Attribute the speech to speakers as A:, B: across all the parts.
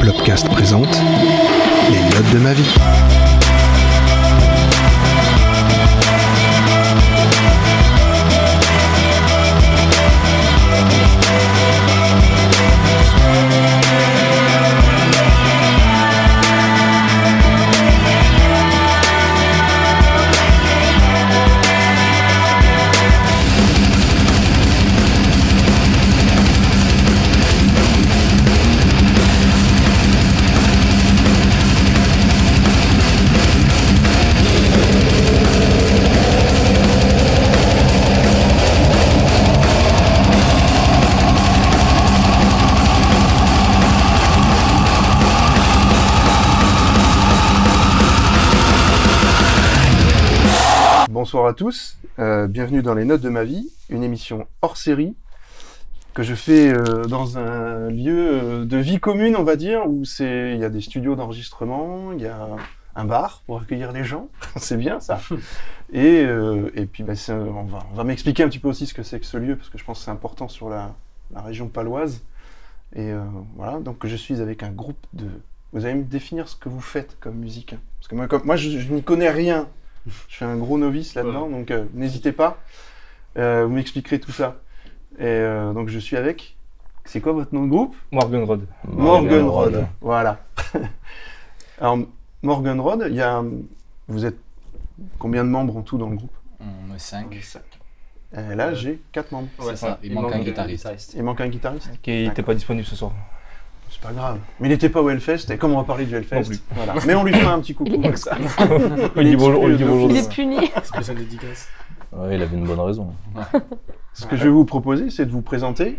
A: Flopcast présente Les notes de ma vie.
B: Bonsoir à tous, euh, bienvenue dans les notes de ma vie, une émission hors série que je fais euh, dans un lieu euh, de vie commune, on va dire, où c'est il y a des studios d'enregistrement, il y a un bar pour accueillir les gens, c'est bien ça. Et, euh, et puis bah, c'est un- on va, on va m'expliquer un petit peu aussi ce que c'est que ce lieu parce que je pense que c'est important sur la, la région paloise. Et euh, voilà, donc je suis avec un groupe de. Vous allez me définir ce que vous faites comme musique, hein. parce que moi, comme, moi je, je n'y connais rien. Je suis un gros novice là-dedans, donc euh, n'hésitez pas. Euh, vous m'expliquerez tout ça. Et euh, donc je suis avec. C'est quoi votre nom de groupe
C: Morgenrod.
B: Morganrod. Voilà. Alors Morganrod, il y a. un- Vous êtes combien de membres en tout dans le groupe
D: On est 5.
B: Et là, j'ai quatre membres.
D: C'est ça, il, manque, un guitariste.
B: Il manque un guitariste.
C: Qui n'était pas disponible ce soir.
B: C'est pas grave. Mais il n'était pas au Hellfest, et comme on va parler du Hellfest,
C: Non plus.
B: voilà. Mais on lui fera un petit coucou.
E: Il est
B: comme ça.
C: On lui dit bonjour. on lui dit bonjour.
E: Il est puni.
F: Spécial dédicace.
G: Ouais, il avait une bonne raison.
B: Ce que je vais vous proposer, c'est de vous présenter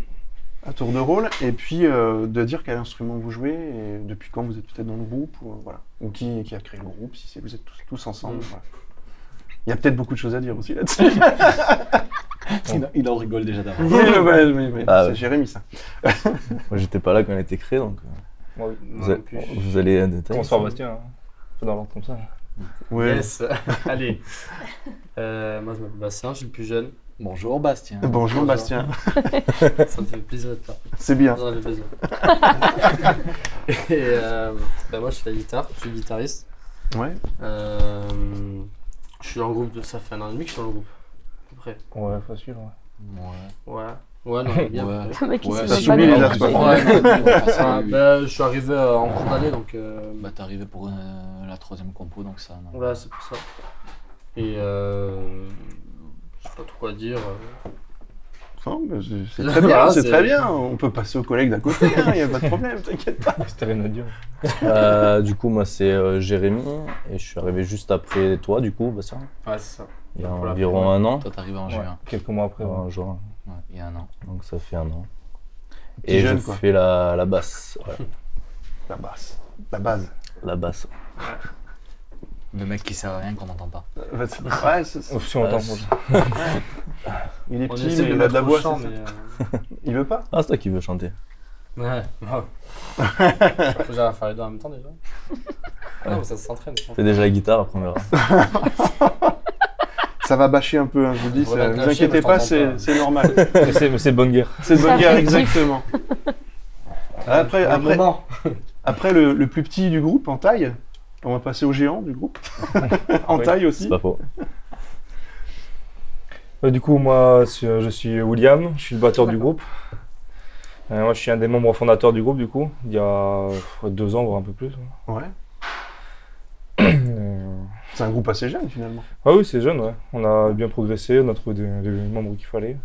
B: à tour de rôle, et puis euh, de dire quel instrument vous jouez, et depuis quand vous êtes peut-être dans le groupe, ou, euh, voilà. ou qui, qui a créé le groupe, si c'est- vous êtes tous, tous ensemble. voilà. Il y a peut-être beaucoup de choses à dire aussi là-dessus.
D: Il, en rigole déjà d'avant.
B: Oui, mais bah, mais- mais
G: Ah
B: c'est
G: ouais.
B: Jérémy, ça.
G: Moi, j'étais pas là quand elle était créée, donc euh,
C: Moi, oui.
G: vous, allez- vous allez à détail.
C: Bonsoir Bastien. hein. Faut dans l'ordre comme ça.
B: Ouais.
F: Yes. Allez. Euh, moi, je m'appelle Bastien, je suis le plus jeune.
D: Bonjour Bastien.
B: Bonjour Bastien,
F: hein. Ça me fait plaisir de te parler.
B: c'est bien.
F: Vous en avez besoin. Et euh, bah, moi, je fais la guitare, je suis guitariste.
B: Ouais.
F: Euh, je suis dans le groupe de. Ça fait un an et demi que je suis dans le groupe. À peu près.
C: Ouais, faut suivre. ouais.
D: Ouais.
F: Ouais. Ouais, non, bien. à peu
D: Ouais.
F: près.
E: Le mec, il
B: t'as
E: se
D: Ouais,
E: met pas
B: soumis
E: dans
B: les
E: la-
B: affaires.
D: Ouais, ouais, ouais, ouais,
F: Enfin,
D: ouais, ouais.
F: bah, je suis arrivé euh, en cours d'année, donc. euh,
D: Bah, t'es arrivé pour euh, la troisième compo, donc ça. non.
F: Voilà, c'est pour ça. Et euh, je sais pas trop quoi dire.
B: Enfin, mais c'est- c'est
F: Non,
B: très bien,
F: non,
B: c'est
F: Ah, c'est-
B: très bien. On peut passer aux collègues d'à côté, hein, il n'y a pas de problème, t'inquiète pas.
C: C'était rien à dire.
G: Euh, du coup, moi, c'est euh, Jérémy, et je suis arrivé juste après toi, du coup, Bastien,
F: Ouais, c'est ça.
G: il y a
F: Pour la
G: environ un an.
D: Toi, t'es arrivé en
C: Ouais,
D: juin.
C: Quelques mois après. ouais.
G: Un jour,
D: Ouais, il y a un an.
G: donc ça fait un an.
B: Petit
G: Et je
B: jeune, quoi.
G: fais la, la basse. voilà.
B: La basse, la base.
G: La basse.
D: Le mec qui sert à rien qu'on n'entend pas.
B: Ouais, c'est-
C: Ouf, si on entend,
G: Basse.
C: bonjour.
B: il est
F: On
B: petit,
F: essaie
B: mais
F: de
B: il a de la
F: mettre
B: voix.
F: au champ,
B: c'est ça
F: mais.
B: Il veut pas
G: Ah, c'est toi qui veux chanter.
F: euh, Ouais. Faut déjà faire les deux en même temps déjà. Ah non, mais ça s'entraîne. je pense.
G: Fais déjà la guitare, après on verra.
B: Ça va bâcher un peu, hein, je vous dis.
F: Ouais,
B: ça-
F: la
B: vous
F: cloche,
B: inquiétez
F: elle
B: pas,
F: t'entend
B: c'est
F: pas.
B: c'est normal.
C: Mais c'est mais c'est de bonne guerre.
B: C'est de bonne
E: Ça
B: guerre,
E: fait le kiff.
B: exactement. Après,
F: Pour le
B: après,
F: moment.
B: après le, le plus petit du groupe, en taille, on va passer au géant du groupe. en
C: Oui.
B: taille
G: C'est
B: aussi.
G: pas faux.
C: Ouais, du coup, moi, c'est- euh, je suis William, je suis le batteur du groupe. Euh, moi, je suis un des membres fondateurs du groupe, du coup, il y a euh, deux ans, voire un peu plus.
B: Ouais.
C: Euh,
B: C'est un groupe assez jeune finalement.
C: Ah oui, c'est jeune, ouais. On a bien progressé, on a trouvé des, des membres qu'il fallait.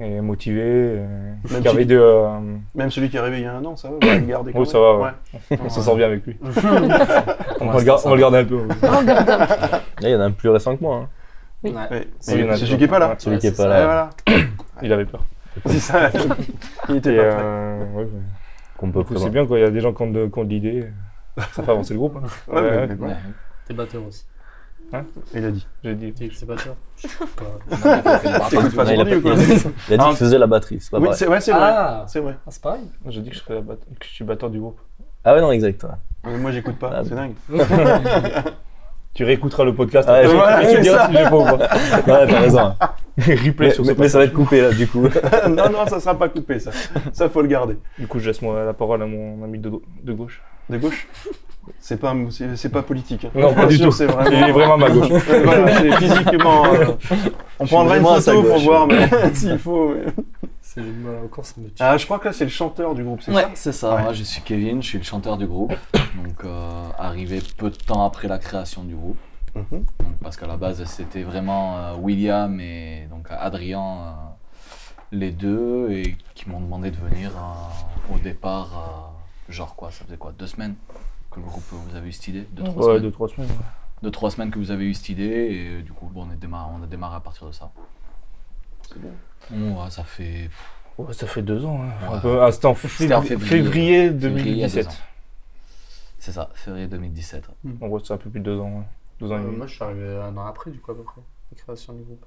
C: Et motivés, euh,
B: Même
C: qui avaient
B: si-
C: de, euh,
B: Même celui qui est arrivé il y a un an, ça va, on va le garder quand
C: Oui,
B: même.
C: ça va, ouais.
B: Ouais.
C: on s'en sort bien avec lui. on, va
D: l'instant,
C: le gar-
D: ça
C: on va le garder un peu. ouais.
G: Là, il y en a un plus récent que moi. hein.
F: Ouais.
B: Ouais.
C: Oui, il y en a
B: C'est celui
C: deux.
B: qui est pas là.
C: Ouais,
G: Celui
F: Ouais,
G: qui est
F: c'est
G: pas
F: ça.
B: Ouais,
G: là,
B: voilà.
C: Il avait peur.
B: C'est ça. il était
C: Et,
B: pas prêt.
C: euh, ouais, ouais.
G: qu'on peut
C: Du coup, c'est
G: présenter.
C: bien, quoi. Il y a des gens qui ont de, qui ont de l'idée. Ça fait avancer le groupe. hein.
B: Ouais, mais-
C: ouais.
B: mais bon,
D: Ouais.
F: T'es batteur aussi.
B: Il a dit.
C: J'ai dit.
F: T'es t'es batteur Je sais pas.
B: T'écoutes pas
G: Non,
B: son
G: Bah, il a
B: dit ou
G: pas-
B: quoi
G: Il a dit
B: Ah.
G: qu'il faisait la batterie, c'est pas
B: Oui,
G: pareil.
B: c'est ouais, c'est vrai.
F: Ah,
B: C'est vrai.
F: c'est pareil.
C: J'ai dit que je, serais la batte- que je suis batteur du groupe.
G: Ah ouais, non, exact. ouais.
B: Mais Moi j'écoute pas,
G: Ah,
B: c'est dingue.
C: Tu réécouteras le podcast. hein.
G: Ouais,
C: après,
G: je-
B: Voilà,
C: tu
B: c'est
C: me diras si j'ai faux ou pas.
G: Ouais, t'as raison.
C: Replay
G: Mais,
C: sur ce
G: mais- mais ça va être coupé là, du coup.
B: non, non, ça sera pas coupé, ça. Ça, faut le garder.
C: Du coup, je laisse moi la parole à mon ami de, do- de gauche.
B: De gauche C'est pas, c'est c'est pas politique. hein.
C: Non, pas du
B: Sûr,
C: tout.
B: C'est
C: Il est
B: vraiment.
C: vraiment à ma gauche.
B: voilà, c'est physiquement. euh, on
G: Je suis
B: prendra une
G: vraiment à sa
B: photo pour
G: gauche.
B: voir mais- s'il faut. mais-
F: C'est euh, le mal encore, ça me tue.
B: Ah, je crois que là, c'est le chanteur du groupe, c'est
D: Ouais,
B: ça
D: c'est ça. Moi, je suis Kevin, je suis le chanteur du groupe. Donc, euh, arrivé peu de temps après la création du groupe.
B: Mhm.
D: Donc, parce qu'à la base, c'était vraiment euh, William et donc Adrien, euh, les deux, et qui m'ont demandé de venir euh, au départ. euh, genre quoi Ça faisait quoi Deux semaines que le groupe, euh, vous avez eu cette idée Deux, trois
C: Ouais,
D: semaines
C: deux, trois semaines. ouais.
D: Deux, trois semaines que vous avez eu cette idée, et euh, du coup, bon, on, est démarré, on a démarré à partir de ça. Bon, ouais, ça fait.
C: Ouais, ça fait deux ans. hein. Enfin,
D: Ouais.
C: un peu- ah, C'était en
D: C'était en
C: février,
D: février.
C: février
D: Février, il y a deux
C: 2017.
D: ans. C'est ça, février 2017.
C: En gros, c'est un peu plus de deux ans. ouais. Deux ans
F: Euh,
C: et demi.
F: moi, je suis arrivé un an après, du coup, à peu près, la création du groupe.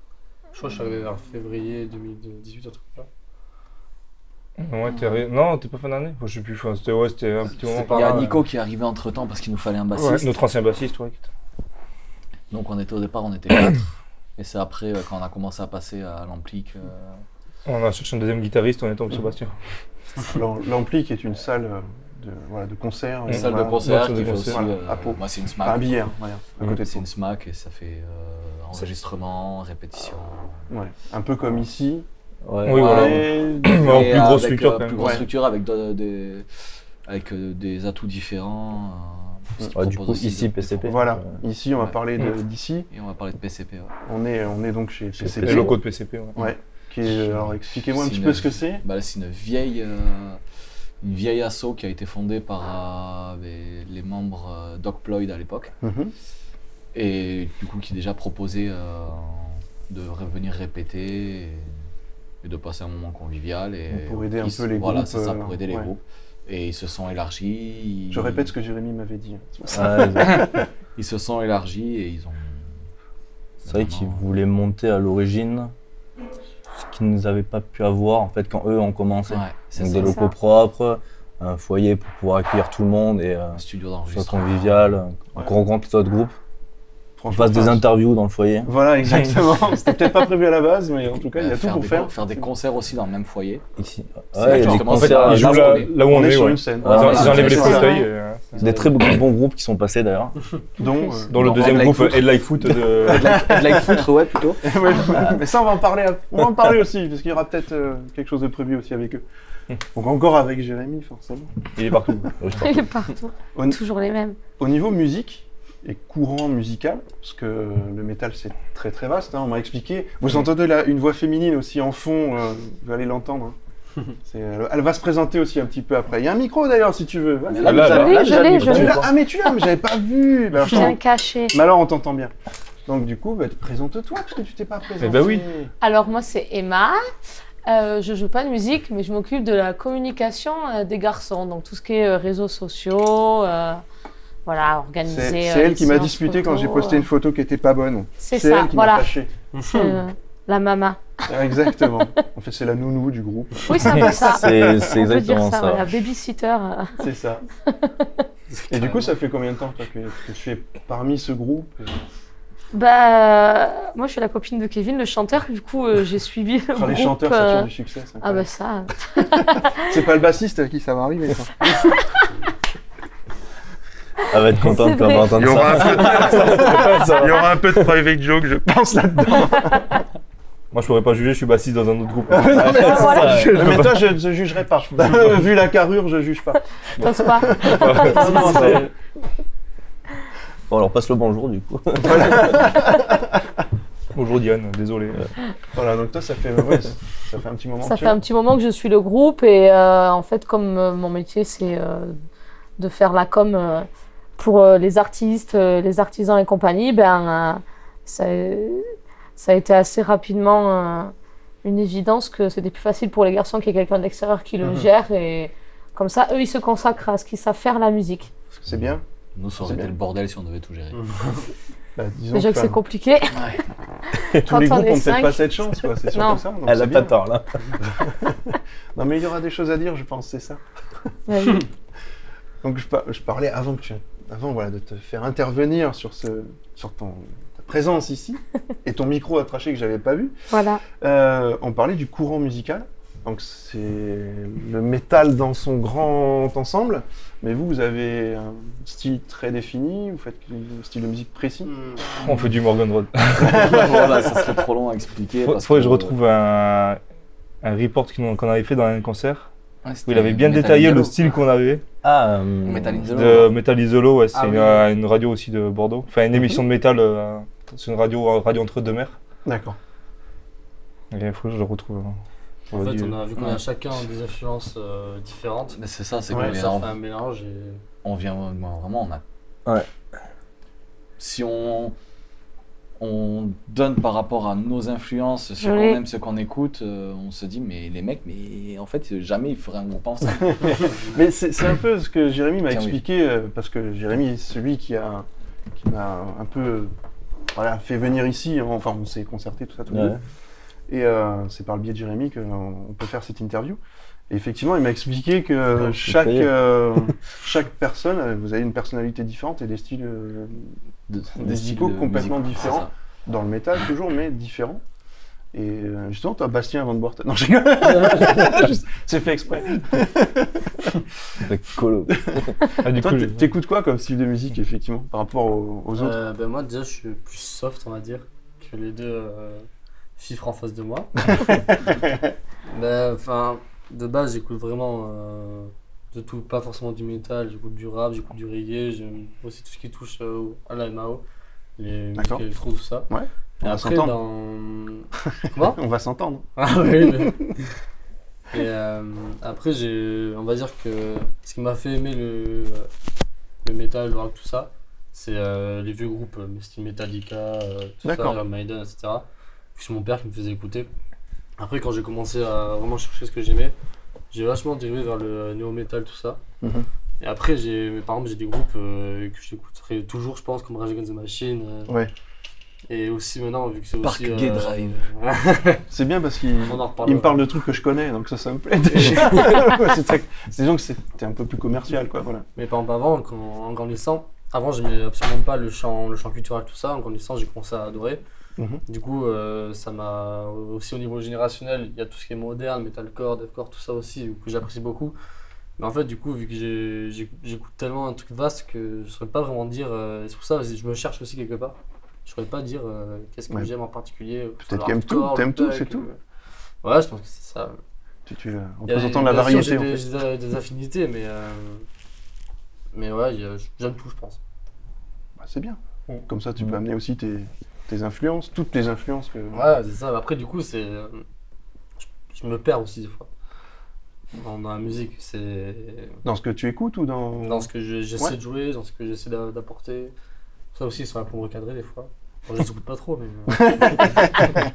F: Je crois que je suis arrivé vers février 2018, un truc comme ça.
C: Ouais, t'es ré- Non, t'es pas fin d'année Je sais plus. enfin, c'était ouais, c'était un petit moment.
D: Il y a
C: par là.
D: Nico qui est arrivé entre temps parce qu'il nous fallait un
C: euh, Ouais,
D: bassiste.
C: notre ancien bassiste, ouais. qui était-
D: Donc on était au départ, on était quatre. Et c'est après euh, quand on a commencé à passer à euh, l'ampli que.
C: On a cherché un deuxième guitariste, on est tombé sur Bastien.
B: L'am- L'ampli qui est une salle euh, de, voilà, de concert.
D: Une
B: euh,
D: salle de
B: voilà,
D: concert
C: salle de
D: qui fait aussi.
C: concert,
B: voilà,
D: euh,
B: à Pau.
D: moi c'est une
B: Enfin, un
D: smac.
B: billet, on va dire, à côté de
D: C'est
B: Pau.
D: une smac et ça fait euh, enregistrement, répétition.
B: Ouais. Un peu comme ici.
G: Ouais.
C: Oui, voilà.
B: Et-
C: Mais en
D: Et
C: plus grosse
D: avec,
C: structure,
D: euh,
C: quand
D: plus
C: même.
D: grosse
B: Ouais.
D: structure avec de- des avec euh, des atouts différents. euh, ce qui
G: Ouais, Ah, du
D: propose
G: coup,
D: aussi
G: ici,
D: de-
G: PCP.
B: Voilà,
G: Ouais.
B: ici on va
D: Ouais.
B: parler de- d'ici.
D: Et on va parler de PCP. ouais.
B: On est, on est donc chez
C: Les
B: PCP.
G: PCP.
C: locaux de PCP, ouais.
B: Ouais. Qui est- alors expliquez-moi un
D: C'est
B: petit
D: une-
B: peu ce que c'est.
D: Bah, c'est une vieille, euh, une vieille asso qui a été fondée par euh, les, les membres euh, Doc Ployd à l'époque
B: Mhm.
D: et du coup qui déjà proposait euh, de revenir répéter et, et de passer un moment convivial et
B: Pour aider un
D: ils-
B: peu les
D: voilà,
B: groupes,
D: c'est ça,
B: euh,
D: pour aider les
B: ouais.
D: groupes. Et ils se sont élargis.
B: Je
D: ils-
B: répète ce que Jérémy m'avait dit. C'est pour ça.
G: Ah, Ouais, c'est-
D: Ils se sont élargis et ils ont.
G: c'est vrai qu'ils voulaient monter à l'origine ce qu'ils n'avaient pas pu avoir en fait quand eux ont commencé.
D: Ouais, c'est
G: Donc
D: ça.
G: des locaux
E: Ça.
G: propres, un foyer pour pouvoir accueillir tout le monde et euh,
D: Un studio
G: soit
D: d'enregistrement.
G: convivial, euh, qu'on
B: Ouais.
G: rencontre les autres groupes, on
B: Franchement,
G: fasse des
B: ça-
G: interviews dans le foyer.
B: Voilà, exactement. C'était peut-être pas prévu à la base, mais en tout cas, il y
D: Euh,
B: a tout pour
D: des
B: faire.
D: con- faire des concerts aussi dans le même foyer.
G: Ici.
D: C'est
G: Ouais, il y a des
D: exactement- en fait,
G: concerts,
D: ils
G: euh,
C: Ils jouent
D: jouent
C: là,
D: là où
C: là où
B: On,
C: on
B: est
C: est,
B: sur
C: ouais.
B: une scène.
G: Ouais,
C: Ils en-
G: voilà,
C: Ils enlèvent les
B: c'est ça.
C: fauteuils. euh,
G: Des très bons bons groupes qui sont passés d'ailleurs.
B: Donc,
C: Dans le
D: Dans
C: deuxième
D: Like
C: groupe,
D: Foot.
C: et Like Foot de.
D: de la foutre, ouais, plutôt.
B: euh, ouais, mais ça, on va en parler. à- On va en parler aussi, parce qu'il y aura peut-être euh, quelque chose de prévu aussi avec eux.
C: Hmm.
B: Donc encore avec Jérémy, forcément.
C: Il est partout.
F: hein.
E: Il est partout.
B: On-
E: Toujours les mêmes.
B: Au niveau musique et courant musical, parce que euh, le métal c'est très très vaste, hein, on m'a expliqué.
C: Hmm.
B: Vous entendez là une voix féminine aussi en fond, euh, vous allez l'entendre. hein. C'est- elle, elle va se présenter aussi un petit peu après. Il y a un micro d'ailleurs si tu veux. Vas-y.
C: Ah, là, là,
E: Je l'ai, je l'ai,
B: Tu
E: je l'ai.
B: l'as ah mais tu l'as, mais j'avais pas vu. Mais alors, je
E: Bien
B: t'en-
E: caché.
B: mais alors, on t'entend bien. Donc du coup, bah, te- présente-toi parce que tu t'es pas présenté.
C: ben oui.
E: Alors moi c'est Emma. Euh, je joue pas de musique, mais je m'occupe de la communication euh, des garçons, donc tout ce qui est euh, réseaux sociaux, euh, voilà, organiser.
B: C'est c'est
E: euh,
B: elle
E: les
B: qui m'a
E: séances
B: disputé quand
E: photos,
B: j'ai posté
E: euh,
B: une photo qui était pas bonne.
E: C'est
B: C'est
E: ça,
B: elle qui m'a
E: voilà.
B: fâché.
E: c'est, euh, la mama.
B: Exactement. En fait, c'est la nounou du groupe.
E: Oui, c'est un peu ça.
G: C'est c'est
E: On peut dire
G: exactement
E: ça,
G: ça.
E: voilà, babysitter. euh.
B: C'est ça. Et du coup, ça fait combien de temps toi, que, que tu es parmi ce groupe euh,
E: Bah, euh, moi je suis la copine de Kevin, le chanteur. Du coup, euh, j'ai suivi le
B: enfin,
E: groupe.
B: Les chanteurs, ça
E: euh,
B: tire du succès. c'est
E: Ah
B: incroyable.
E: bah ça. euh.
B: C'est pas le bassiste à qui ça va arriver. ça.
G: Elle va être contente
E: C'est
G: quand elle va
E: vrai.
G: entendre ça.
H: Il y aura un peu de private joke, je pense, là-dedans.
C: Moi, je pourrais pas juger, je suis bassiste dans un autre groupe.
B: Non, mais,
E: Ah, voilà,
B: je- mais toi, je ne jugerai pas. Vu la carrure, je juge pas.
E: t'oses pas.
B: Non, non, c'est-
G: Bon, alors passe le bonjour du coup.
C: Bonjour Diane, désolé.
B: voilà, donc toi, ça fait, ouais, ça ça fait un petit moment.
E: Ça
B: que
E: fait un petit moment que je suis le groupe et euh, en fait, comme euh, mon métier, c'est euh, de faire la com euh, pour euh, les artistes, euh, les artisans et compagnie, ben, euh, ça, ça a été assez rapidement euh, une évidence que c'était plus facile pour les garçons qu'il y ait quelqu'un de l'extérieur qui le
B: Mhm.
E: gère et comme ça, eux, ils se consacrent à ce qu'ils savent faire, la musique.
B: tu- C'est bien.
D: Nous, ça
B: C'est
D: aurait été
B: bien.
D: le bordel si on devait tout gérer.
B: Bah, disons
E: Déjà que c'est
B: enfin,
E: compliqué.
B: tous
E: quand
B: les
E: on
B: groupes
E: est
B: ont peut-être
E: cinq.
B: pas cette chance. quoi, C'est surtout
E: Non.
B: ça. donc
G: Elle
B: c'est
G: a
B: bien.
G: pas tort là.
B: Non, mais il y aura des choses à dire, je pense, c'est ça.
E: Ouais, oui.
B: Donc je, par- je parlais avant que tu avant voilà, de te faire intervenir sur, ce, sur ton, ta présence ici et ton micro attraché que j'avais pas vu,
E: Voilà.
B: euh, on parlait du courant musical. Donc c'est le métal dans son grand ensemble, mais vous, vous avez un style très défini, vous faites un style de musique précis.
C: On fait du Morgan Road.
D: voilà, ça serait trop long à expliquer.
C: Faut,
D: parce
C: faudrait que je
D: que-
C: retrouve un, un report qu'on qu'on avait fait dans un concert
D: Ouais,
C: où
D: c'était
C: il avait bien
D: Metal
C: détaillé
D: Yellow.
C: le style qu'on avait.
G: Ah,
D: Metal in the
C: De Metal Isolo, ouais, c'est
F: Ah
C: une,
F: oui. Mhm.
C: euh, une radio aussi de Bordeaux. Enfin, une émission de métal, euh, c'est une radio, euh, radio entre deux mers.
B: D'accord.
C: Il faut que je le retrouve. hein.
F: En
C: Ouais,
F: fait,
C: du-
F: on a vu qu'on
D: Ouais.
F: a chacun des influences euh, différentes.
D: Mais c'est ça, c'est
B: Ouais,
D: qu'on est
F: ça
D: en-
F: fait un mélange et.
D: on vient moi, vraiment on a
G: Ouais.
D: si on on donne par rapport à nos influences ce qu'on
E: Oui.
D: aime ce qu'on écoute euh, on se dit mais les mecs mais en fait jamais ils feraient un groupe ensemble
B: Mais c'est c'est un peu ce que Jérémy m'a
D: Tiens, oui.
B: expliqué, euh, parce que Jérémy est celui qui a qui m'a un peu euh, voilà, fait venir ici, hein. enfin on s'est concerté tout ça tout
G: Ouais.
B: Et euh, c'est par le biais de Jérémy qu'on on peut faire cette interview. Et effectivement, il m'a expliqué que chaque,
G: payé.
B: euh, chaque personne, euh, vous avez une personnalité différente et des styles euh,
D: De-
B: Des
D: styles
B: icônes
D: de
B: complètement
D: musique, c'est
B: différents. dans le métal toujours, mais différents. Et euh, justement, toi, Bastien Van Boerten. Non, je rigole. Juste, C'est fait exprès.
G: de colo.
C: Ah, du
B: Toi,
C: coup,
B: t'é-
C: je-
B: t'écoutes quoi comme style de musique, effectivement, par rapport aux, aux autres
F: Euh, ben moi déjà je suis plus soft on va dire que les deux euh, fifres en face de moi. ben enfin de base j'écoute vraiment euh, de tout, pas forcément du métal, j'écoute du rap, j'écoute du reggae, j'aime aussi tout ce qui touche euh, au- à la MAO, les
B: D'accord.
F: musiques électro tout ça.
B: Ouais,
F: Et
B: on va
F: après
B: s'entendre.
F: dans comment
B: On va s'entendre.
F: Ah oui. le- Et euh, après j'ai on va dire que ce qui m'a fait aimer le le métal, le rock, tout ça, c'est euh, les vieux groupes, euh, style Metallica, euh, tout ça,
B: D'accord.
F: Iron Maiden, etc. C'est mon père qui me faisait écouter. Après, quand j'ai commencé à vraiment chercher ce que j'aimais, j'ai vachement dérivé vers le euh, néo-metal, tout ça.
B: Mhm.
F: Et après, j'ai, mais par exemple, j'ai des groupes euh, que j'écouterai toujours, je pense, comme Rage Against the Machine. euh,
B: Ouais.
F: Et aussi maintenant, vu que c'est
D: Park
F: aussi. euh,
D: Gay Drive.
B: C'est bien parce qu'il
F: on en reparle.
B: il me parle de trucs que je connais, donc ça, ça me plaît. Ouais, c'est très- c'est disons que c'est t'es un peu plus commercial, quoi. Voilà.
F: Mais par exemple, avant, quand- en grandissant, avant, j'aimais absolument pas le chant, le chant culturel, tout ça. En grandissant, j'ai commencé à adorer.
B: Mhm.
F: Du coup, euh, ça m'a aussi au niveau générationnel, il y a tout ce qui est moderne, metalcore, deathcore, tout ça aussi, que j'apprécie beaucoup. Mais en fait, du coup, vu que j'ai- j'ai- j'écoute tellement un truc vaste que je saurais pas vraiment dire. euh, c'est pour ça, je me cherche aussi quelque part. Je saurais pas dire euh, qu'est-ce que
B: Ouais.
F: j'aime en particulier.
B: Peut-être
F: Le
B: qu'aimes tout,
F: hardcore, le
B: t'aimes tout,
F: punk,
B: c'est tout.
F: euh, Ouais, je pense que c'est ça.
B: Tu, tu, euh,
F: Il y a
B: représentant de
F: des-
B: la
F: bien sûr,
B: variété, en
F: J'ai des,
B: fait.
F: j'ai des affinités, mais. euh, Mais ouais, il y a- j'aime tout, je pense.
B: Bah, c'est bien.
F: Mm.
B: Comme ça, tu peux amener aussi tes, tes influences, toutes les influences que.
F: Ouais, c'est ça. Après, du coup, c'est. euh, Je, je me perds aussi, des fois. Dans, dans la musique, c'est.
B: Dans ce que tu écoutes ou dans.
F: Dans ce que je- j'essaie
B: Ouais.
F: de jouer, dans ce que j'essaie d'a- d'apporter. Ça aussi, ils sont là pour me recadrer, des fois. Bon, je les écoute pas trop, mais. euh,
D: Mais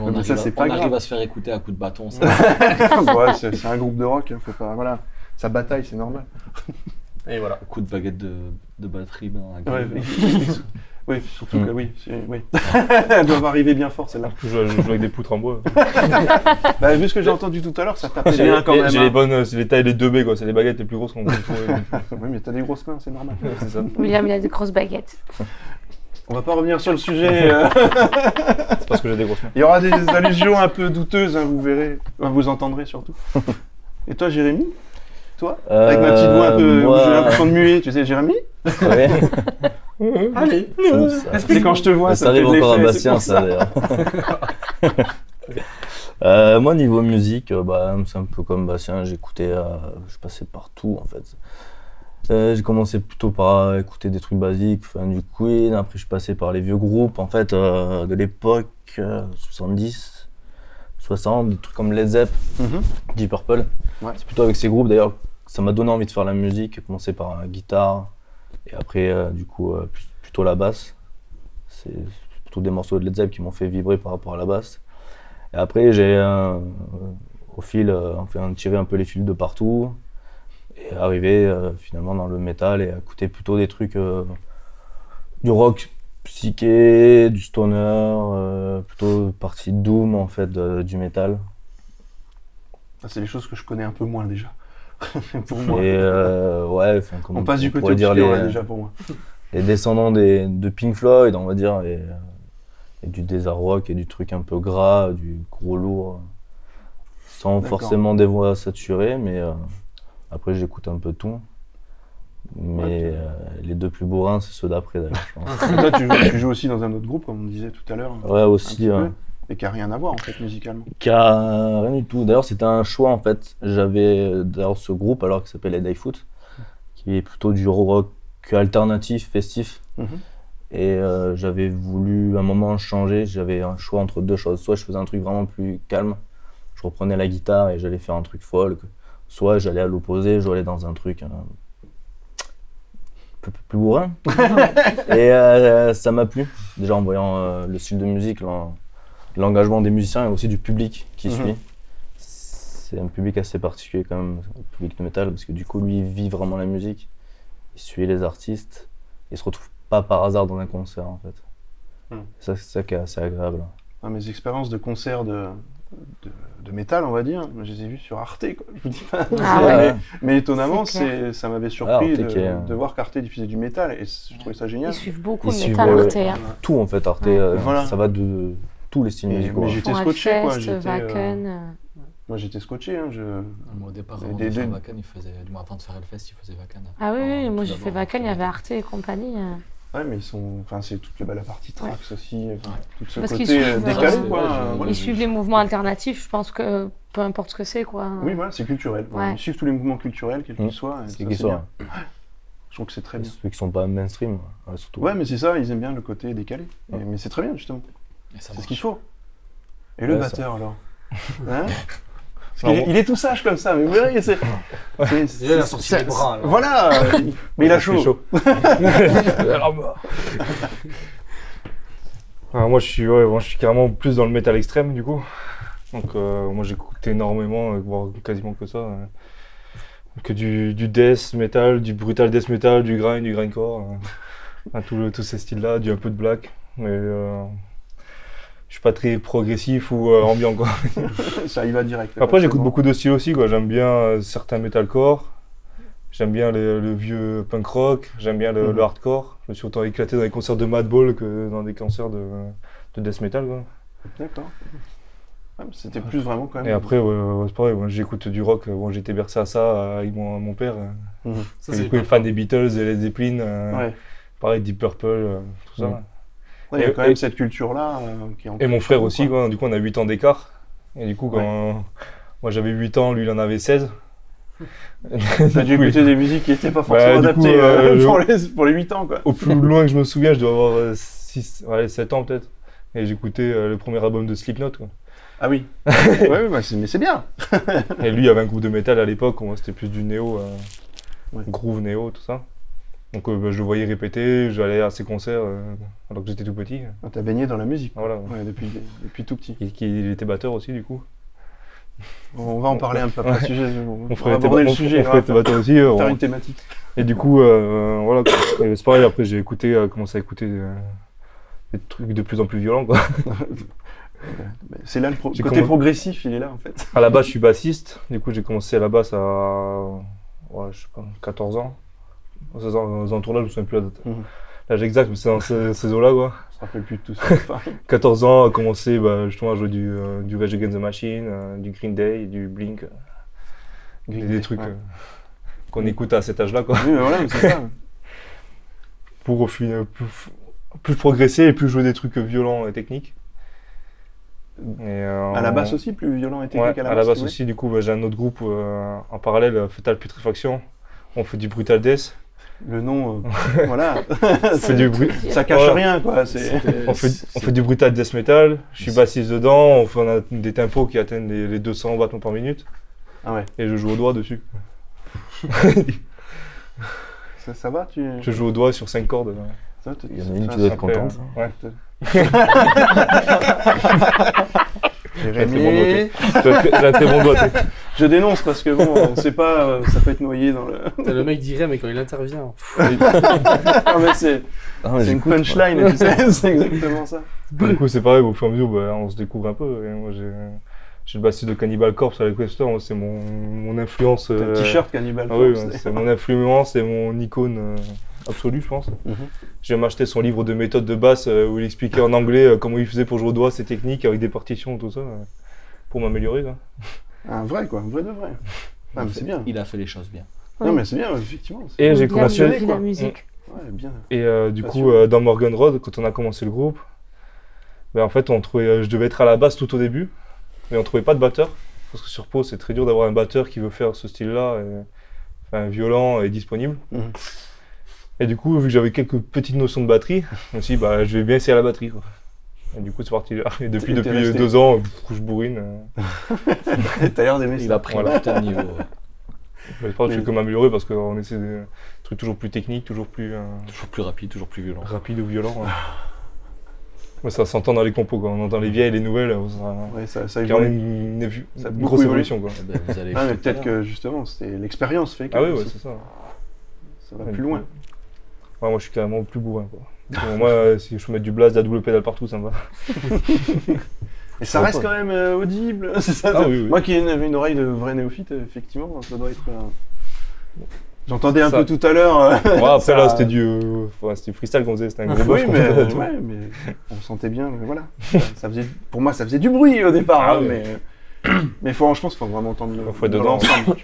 D: on
B: Mais
D: arrive,
B: ça,
D: à,
B: c'est pas
D: on
B: grave.
D: arrive à se faire écouter à coups de bâton ça.
B: Ouais, c'est c'est un groupe de rock, hein, faut pas. Voilà. Ça bataille, c'est normal.
F: Et voilà.
D: coup de baguette de, de batterie ben, dans la
B: Ouais,
D: gueule.
B: oui, surtout
G: Mm.
B: que oui. c'est- oui. Elles doivent arriver bien fort, celle-là.
C: je joue je joue avec des poutres en bois.
B: Bah, vu ce que j'ai entendu tout à l'heure, ça tape
C: J'ai
B: bien quand
C: les-
B: même.
C: j'ai
B: hein.
C: les bonnes, euh, c'est les tailles, les 2B quoi, c'est les baguettes les plus grosses qu'on peut trouver.
B: Oui, mais t'as des grosses mains, c'est normal.
C: c'est ça.
E: William, il a des grosses baguettes.
B: On va pas revenir sur le sujet. euh,
C: C'est parce que j'ai des grosses mains.
B: Il y aura des allusions un peu douteuses, hein, vous verrez, Enfin, vous entendrez surtout. Et toi, Jérémy Avec ma petite voix un peu, où j'ai l'impression de muer, tu sais, Jérémy
F: Allez
G: Allez
B: C'est quand je te vois,
G: Mais
B: ça,
G: ça
B: fait
G: arrive
B: de
G: encore à
B: l'effet, c'est
G: Bastien,
B: pour
G: ça d'ailleurs. Euh, moi, niveau musique, euh, bah, c'est un peu comme Bastien, j'écoutais, euh, je passais partout en fait. Euh, j'ai commencé plutôt par euh, écouter des trucs basiques, enfin, du Queen, après je passais par les vieux groupes en fait euh, de l'époque euh, 70, 60, des trucs comme Led Zepp,
B: Mhm.
G: Deep Purple.
B: Ouais.
G: C'est plutôt avec ces groupes d'ailleurs que ça m'a donné envie de faire la musique, commencer par la guitare et après euh, du coup euh, plus- plutôt la basse. C'est c'est plutôt des morceaux de Led Zepp qui m'ont fait vibrer par rapport à la basse. Et après j'ai euh, au fil, euh, enfin tirer un peu les fils de partout et arriver euh, finalement dans le métal et écouter plutôt des trucs euh, du rock psyché, du stoner, euh, plutôt partie doom en fait de- du métal.
B: Ah, c'est les choses que je connais un peu moins déjà. pour
G: Et
B: moi.
G: euh, ouais, enfin, comme
B: on passe du côté
G: pourrait dire
B: obscur,
G: les,
B: là, déjà, pour moi.
G: les descendants des, de Pink Floyd, on va dire, et, euh, et du désert rock et du truc un peu gras, du gros lourd, sans
B: D'accord.
G: forcément des voix saturées, mais euh, après j'écoute un peu tout. Mais
B: Ouais, tu-
G: euh, les deux plus bourrins, c'est ceux d'après d'ailleurs, je pense.
B: Toi, tu, joues- tu joues aussi dans un autre groupe, comme on disait tout à l'heure. Ah. un
G: Ouais,
B: petit
G: aussi.
B: peu,
G: euh,
B: Et qui a rien à voir, en fait, musicalement.
G: qui a rien du tout. D'ailleurs, c'était un choix en fait. J'avais euh, d'ailleurs ce groupe alors qui s'appelle Die Foot, qui est plutôt du rock alternatif, festif.
B: Mhm.
G: Et euh, j'avais voulu à un moment changer. J'avais un choix entre deux choses. Soit je faisais un truc vraiment plus calme, je reprenais la guitare et j'allais faire un truc folk. Soit j'allais à l'opposé, j'allais dans un truc euh, un peu plus bourrin. et euh, ça m'a plu. Déjà en voyant euh, le style de musique, l'en- l'engagement des musiciens et aussi du public qui
B: Mhm.
G: suit. C'est un public assez particulier quand même, le public de métal, parce que du coup lui il vit vraiment la musique, il suit les artistes, il se retrouve pas par hasard dans un concert en fait.
B: Mhm.
G: Ça c'est ça qui est assez agréable.
B: Enfin, Hein, mes expériences de concert de, de, de métal, on va dire, je les ai vues sur Arte, quoi. Je vous dis pas.
E: Ah ouais.
B: mais, mais étonnamment,
E: C'est clair.
B: c'est- ça m'avait surpris
G: Ah, Arte
B: de,
G: qui est-
B: de voir qu'Arte diffusait du métal, et c- je trouvais ça génial.
E: Ils suivent beaucoup
G: Ils
E: le
G: suivent,
E: métal
G: ouais,
E: Arte.
G: ouais.
E: hein.
G: Tout en fait, Arte,
E: Ouais.
G: euh,
B: Voilà.
G: ça va de tous les styles
B: Et-
G: musicaux.
B: mais
G: hein.
B: J'étais
E: Font
B: scotché, quoi,
E: Hellfest,
B: j'étais, euh,
E: Wacken, euh,
B: Moi, j'étais scotché, hein, je...
D: euh, Moi, au départ,
B: Des-
D: avant
B: des-
D: de faire
B: des-
D: Vacan, il faisait, du moins avant de faire Hellfest, il faisait Vacan.
E: Ah oui, oui,
D: En-
E: moi
D: tout
E: j'ai fait
D: d'abord,
E: Vacan, il y
D: en-
E: avait Arte et compagnie. euh.
B: Ouais, mais ils sont... Enfin, c'est toute la, bah, la partie trax aussi, euh, tout ce
E: Parce qu'ils
B: côté euh,
E: suivent, euh,
B: décalé, quoi.
D: ouais,
B: euh,
D: je-
B: voilà.
E: Ils suivent les mouvements alternatifs, je pense que peu importe ce que c'est, quoi.
B: Oui, voilà, c'est culturel. voilà.
E: Ouais.
B: Ils suivent tous les mouvements culturels, quels qu'ils
G: Mm.
B: soient. et ça,
G: C'est qui
B: c'est
G: sont,
B: bien. Je trouve que c'est très
G: hein,
B: bien.
G: ceux qui sont pas mainstream, ouais, surtout.
B: Ouais, mais c'est ça, ils aiment bien le côté décalé. Et-
G: Ouais.
B: mais c'est très bien, justement.
D: Et ça
B: C'est ce
D: marche.
B: qu'il faut. Et le
G: Ouais, ça-
B: batteur, alors Hein Parce
C: Non,
B: qu'il est-
C: bon.
B: il est tout sage comme ça, mais vous verrez, c'est. c'est-
F: Déjà, il a
B: c'est-
F: sorti
B: c'est-
F: les bras, alors.
B: Voilà euh, Mais il a
C: Il fait
B: chaud.
C: Alors, bah. Ah, moi, je suis, ouais, moi, je suis carrément plus dans le métal extrême, du coup. Donc, euh, moi, j'écoute énormément, euh, voire quasiment que ça. euh, Que du, du death metal, du brutal death metal, du grind, du grindcore. euh, enfin, tout le- tous ces styles-là, du un peu de black. Mais euh, je suis pas très progressif ou euh, ambiant, quoi.
B: Ça y va direct.
C: Après, j'écoute
B: forcément.
C: beaucoup de styles aussi, quoi. J'aime bien euh, certains metalcore. J'aime bien le, le vieux punk rock. J'aime bien le,
B: Mhm.
C: le hardcore. Je me suis autant éclaté dans les concerts de Madball que dans des concerts de, de death metal, quoi.
B: D'accord. Ouais, mais C'était plus vraiment
F: Bah
B: quand même.
C: Et après, ouais, ouais, ouais, c'est pareil. moi, j'écoute du rock. Bon, j'étais bercé à ça euh, avec mon, mon père. euh.
F: Ça,
C: Et
F: c'est
C: du coup, il est fan des Beatles, des Led Zeppelin, euh,
B: Mhm. Ouais.
C: pareil, Deep Purple, euh, tout ça.
G: Mhm.
B: Ouais, il y a
C: Et-
B: quand même
C: et-
B: cette culture-là euh, qui est en-
C: Et mon frère aussi, quoi. Du coup, on a 8 ans d'écart. Et du coup, quand moi j'avais 8 ans, lui il en avait 16.
B: T'as dû
C: Du coup, il-
B: écouter des musiques qui étaient pas forcément
C: Bah, du coup,
B: adaptées
C: euh,
B: euh,
C: je-
B: pour, les, pour les 8 ans, quoi.
C: Au plus loin que je me souviens, je dois avoir euh, 6, 7 ans peut-être. Et j'écoutais euh, le premier album de Slipknot. Quoi.
B: Ah oui. ouais, ouais, bah, c'est- mais c'est bien.
C: Et lui, il avait un groupe de métal à l'époque, où, euh, c'était plus du néo, euh,
B: Ouais.
C: groove néo, tout ça. Donc euh, bah, je le voyais répéter, j'allais à ses concerts euh, alors que j'étais tout petit.
B: Ah, T'as baigné dans la musique. quoi.
C: Voilà.
B: Ouais, depuis, depuis tout petit.
C: Et qu'il il était batteur aussi, du coup.
B: On va en parler un peu après le sujet. On,
C: Mon
B: on va
C: frère était
B: aborder
C: ba-
B: le
C: mon
B: sujet.
C: frère
B: on va
C: était batteur aussi. euh,
B: faire
C: on-
B: une thématique.
C: Et du coup, euh, voilà. quoi. Et c'est pareil, après j'ai écouté, euh, commencé à écouter euh, des trucs de plus en plus violents. Quoi.
B: Mais C'est là le pro-
C: J'ai
B: côté
C: commencé-
B: progressif, il est là en fait.
C: À la base, je suis bassiste. Du coup, j'ai commencé à la basse à ouais, je sais pas, 14 ans. Aux aux alentours-là, je me souviens plus la date.
B: Mhm.
C: L'âge exact, mais c'est dans ces, ces eaux-là, quoi.
B: On se rappelle plus de tout ça. Enfin,
C: 14 ans, a commencé bah, justement à jouer du, euh, du Rage Against the Machine, euh, du Green Day, du Blink, euh, des-
B: Green
C: des
B: Day,
C: trucs
B: ouais.
C: euh, qu'on écoute à cet âge-là, quoi.
B: oui, mais voilà, mais c'est ça.
C: Pour au final, plus, plus progresser et plus jouer des trucs violents et techniques. Et, euh,
B: À la basse
C: on-
B: aussi, plus violent et
C: Ouais,
B: technique à la basse. oui.
C: aussi, du coup, bah, j'ai un autre groupe euh, en parallèle, euh, Fetal Putrefaction. On fait du Brutal Death.
B: Le nom, euh, voilà,
C: On fait du, bru-
B: ça cache
C: Ouais.
B: rien quoi. C'est
D: C'était-
C: on fait, on
D: c'est-
C: fait du Brutal Death Metal. Je suis bassiste dedans. On, fait, on a des tempos qui atteignent les, les 200 battements par minute.
B: ah ouais.
C: Et je joue au doigt dessus.
B: Ça, ça va, tu.
C: Je joue au doigt sur 5 cordes.
B: Ça, t'es-
G: Il y en a une
B: ça, euh,
G: qui doit
B: ça-
G: être contente.
C: Ouais.
B: Jérémy,
C: J'ai un J'ai un très- j'ai un très bon doigt. t'es-
B: Je dénonce parce que bon, on sait pas, euh, ça peut être noyé dans le.
F: Putain, le mec dirait, mais quand il intervient.
B: Ah, mais c'est
G: Ah,
B: c'est une
G: mais j'écoute, moi.
B: punchline, tu sais, c'est exactement ça.
C: Du coup, c'est pareil, au fur et à mesure, bah, on se découvre un peu. Et moi, j'ai- J'ai le bassiste de Cannibal Corpse avec Webster, moi, c'est mon, mon influence.
B: T'as
C: euh,
B: le t-shirt Cannibal
C: Ah oui,
B: Corpse,
C: ouais,
B: d'ailleurs.
C: c'est mon influence et mon icône euh, absolue, je pense.
B: Mhm.
C: J'ai même acheté son livre de méthode de basse euh, où il expliquait en anglais euh, comment il faisait pour jouer au doigt, ses techniques avec des partitions, tout ça, euh, pour m'améliorer. quoi.
B: Un vrai, quoi, un vrai de vrai. Ah, mais c'est bien.
D: Il a fait les choses bien.
B: Non, mais c'est bien, effectivement. c'est-
C: Et j'ai
E: Bien
C: commencé.
E: joué, la musique.
B: Ouais, bien.
C: Et euh, du
B: Pas
C: coup,
B: sûr.
C: euh, dans Morgan Road, quand on a commencé le groupe, ben, en fait, on trouvait, euh, je devais être à la basse tout au début, mais on trouvait pas de batteur. Parce que sur Pau, c'est très dur d'avoir un batteur qui veut faire ce style-là, et- enfin, violent et disponible.
B: Mhm.
C: Et du coup, vu que j'avais quelques petites notions de batterie, je me suis dit, bah, je vais bien essayer à la batterie. quoi. Et du coup, c'est parti. là. Et depuis,
B: T'es- t'es
C: depuis
B: resté.
C: deux ans, euh, pff, je bourrine. euh,
B: T'as l'air d'aimer
D: Il
B: ça.
D: a pris
C: Voilà.
D: un putain de niveau. euh, ouais.
C: Je pense que je
B: Mais-
C: fais que m'améliorer parce qu'on essaie des trucs toujours plus techniques, toujours plus. euh,
D: Toujours plus rapide, toujours plus violent.
C: rapide ou violent. ouais. Ouais, ça s'entend dans les compos, quoi. on entend les vieilles et les nouvelles, euh, ça,
B: Ouais, ça, ça
C: il y a
B: évolue.
C: une, une-
B: Ça a
C: une
B: beaucoup
C: grosse
B: évolué.
C: évolution. Quoi.
D: Eh ben, vous allez
B: Ah, mais
D: écouter
B: peut-être
D: tout à l'heure.
B: que justement, c'est l'expérience fait que
C: Ah oui, ouais,
B: ça-
C: c'est ça.
B: ça va
C: Ouais,
B: plus loin.
C: Ouais, moi je suis carrément plus bourrin. Quoi. Bon, moi, euh, si je peux mettre du blast, de la double pédale partout, ça me va.
B: Et ça
C: Ouais,
B: reste
C: pas.
B: quand même euh, audible, c'est ça.
C: Ah
B: de-
C: oui, oui.
B: Moi qui ai une, une oreille de vrai néophyte, euh, effectivement, ça doit être. euh, J'entendais un
C: Ça-
B: peu tout à l'heure. euh,
C: Ouais, après
B: ça-
C: là, c'était du euh, ouais, c'était freestyle qu'on faisait, c'était un gros
B: oui,
C: buff qu'on
B: mais, euh,
C: faisait.
B: ouais, mais on sentait bien, mais voilà. Ça, ça faisait, pour moi, ça faisait du bruit au départ,
C: Ah
B: hein,
C: oui.
B: mais, mais faut, je pense qu'il faut vraiment entendre le-
C: Faut être
B: dans
C: dedans.
B: l'ensemble.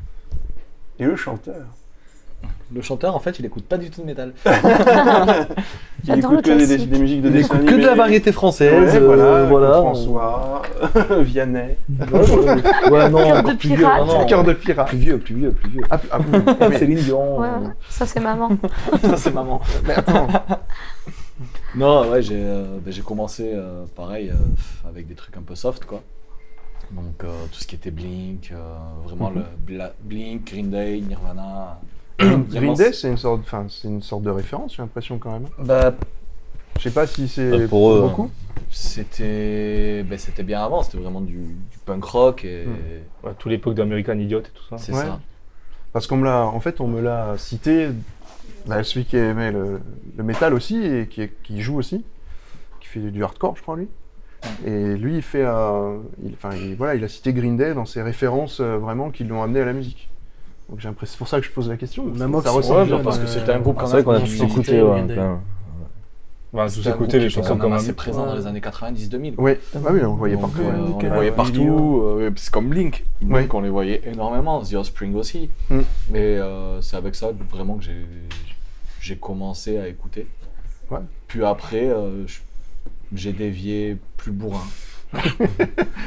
B: Et le chanteur.
D: Le chanteur, en fait, il écoute pas du tout de métal.
B: qui
E: J'adore
B: écoute
E: le
B: que des,
E: classique.
B: des musiques de
G: Il
B: dessin
G: écoute que de la
B: animé.
G: variété française.
B: Ouais,
G: euh,
B: voilà,
G: voilà.
B: François, Vianney.
G: Ouais, ouais, non,
E: Cœur de
G: encore plus vieux,
E: pirate.
G: non, non.
H: Cœur de pirate.
G: Plus vieux, plus vieux, plus vieux.
H: Ah, ah, bon. mais-
G: Céline Dion.
E: Ouais,
B: hein.
G: euh,
E: ouais. ça c'est maman.
D: Ça, c'est maman.
H: mais attends,
D: Non, ouais, j'ai euh, ben, j'ai commencé euh, pareil euh, avec des trucs un peu soft, quoi. Donc euh, tout ce qui était Blink, euh, vraiment
G: Mhm.
D: le Bla- Blink, Green Day, Nirvana.
B: Green Day, c'est une sorte, enfin, c'est une sorte de référence, j'ai l'impression quand même.
D: Bah,
B: Je sais pas si c'est
G: Bah, pour eux,
B: beaucoup.
D: c'était ben, c'était bien avant, c'était vraiment du, du punk rock et
G: Hmm.
C: Ouais, toute l'époque d'American Idiot et tout ça.
D: c'est
B: Ouais.
D: ça.
B: Parce qu'on me l'a, en fait, on me l'a cité, bah, celui qui aimait le, le métal aussi et qui, qui joue aussi, qui fait du hardcore, je crois lui. Et lui, il fait, euh, il- enfin, il- voilà, il a cité Green Day dans ses références euh, vraiment qui l'ont amené à la musique. Donc j'ai l'impression, c'est pour ça que je pose la question. parce
F: Même
B: que
F: moi
B: ça
F: qui suis
B: ressemble
F: jeune,
B: bien.
D: parce que
F: euh,
D: c'était un groupe
G: Ah,
D: quand
G: c'est vrai
D: même.
G: qu'on a
D: qui-
G: tous
F: Green
G: écouté.
F: Day,
G: ouais,
F: Green Day.
G: quand même.
C: Bah,
D: c'était
C: tous
D: un
C: écouter
D: groupe
C: les
D: qui était
C: chansons
D: quand même
B: Ah,
C: comme
D: assez présent dans les années 90-2000.
B: Oui, ah oui, on le voyait
D: Donc,
B: partout.
D: euh, on les voyait partout, euh, c'est comme Blink.
B: Oui.
D: Donc on les voyait énormément, The Offspring aussi.
B: Mm.
D: Et euh, c'est avec ça que vraiment que j'ai, j'ai commencé à écouter.
B: Ouais.
D: Puis après, euh, je- j'ai dévié plus bourrin.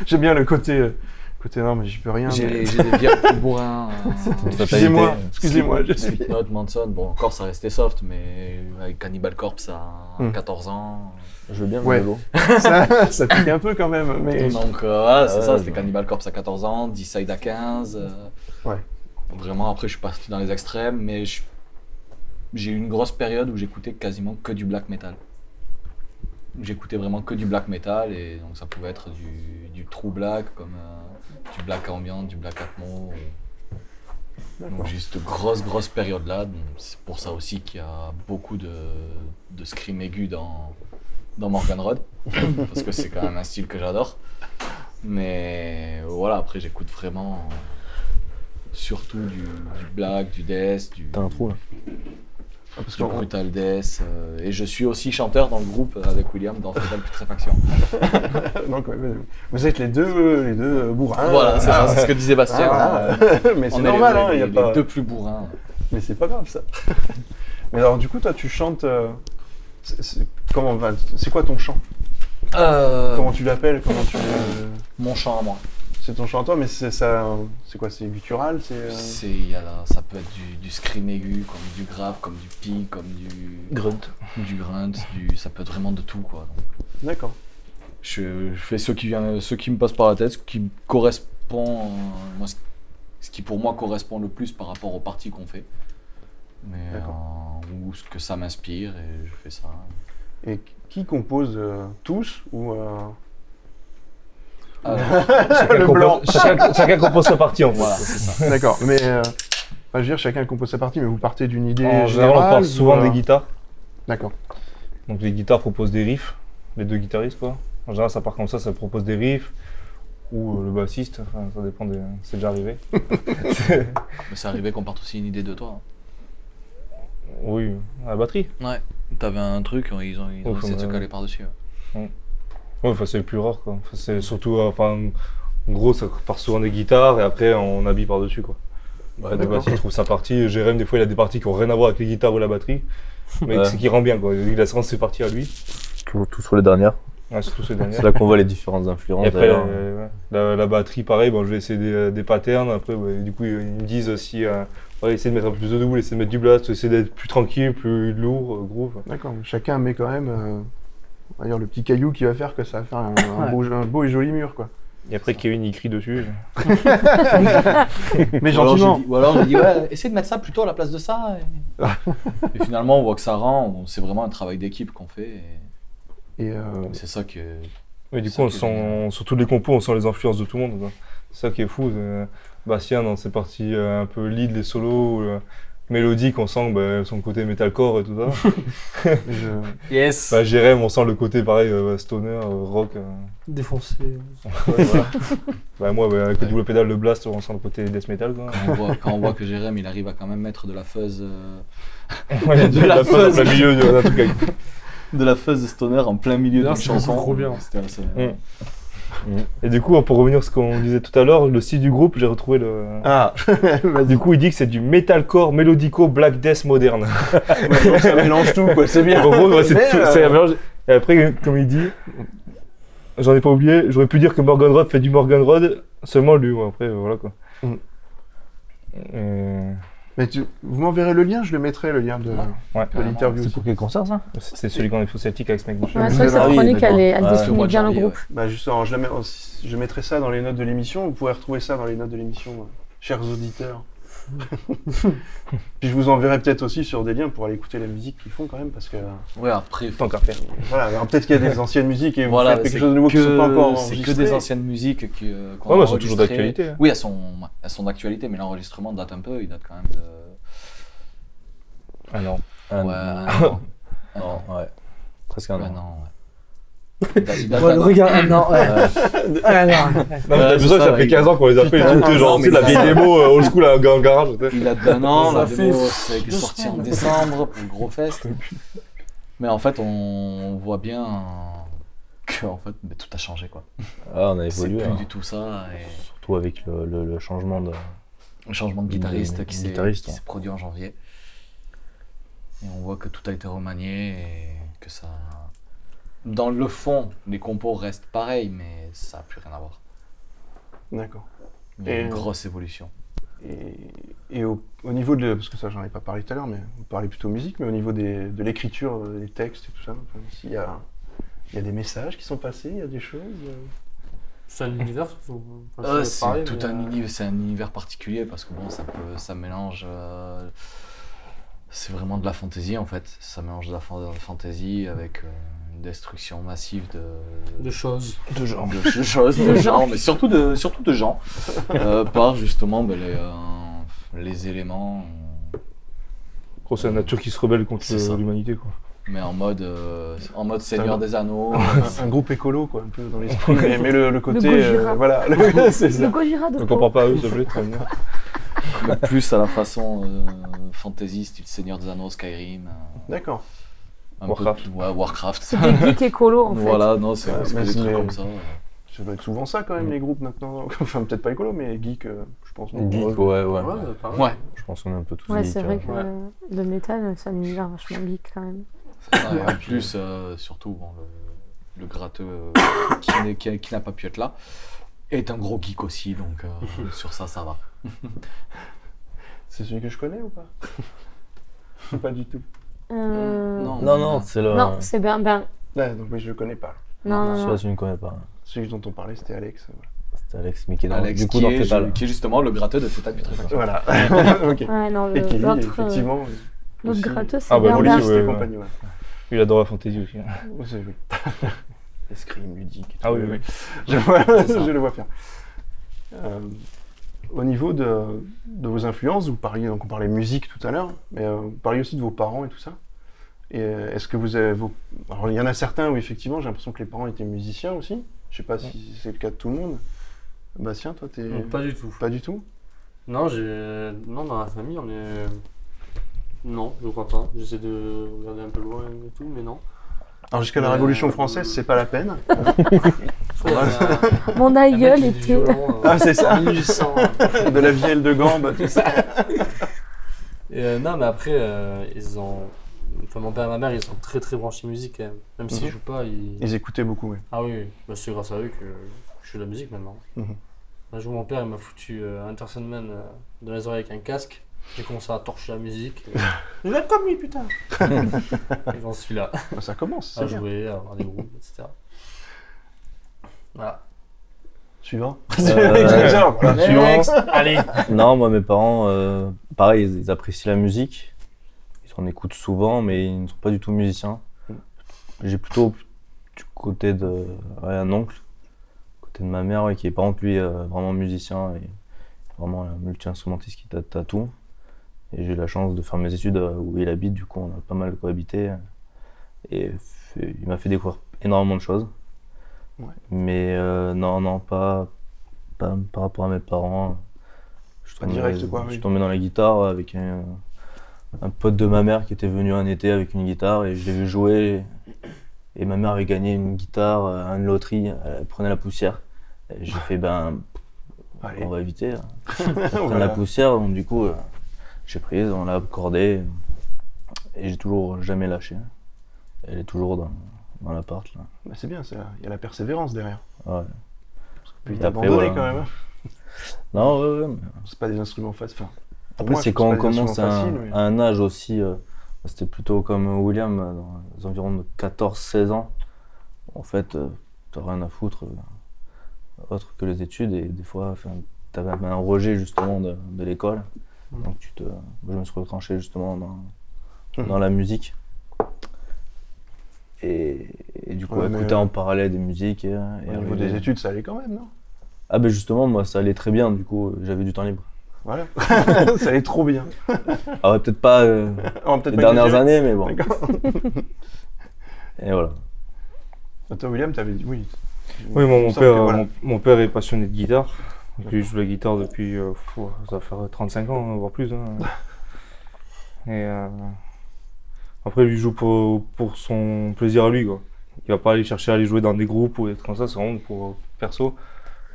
B: J'aime bien le côté, euh, côté non, mais j'y peux rien. mais-
D: J'ai, j'ai dévié plus bourrin. euh,
G: Totalité.
B: Excusez-moi, excusez-moi, je suis.
D: Slipknot, Manson, bon encore ça restait soft, mais avec Cannibal Corpse à
B: Mm.
D: 14 ans.
G: Je veux bien
B: Ouais.
G: le vélo.
B: ça, ça pique un peu quand même, mais.
D: Donc euh, voilà, c'est
G: Ouais,
D: ça, c'était
G: ouais.
D: Cannibal Corpse à 14 ans, Decide à 15. euh,
B: Ouais.
D: Vraiment, après, je suis parti dans les extrêmes, mais je- j'ai eu une grosse période où j'écoutais quasiment que du black metal. J'écoutais vraiment que du black metal, et donc ça pouvait être du, du true black, comme euh, du black ambient, du black atmo. Donc j'ai eu cette grosse, grosse période-là. donc C'est pour ça aussi qu'il y a beaucoup de, de scream aigus dans, dans Morgan Road, parce que c'est quand même un style que j'adore. Mais voilà, après j'écoute vraiment euh, surtout du, du black, du death, du,
G: T'as un trou là.
B: parce
D: du
B: qu'on-
D: brutal death. euh, et je suis aussi chanteur dans le groupe euh, avec William dans Fatal Putréfaction.
B: Donc, ouais, vous- vous êtes les deux, les deux bourrins.
D: voilà, c'est
B: Ah,
D: ça, c'est ce que disait Bastien.
B: ah,
D: hein.
B: mais c'est
D: On est les-
B: normal,
D: les,
B: hein, y a
D: les
B: pas...
D: deux plus bourrins.
B: mais c'est pas grave ça. mais alors, du coup, toi, tu chantes. euh, c'est- c'est- Comment va C'est quoi ton chant
D: Euh,
B: Comment tu l'appelles Comment tu le-
D: mon chant à moi.
B: C'est ton chant à toi, mais c'est ça. C'est quoi C'est guttural C'est. euh,
D: C'est, il y a la- ça peut être du, du scream aigu, comme du grave, comme du pi, comme du,
G: Grunt.
D: du grunt, du, ça peut être vraiment de tout quoi. Donc,
B: D'accord.
D: je, je fais ce qui, vient, ce qui me passe par la tête, ce qui me correspond, euh, moi, ce, ce qui pour moi correspond le plus par rapport aux parties qu'on fait. Mais, euh, ou ce que ça m'inspire et je fais ça.
B: Et qui compose euh, tous ou euh,
D: Euh,
B: le
C: compose-
B: blanc
C: Chacun, chacun compose sa partie en fait.
D: voilà, c'est ça.
B: D'accord. Mais euh, enfin, je veux dire, chacun compose sa partie, mais vous partez d'une idée
C: En général, on
B: générale.
C: part
B: ou,
C: souvent
B: euh,
C: des guitares.
B: D'accord.
C: Donc les guitares proposent des riffs, les deux guitaristes quoi. En général ça part comme ça, ça propose des riffs. ou euh, le bassiste, enfin, ça dépend des... C'est déjà arrivé.
D: Mais c'est arrivé qu'on parte aussi une idée de toi. hein.
C: Oui, à la batterie.
D: T'avais un truc, ils ont, ils ont
C: Ouais,
D: essayé de se
C: ouais.
D: caler par-dessus.
C: Ouais, enfin, c'est le plus rare, quoi. Enfin, c'est surtout, euh, enfin, en gros, ça part souvent des guitares et après, on habille par-dessus, quoi. Ouais, le
B: d'accord.
C: bassiste trouve sa partie. Jérém, des fois, il a des parties qui ont rien à voir avec les guitares ou la batterie. Mais
G: Ouais.
C: c'est qui rend bien, quoi. Il a vraiment ses parties à lui.
G: Tout, tout sur les dernières.
C: Ouais, surtout ces
G: C'est
C: dernières.
G: là qu'on voit les différentes influences.
C: Et après,
G: d'ailleurs.
C: euh, ouais. la, la batterie, pareil, bon, je vais essayer des, des patterns. Après, ouais, du coup, ils ils me disent si. euh, ouais, essayer de mettre un peu plus de double, essayer de mettre du blast, essayer d'être plus tranquille, plus lourd, euh, groove.
B: D'accord. Chacun met quand même, euh, on va dire, le petit caillou qui va faire que ça va faire un, un beau, un beau et joli mur, quoi.
C: Et après, Kevin, il crie dessus.
B: Mais
D: Ou alors, j'ai
B: gentiment.
D: dit- Ou alors j'ai dit, ouais, essaye de mettre ça plutôt à la place de ça. Et, et finalement, on voit que ça rend. on- C'est vraiment un travail d'équipe qu'on fait. Et,
B: Et euh,
D: et c'est ça que.
C: Mais du
D: C'est
C: coup, on
D: que-
C: sent, sur toutes les compos, on sent les influences de tout le monde. quoi. C'est ça qui est fou. c'est- Bastien, dans ses parties euh, un peu lead, les solos, euh, mélodiques, on sent bah, son côté metalcore et tout ça.
B: je...
F: Yes
C: bah, Jérém, on sent le côté pareil, euh, stoner, euh, rock. euh,
F: Défoncé.
C: ouais, voilà. bah, moi, bah, avec le double pédale, le blast, on sent le côté death metal. Quoi.
D: Quand on voit, quand on voit que Jérém, il arrive à quand même mettre de la fuzz, euh,
C: Ouais,
D: De la
C: fuzz
D: fuzz.
C: au milieu d'un truc avec-
D: de la fuzz stoner en plein milieu
F: Là,
D: d'une
F: c'est
D: chanson.
F: trop bien.
D: C'était assez-
C: Mm. Et du coup, pour revenir à ce qu'on disait tout à l'heure, le site du groupe, j'ai retrouvé le.
B: Ah, vas-y.
C: Du coup, il dit que c'est du metalcore mélodico black death moderne.
B: ça mélange tout, quoi. C'est bien.
C: En gros, ouais, c'est
B: Mais,
C: tout-
B: euh,
C: c'est un mélange. Et après, comme il dit, j'en ai pas oublié, j'aurais pu dire que Morgan Rod fait du Morgan Rod, seulement lui, ouais, après, euh, voilà quoi.
B: Mm.
C: Euh,
B: Mais tu... vous m'enverrez le lien, je le mettrai le lien de,
C: ouais.
B: de l'interview. aussi.
G: quel concert ça
C: C'est celui qu'on est faux celtique avec ce mec de chez
E: Ouais,
C: nous.
E: c'est vrai que
B: Ah
E: cette
B: oui,
E: chronique, elle, est- elle
G: Ouais,
D: au
E: définit
D: mois de
E: bien le
D: janvier,
E: groupe.
B: Bah justement, je, la mets- je mettrai ça dans les notes de l'émission. Vous pourrez retrouver ça dans les notes de l'émission, euh, chers auditeurs. Puis je vous enverrai peut-être aussi sur des liens pour aller écouter la musique qu'ils font quand même, parce que euh,
D: Ouais, après.
C: Tant qu'à faire.
B: voilà, alors peut-être qu'il y a des anciennes musiques et vous
D: Voilà,
B: faites
D: c'est
B: quelque chose de nouveau qui ne sont pas encore
D: c'est
B: enregistrées.
D: que des anciennes musiques qui, euh, qu'on
C: Ouais,
D: a
C: bah, elles sont toujours
D: enregistrées.
C: d'actualité, hein.
D: Oui, elles sont, elles sont d'actualité, mais l'enregistrement date un peu. Il date quand même de.
C: Ah non.
G: Ah,
D: Ouais,
G: non.
D: un an. Un an.
G: Non, ouais. Presque un
D: Ouais,
G: an.
D: Ah bah non, ouais. Il date- il date d'un-
F: regarde, non, ouais.
C: Non, mais
D: Ouais,
C: t'as
D: c'est
C: besoin que
D: ça,
C: ça fait
D: ouais.
C: 15 ans qu'on les a fait,
D: Putain,
C: ils étaient genre,
D: non,
C: tu sais,
D: mais
C: la vieille
D: ça-
C: démo, euh, old school, là, dans le garage, tu sais.
D: Il a d'un an,
F: Ça
D: la
F: fait
D: démo c'est
F: deux
D: sorti en
F: semaines.
D: décembre pour le gros fest. Mais en fait, on voit bien que en fait, mais tout a changé quoi.
G: Ah, on a
D: C'est
G: évolué.
D: plus
G: hein.
D: du tout ça. Et
G: Surtout avec le, le- le changement de.
D: le changement de
G: De-
D: guitariste qui s'est
G: guitariste,
D: qui
G: ouais.
D: s'est produit en janvier. Et on voit que tout a été remanié et que ça. Dans le fond, les compos restent pareils, mais ça n'a plus rien à voir.
B: D'accord.
D: Il y a une
B: Et-
D: grosse évolution.
B: Et, et au, au niveau de, parce que ça j'en ai pas parlé tout à l'heure, mais on parlait plutôt musique, mais au niveau des, de l'écriture, euh, des textes et tout ça, enfin, s'il y a, il y a des messages qui sont passés, il y a des choses. euh,
F: C'est un univers surtout. Enfin,
D: Euh,
F: Ah, c'est
D: c'est
F: pareil,
D: tout
F: mais,
D: un
F: euh,
D: univers, c'est un univers particulier parce que bon, ça peut, ça mélange. euh, c'est vraiment de la fantaisie en fait. Ça mélange de la fan- fantaisie avec euh, une destruction massive de
F: De choses.
D: de gens, de, ch- choses, de gens, mais surtout de surtout de gens euh, par justement ben, les euh, les éléments,
C: Gros, c'est la nature qui se rebelle contre
D: C'est ça.
C: euh, l'humanité, quoi.
D: mais en mode euh, en mode Seigneur des Anneaux. euh,
B: un, un groupe écolo, quoi, un peu dans l'esprit, mais, mais le, le côté. euh,
E: Gojira.
B: voilà, le- c'est
E: Le
B: ça.
E: Gojira de
C: Ne
E: Pau.
C: comprends pas à eux, s'il te plaît, très bien.
D: mais plus à la façon euh, fantasy, style Seigneur des Anneaux, Skyrim, euh,
B: D'accord.
D: un
C: Warcraft.
D: peu, ouais, Warcraft.
E: C'est des geeks écolo, en fait.
D: Voilà, non, c'est
B: Ouais,
D: c'est que
B: mais
D: des
B: c'est-
D: trucs comme ça. ouais.
B: Ça doit être souvent ça quand
D: Mm.
B: même, les groupes maintenant. Enfin, peut-être pas écolo, mais geek, euh, je pense. non.
G: Geek, ouais, ouais.
F: Ouais, pareil.
D: Ouais,
G: Je pense qu'on est un peu tous
E: Ouais,
G: geeks,
E: c'est
G: hein.
E: vrai que
F: Ouais.
E: euh, le métal, c'est un univers vachement geek, quand même.
D: c'est ça. Et en plus, euh, surtout, bon, le, le gratteux euh, qui, n'est- qui- qui n'a pas pu être là est un gros geek aussi, donc euh, sur ça, ça va.
B: C'est celui que je connais ou pas Pas du tout.
E: Euh,
D: Non.
G: Non, non, c'est le.
E: Non, c'est ben, ben...
B: Ah, donc oui, je le connais pas.
E: Non, non, non.
G: Celui-là, tu ne connais pas.
B: Celui dont on parlait, c'était Alex. voilà.
G: C'était Alex Mickey.
D: Alex,
G: du coup,
D: qui,
G: dans
D: est,
G: Fépal.
D: qui est justement le gratteux de Feta Putré.
B: Voilà. ok.
E: Ouais, non,
B: Et
E: le-
B: Kelly,
E: Euh, l'autre euh,
B: effectivement.
E: l'autre
B: aussi.
E: gratteux, c'est
C: Ah, bah,
E: Bernard.
C: Pour lui,
B: Police
C: ouais,
B: et
C: ouais.
B: compagnie, ouais.
C: Il adore la fantaisie aussi. hein.
B: Oh, c'est- oui. Escrime ludique. et
C: Ah
B: tout,
C: oui, oui.
B: Je, vois-
D: C'est ça.
B: je le vois faire. Euh, au niveau de, de vos influences, vous parliez, donc on parlait musique tout à l'heure, mais euh, vous parliez aussi de vos parents et tout ça. Et euh, est-ce que vous avez vos... Alors il y en a certains où effectivement j'ai l'impression que les parents étaient musiciens aussi. Je sais pas si c'est le cas de tout le monde. Bastien, toi, t'es.
F: Donc, Pas du tout.
B: Pas du tout
F: Non, j'ai. Non, dans la famille, on est. Non, je crois pas. J'essaie de regarder un peu loin et tout, mais non.
B: Alors, jusqu'à la
F: Euh,
B: Révolution française, c'est pas la peine.
F: Je crois qu'il y a-
E: Mon
F: un mec
E: aïeul
F: qui fait du
E: était.
F: violon, euh,
B: Ah, c'est ça.
F: en 1800.
B: de la vielle de gambe, tout ça.
F: Et, euh, non, mais après, euh, ils ont. Enfin, mon père et ma mère, ils sont très très branchés musique quand même. Même s'ils
B: Mhm.
F: jouent pas, ils.
B: Ils écoutaient beaucoup, ouais.
F: Ah oui, oui. Bah, c'est grâce à eux que je fais de la musique maintenant.
B: Mhm.
F: Un jour, mon père il m'a foutu euh, Enter Sandman euh, dans les oreilles avec un casque. J'ai commencé à torcher la musique. et- Vous êtes comme lui, putain Et J'en suis là,
B: Bah, ça commence,
F: à
G: Ah,
B: c'est bien.
F: jouer, à avoir des groupes, etc. Voilà.
B: Suivant. Eh,
G: Euh,
C: Bah,
F: Next Allez
G: Non, moi, mes parents, euh, pareil, ils, ils apprécient la musique. Ils en écoutent souvent, mais ils ne sont pas du tout musiciens. J'ai plutôt du côté de ouais, un oncle, côté de ma mère, ouais, qui est par contre lui euh, vraiment musicien et vraiment un multi-instrumentiste qui tâte à tout. Et j'ai eu la chance de faire mes études euh, où il habite, du coup on a pas mal cohabité. Et fait- il m'a fait découvrir énormément de choses.
B: Ouais.
G: Mais euh, non, non, pas, pas par rapport à mes parents. Je suis
B: Pas direct, quoi,
G: Je suis
B: oui.
G: tombé dans la guitare avec un, un pote de ma mère qui était venu un été avec une guitare et je l'ai vu jouer. Et ma mère avait gagné une guitare euh, à une loterie, elle prenait la poussière. Et J'ai fait, ben,
B: Allez.
G: on va éviter. hein.
B: On
G: Prendre
B: va-
G: la poussière, donc du coup, euh, j'ai prise, on l'a accordée. Et j'ai toujours jamais lâché. Elle est toujours dans, dans l'appart, là.
B: Bah, c'est bien, ça. il y a la persévérance derrière.
G: Ouais.
B: Puis
G: Puis
B: abandonné
G: après, voilà.
B: quand même. hein.
G: Non, ouais, ouais, mais-
B: C'est pas des instruments faciles. Enfin, pour
G: Après,
B: moi,
G: c'est
B: je
G: quand on
B: pense pas des
G: commence à,
B: instruments
G: un-
B: faciles, mais-
G: à un âge aussi. euh, C'était plutôt comme William, euh, dans les environs de 14-16 ans. En fait, euh, t'as rien à foutre euh, autre que les études. Et des fois, enfin, t'avais un rejet justement de, de l'école.
B: Mm.
F: Mhm.
G: Donc, tu te... bah, je me suis retranché justement dans,
B: Mhm.
G: dans la musique. Et, et du coup,
B: Ouais, mais- euh,
G: écouter en parallèle des musiques. Et, et
B: Au niveau
G: arriver-
B: des études, ça allait quand même, non
G: Ah, ben justement, moi, ça allait très bien. Du coup, euh, j'avais du temps libre.
B: Voilà. ça allait trop bien.
G: Ah, ouais, peut-être pas. euh,
B: Oh, peut-être
G: les
B: pas
G: dernières
B: exagérer.
G: années, mais bon.
B: D'accord.
G: Et voilà.
B: Toi, William, t'avais dit oui.
C: Oui, moi,
B: Il me
C: mon,
B: semble
C: père, euh,
B: que voilà.
C: mon, mon père est passionné de guitare. Donc, lui, il joue la guitare depuis, euh, pff, ça va faire 35 ans, voire plus. hein. Et euh, après, lui il joue pour, pour son plaisir à lui. Quoi. Il va pas aller chercher à aller jouer dans des groupes ou être comme ça, c'est vraiment pour euh, perso.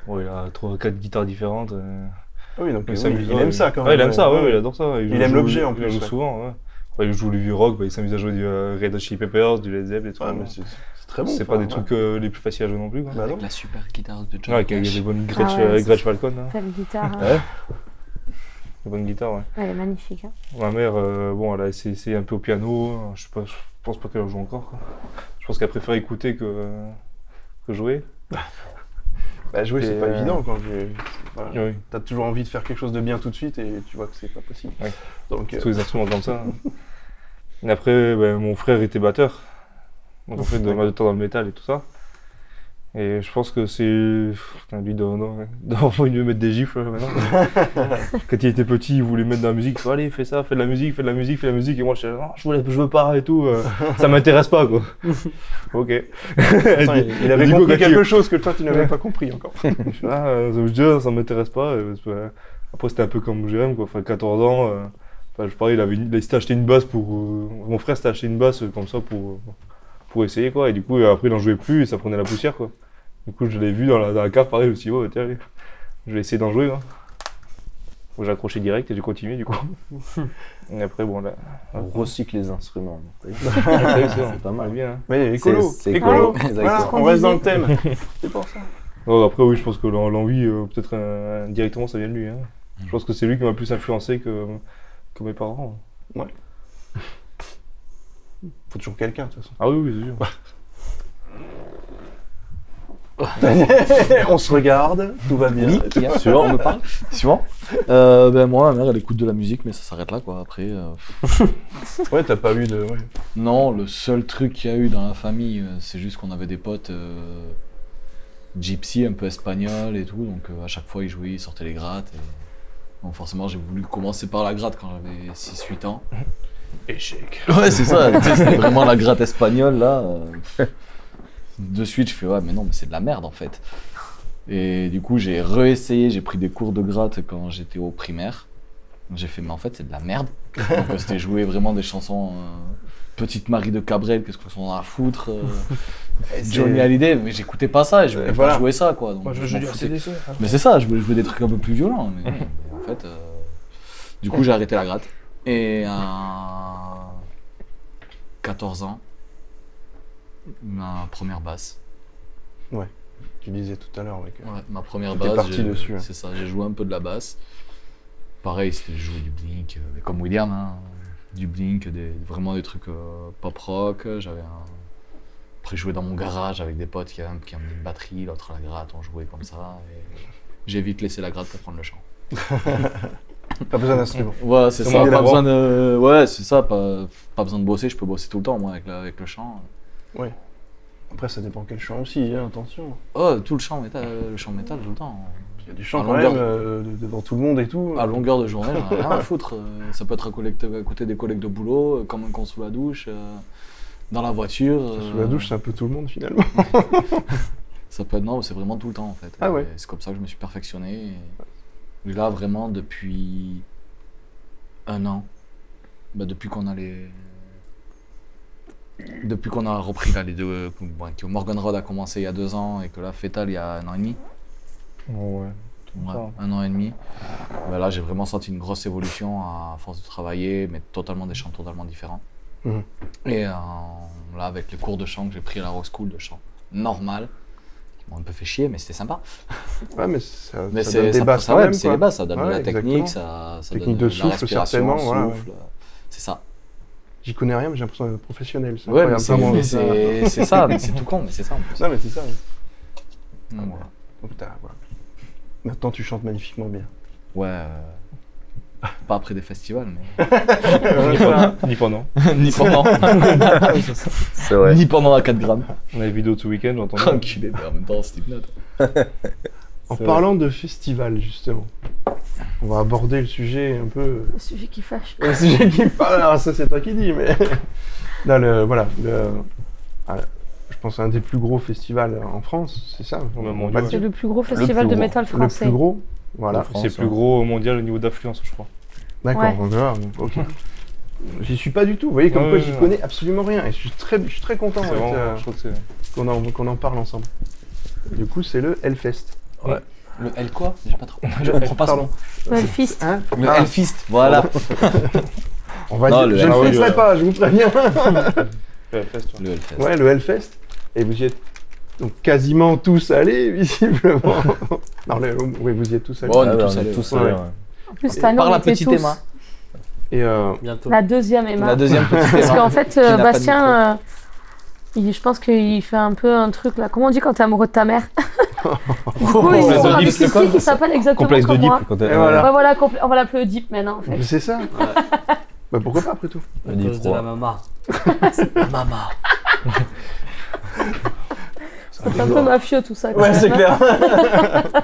C: Bon, il a trois, quatre guitares différentes. euh.
B: Ah oui, donc
C: Il
B: oui,
C: s'amuse,
B: il
C: ouais,
B: aime ça quand même.
C: Ouais, il aime ça, ouais, ouais, il adore ça.
B: Il aime
C: joue-
B: l'objet, en plus,
C: Il joue
B: ouais.
C: souvent, ouais. Ouais, il joue le vieux rock, bah, il s'amuse à jouer du euh, Red Hot Chili Peppers, du Led Zeppelin, des trucs.
B: Ouais,
C: comme
B: Ah, mais
C: ça.
B: c'est c'est très bon.
C: c'est
B: enfin,
C: pas des
B: voilà.
C: trucs euh, les plus faciles à jouer non plus. Quoi.
B: Bah non.
D: Avec la super guitare de John
C: Ouais, il y a
D: Cash.
C: des bonnes Gretsch,
E: Ah ouais,
C: euh,
E: c'est
C: Gretsch Falcon, hein.
E: Belle guitare, hein.
C: Ouais. des bonnes guitares, ouais.
E: elle est magnifique. hein.
C: Ma mère, euh, bon, elle a essayé, essayé un peu au piano, hein, je, sais pas, je pense pas qu'elle en joue encore. quoi. Je pense qu'elle préfère écouter que, euh, que jouer.
B: Bah, jouer, c'est
C: Et,
B: pas
C: euh,
B: évident quand tu. voilà.
C: Oui,
B: T'as toujours envie de faire quelque chose de bien tout de suite et tu vois que c'est pas possible.
C: Ouais.
B: Donc, euh,
C: tous les instruments comme ça. hein. Et après, ben, mon frère était batteur, donc en fait, dans, dans dans le métal et tout ça. Et je pense que c'est. Putain, lui, dans, dans, dans- il veut mettre des gifles là, maintenant. Quand il était petit, il voulait mettre de la musique. Il fait, Allez, fais ça, fais de la musique, fais de la musique, fais de la musique. Et moi, je suis là, Non, je, voulais, je veux pas et tout. euh, ça m'intéresse pas, quoi. ok.
B: Attends, il, il avait
C: Du coup,
B: compris
C: quand il-
B: quelque chose que toi tu n'avais
C: Ouais.
B: pas compris encore.
C: Je fais, ah, euh, The Judge, ça m'intéresse pas. euh, parce que, euh, Après, c'était un peu comme Jérém, quoi. Enfin, 14 ans, euh, enfin, je parlais, il, avait, une- il s'était acheté une basse pour. euh, mon frère s'était acheté une basse euh, comme ça pour, euh, pour essayer, quoi. Et du coup, euh, après, il n'en jouait plus et ça prenait la poussière, quoi. Du coup, je l'ai vu dans la, dans la cave, pareil, je me suis dit, oh, tiens, allez, je vais essayer d'en jouer, quoi. Bon, j'ai accroché direct et j'ai continué, du coup. et après, bon, là.
G: On recycle les instruments. donc,
C: c'est
G: pas mal.
C: bien. hein.
B: Oui,
G: écolo,
B: écolo.
G: C'est- c'est écolo.
B: Écolo.
G: écolo. Exactement.
B: Voilà,
G: C'est ce
E: qu'on
B: on reste dans le
E: disait.
B: thème. c'est pour ça.
C: Non, après, oui, je pense que l'en- l'envie, euh, peut-être euh, directement, ça vient de lui. hein.
B: Mm.
C: Je pense que c'est lui qui m'a plus influencé que, que mes parents.
B: Faut toujours quelqu'un, de toute façon.
C: Ah oui, oui, c'est sûr.
B: on se regarde, tout va bien.
G: hein, Suivant, on me parle. Suivant. Euh, ben moi, ma mère, elle écoute de la musique, mais ça s'arrête là, quoi. Après. euh,
B: Ouais, t'as pas eu de. ouais.
D: Non, le seul truc qu'il y a eu dans la famille, euh, c'est juste qu'on avait des potes euh, gypsy, un peu espagnols et tout. Donc euh, à chaque fois, ils jouaient, ils sortaient les grattes. et- Donc forcément, j'ai voulu commencer par la gratte quand j'avais 6-8 ans.
B: Échec.
D: Ouais, c'est ça. tu sais, C'était vraiment la gratte espagnole, là. euh. De suite, je fais, ouais, mais non, mais c'est de la merde, en fait. Et du coup, j'ai réessayé, j'ai pris des cours de gratte quand j'étais au primaire. J'ai fait, mais en fait, c'est de la merde. Donc, euh, c'était jouer vraiment des chansons. euh, Petite Marie de Cabrel, qu'est-ce qu'on en a à foutre euh, Johnny Hallyday, mais j'écoutais pas ça, et je voulais pas
B: voilà.
D: jouer ça, quoi. Donc,
H: Moi, je veux
D: je m'en
H: du
D: foutais
H: RCDC. hein.
D: mais c'est ça, je voulais jouer des trucs un peu plus violents. Mais, non, mais en fait, euh, du coup, j'ai arrêté la gratte. Et à 14 ans, ma première basse.
B: Tu disais tout à l'heure. ouais, que-
D: ma première
B: T'es
D: basse.
B: parti
D: j'ai-
B: dessus, hein.
D: C'est ça, j'ai joué un peu de la basse. Pareil, c'était jouer du Blink, euh, comme William, hein, du Blink, des- vraiment des trucs euh, pop rock. J'avais un. Après, je jouais dans mon garage avec des potes qui avaient, qui avaient une batterie, l'autre à la gratte, on jouait comme ça. et J'ai vite laissé la gratte pour prendre le chant.
B: Pas besoin d'instrument.
D: Ouais, c'est
B: Comment
D: ça,
B: il la
D: pas
B: voit
D: besoin de... Ouais, c'est ça, pas, pas besoin de bosser, je peux bosser tout le temps, moi, avec, la- avec le chant.
B: Après, ça dépend quel chant aussi, hein, attention.
D: Oh, tout le chant métal, le chant métal, tout le temps.
B: Il y a des chants
D: À
B: quand
D: longueur.
B: même euh, de- devant tout le monde et tout.
D: À longueur de journée, j'en ai rien à foutre. Euh, Ça peut être à, collecte- à côté des collègues de boulot, euh, comme un con sous la douche, euh, dans la voiture.
B: Sous
D: euh,
B: la douche, c'est un peu tout le monde finalement.
D: Ça peut être... Non, c'est vraiment tout le temps, en fait.
B: Ah
D: Et
B: ouais.
D: C'est comme ça que je me suis perfectionné. Et là, vraiment, depuis un an, bah, depuis qu'on a les... Depuis qu'on a repris là, les deux, euh, bon, que Morgan Road a commencé il y a deux ans et que là, Fetal il y a un an et demi,
C: Ouais.
D: Ouais,
C: D'accord.
D: un an et demi. Bah là, j'ai vraiment senti une grosse évolution à force de travailler, mais totalement des chants totalement différents.
B: Mhm.
D: Et euh, là, avec les cours de chant que j'ai pris à la Rock School de chant normal, qui m'ont un peu fait chier, mais c'était sympa.
B: Ouais, mais ça,
D: Mais
B: ça
D: c'est
B: donne des
D: ça-
B: bases
D: ça-
B: quand
D: ouais,
B: même.
D: c'est
B: quoi.
D: les bases, ça donne
B: Ouais,
D: de la
B: exactement.
D: technique, ça, ça
B: Technique
D: donne
B: de
D: de,
B: souffle,
D: la respiration,
B: certainement, voilà,
D: souffle, euh, C'est ça.
B: J'y connais rien, mais j'ai l'impression d'être professionnel. c'est
D: Ouais, mais
B: incroyable.
D: c'est-
B: Comment-
D: mais c'est c'est ça, mais c'est tout con, mais c'est ça en plus.
B: Non, mais c'est ça. ouais.
D: Mm.
B: Donc, t'as- voilà. Maintenant, tu chantes magnifiquement bien.
D: Ouais. euh, Pas après des festivals, mais.
B: Euh,
C: Ni pendant- Ni pendant.
D: ni pendant.
G: C'est vrai.
D: Ni pendant à 4 grammes.
C: On a les vidéos tout week-end, j'entends.
D: Oh, Enculé, mais en même temps, c'était hypnote.
B: En
C: C'est
B: parlant de festival, justement, on va aborder le sujet un peu.
E: Le sujet qui fâche.
B: Le sujet qui parle, alors ça, c'est toi qui dis, mais. non, le, voilà. le- ah, je pense un des plus gros festivals en France, c'est ça on va
C: Même mondial.
B: le
E: C'est
B: dire.
E: le plus gros festival
G: plus
E: de
G: gros.
E: métal
B: Le
E: français.
B: plus gros. Voilà.
G: France,
C: C'est
G: hein.
C: plus gros au mondial au niveau d'affluence, je crois.
B: D'accord,
E: Ouais.
B: on verra. Ok. J'y suis pas du tout. Vous voyez, comme
C: Ouais,
B: quoi,
C: ouais,
B: j'y
C: ouais.
B: connais absolument rien. Et je suis très, je suis très content
C: C'est
B: avec,
C: vraiment,
B: euh,
C: je crois que c'est.
B: qu'on en, qu'on en parle ensemble. Du coup, c'est le Hellfest.
D: Le L quoi J'ai pas trop. Je comprends pas ce
B: pardon.
D: nom.
E: Ouais, le fist.
B: Hein
D: Le
B: Ah,
D: Hellfist, voilà.
B: on va
D: Non,
B: dire,
D: le
B: je ne
C: Hellfest.
B: ferai pas, je vous préviens.
C: Ouais, fest, ouais.
D: Le Hellfest.
B: Ouais, le Hellfest. Et vous y êtes donc quasiment tous allés, visiblement. non, le- oui, vous y êtes tous allés.
D: Bon, on
G: Ah
D: est
G: ouais,
D: tous allés.
G: tous
B: ouais.
G: allés,
B: Ouais.
G: ouais.
E: En plus, cette année,
D: Par
E: on
D: la
E: était
D: petite
E: tous-
D: Emma.
B: Et euh,
F: Bientôt.
E: La deuxième Emma.
D: La deuxième petite
E: Parce
G: hein.
D: erreur.
E: qu'en fait, euh,
D: n'a pas de
E: Bastien, euh, il- je pense qu'il fait un peu un truc là. Comment on dit quand t'es amoureux de ta mère Du coup, ils
G: Complexe
E: sont
G: d'Oedipe,
E: avec
G: c'est
E: une
G: quoi
E: fille qui s'appelle exactement
G: Complexe de
E: comme
G: Deep.
E: moi.
G: Quand t'es-
B: Et voilà.
E: Ouais, voilà, compl- on va l'appeler Deep maintenant en fait.
B: c'est ça bah, Pourquoi pas, après tout
F: À
G: Deep
F: cause de la
G: Roi.
F: maman.
D: Mama.
E: C'est un peu mafieux tout ça. quand
B: Ouais,
E: même,
B: c'est
E: hein.
B: clair.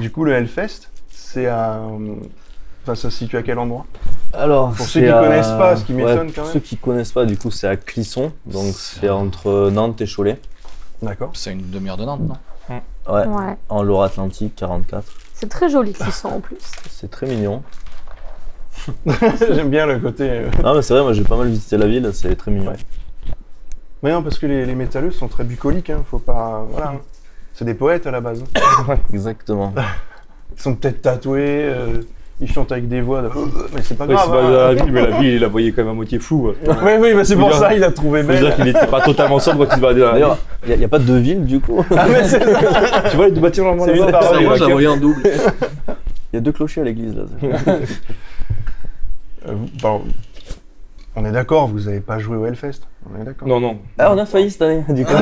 B: du coup, le Hellfest, c'est à. euh, Enfin, ça se situe à quel endroit
G: Alors,
B: Pour ceux
G: c'est
B: qui
G: à-
B: connaissent pas, ce qui
G: ouais,
B: m'étonne quand
G: Pour
B: même.
G: ceux qui connaissent pas, du coup, c'est à Clisson, donc c'est entre Nantes et Cholet,
B: D'accord.
D: C'est une demi-heure de Nantes, non
G: ouais,
E: Ouais.
G: en Loire-Atlantique 44.
E: C'est très joli qu'ils sont en plus.
G: C'est très mignon.
B: J'aime bien le côté. euh,
G: Ah mais c'est vrai, moi j'ai pas mal visité la ville, c'est très mignon.
B: Ouais. Mais non, parce que les, les métalleux sont très bucoliques, hein, faut pas. Voilà. hein. C'est des poètes à la base. hein.
G: Exactement.
B: Ils sont peut-être tatoués, euh, ils chantent avec des voix de. Mais c'est pas
C: Ouais, c'est
B: grave.
C: pas
B: hein.
C: la ville, mais la ville, il la voyait quand même à moitié floue. ouais.
B: Oui, oui, mais c'est
C: Faut
B: pour
C: dire-
B: ça il a trouvé
C: Faut dire
B: belle.
C: qu'il était pas totalement sobre quand il se baladait dans la
G: D'ailleurs, il n'y a, pas de ville du coup.
B: Ah, mais c'est ça.
C: ville. Tu vois les deux bâtiments normalement
B: C'est une
C: là-bas,
B: parole,
C: il y a
F: Moi,
C: la
F: je la
C: quête.
F: voyais en double.
G: Il y a deux clochers à l'église là.
B: Euh, bon, on est d'accord, vous avez pas joué au Hellfest. On est d'accord.
C: Non, non.
G: Ah on a failli cette année, du coup.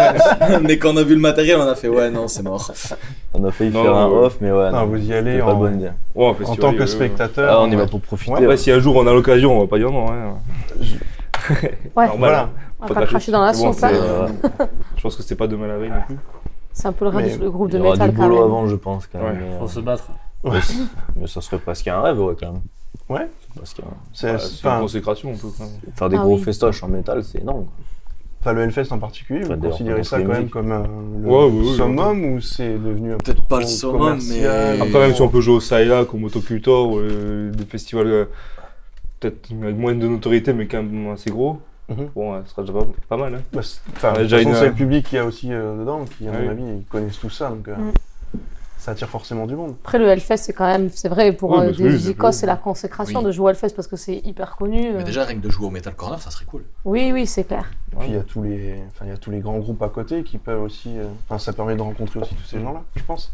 D: Mais quand on a vu le matériel, on a fait ouais, non, c'est mort.
G: On a failli
C: Non,
G: faire un
C: ouais.
G: off, mais ouais.
B: Non, Ah, vous y allez
G: c'était pas
B: en,
G: bonne idée.
C: Ouais,
B: en
C: festival,
B: tant
C: ouais,
B: que
C: ouais.
B: spectateur.
G: Ah, on y va
B: ouais.
G: pour profiter.
B: Ouais,
C: Ouais, bah, si un jour on a l'occasion, on va pas dire non. hein.
E: Ouais,
C: Normal.
B: Voilà.
E: on
C: Faut
E: va pas
C: de
E: cracher dans la
C: C'est bon,
E: sauce. hein.
C: c'est-
G: hein.
C: Je pense que c'était pas demain la veille non plus.
E: C'est un peu le rêve
B: Mais
E: du- du groupe
G: Il y
E: de
G: aura
E: métal
G: du
E: quand
G: boulot
E: même.
G: avant, je pense quand même. mais,
F: Faut se
G: euh,
F: battre.
G: mais c- Mais ça serait presque un rêve, ouais, quand même.
B: Ouais.
G: C'est presque un-
B: C'est
C: Ouais, C'est une
B: enfin,
C: consécration un peu quand même.
G: Faire des
E: Ah
G: gros
E: oui.
G: festoches en métal, c'est énorme. quoi.
B: Enfin, le Hellfest en particulier,
G: Enfin,
B: vous
G: d'ailleurs,
B: considérez
G: pendant
B: ça
G: les
B: quand même
G: musiques.
B: comme euh, le
C: Ouais, ouais, ouais,
B: summum ou c'est devenu un peu
D: Peut-être pas
B: trop
D: le summum,
B: commercial
D: mais.
C: Après, même si on peut jouer au ça et là, comme Autocultor, ou, euh, des festivals euh, peut-être avec moins de notoriété, mais quand même assez gros,
B: Mhm.
C: bon, euh, ce sera déjà pas, pas mal. Hein.
B: Bah, c'est- Enfin,
C: On a
B: de toute
C: déjà
B: façon,
C: une-
B: c'est le public qu'il y a aussi euh, dedans, qui, à
C: Oui.
B: mon avis, ils connaissent tout ça, donc euh,
E: Mm.
B: ça attire forcément du monde.
E: Après, le Hellfest, c'est quand même, c'est vrai, pour
C: Ouais,
E: euh,
C: parce que oui,
E: des
C: c'est
E: ICOS,
C: plus-
E: c'est la consécration
D: Oui.
E: de jouer au Hellfest parce que c'est hyper connu. euh.
D: Mais déjà, rien que de jouer au Metal Corner, ça serait cool.
E: Oui, oui, c'est clair.
B: Puis il y a tous les, enfin, il y a tous les grands groupes à côté qui peuvent aussi, euh, enfin, ça permet de rencontrer aussi tous ces gens-là, je pense.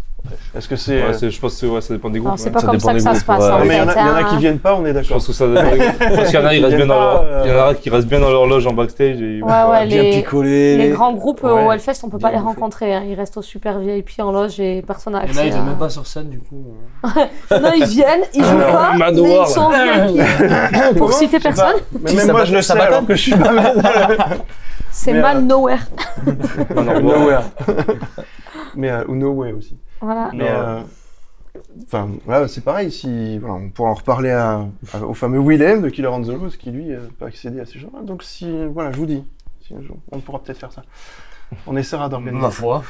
B: Est-ce que c'est,
C: Ouais,
B: euh,
C: c'est- je pense que ouais, ça dépend des groupes.
E: Alors, c'est
C: hein.
E: pas
G: Ça
E: comme
G: dépend
E: ça que
G: des
E: ça se
G: groupes,
E: passe.
G: ouais.
E: hein,
B: non mais il y, en a-
E: peut-être,
B: il y en a qui
E: hein.
B: viennent pas, on est
C: Je
B: d'accord.
C: pense que ça dépend des groupes. Parce qu'il y en a, ils restent bien dans leur...
B: Euh,
C: il y en a qui restent bien dans leur loge en backstage. Et...
E: Ouais, ouais,
D: Bien
E: les,
D: picolé.
E: les grands groupes euh, au
C: Ouais.
E: Hellfest, on peut
D: Bien
E: pas les
D: bouffé.
E: rencontrer. hein. Ils restent au super VIP en loge et personne n'a
F: Et là,
E: accès.
F: il est
E: à-
F: même pas sur scène, du coup. euh.
E: Non, ils viennent, ils jouent pas, mais ils
C: Manowar.
E: sont en VIP. Pour
B: Comment
E: citer
B: Je sais
E: personne,
B: pas. Mais même moi, je le sais, alors que je suis pas mal
E: c'est
B: Mais,
E: mal nowhere.
C: Non, non, ouais.
B: Nowhere. mais euh, ou Nowhere aussi.
E: Voilà.
B: Mais euh, enfin, voilà, c'est pareil. Si voilà, on pourra en reparler à- à- au fameux Willem de Killer on the Loose qui lui euh, peut accéder à ces gens-là. Donc si voilà, je vous dis, si un jour, on pourra peut-être faire ça. On essaiera d'organiser.
F: Ma foi.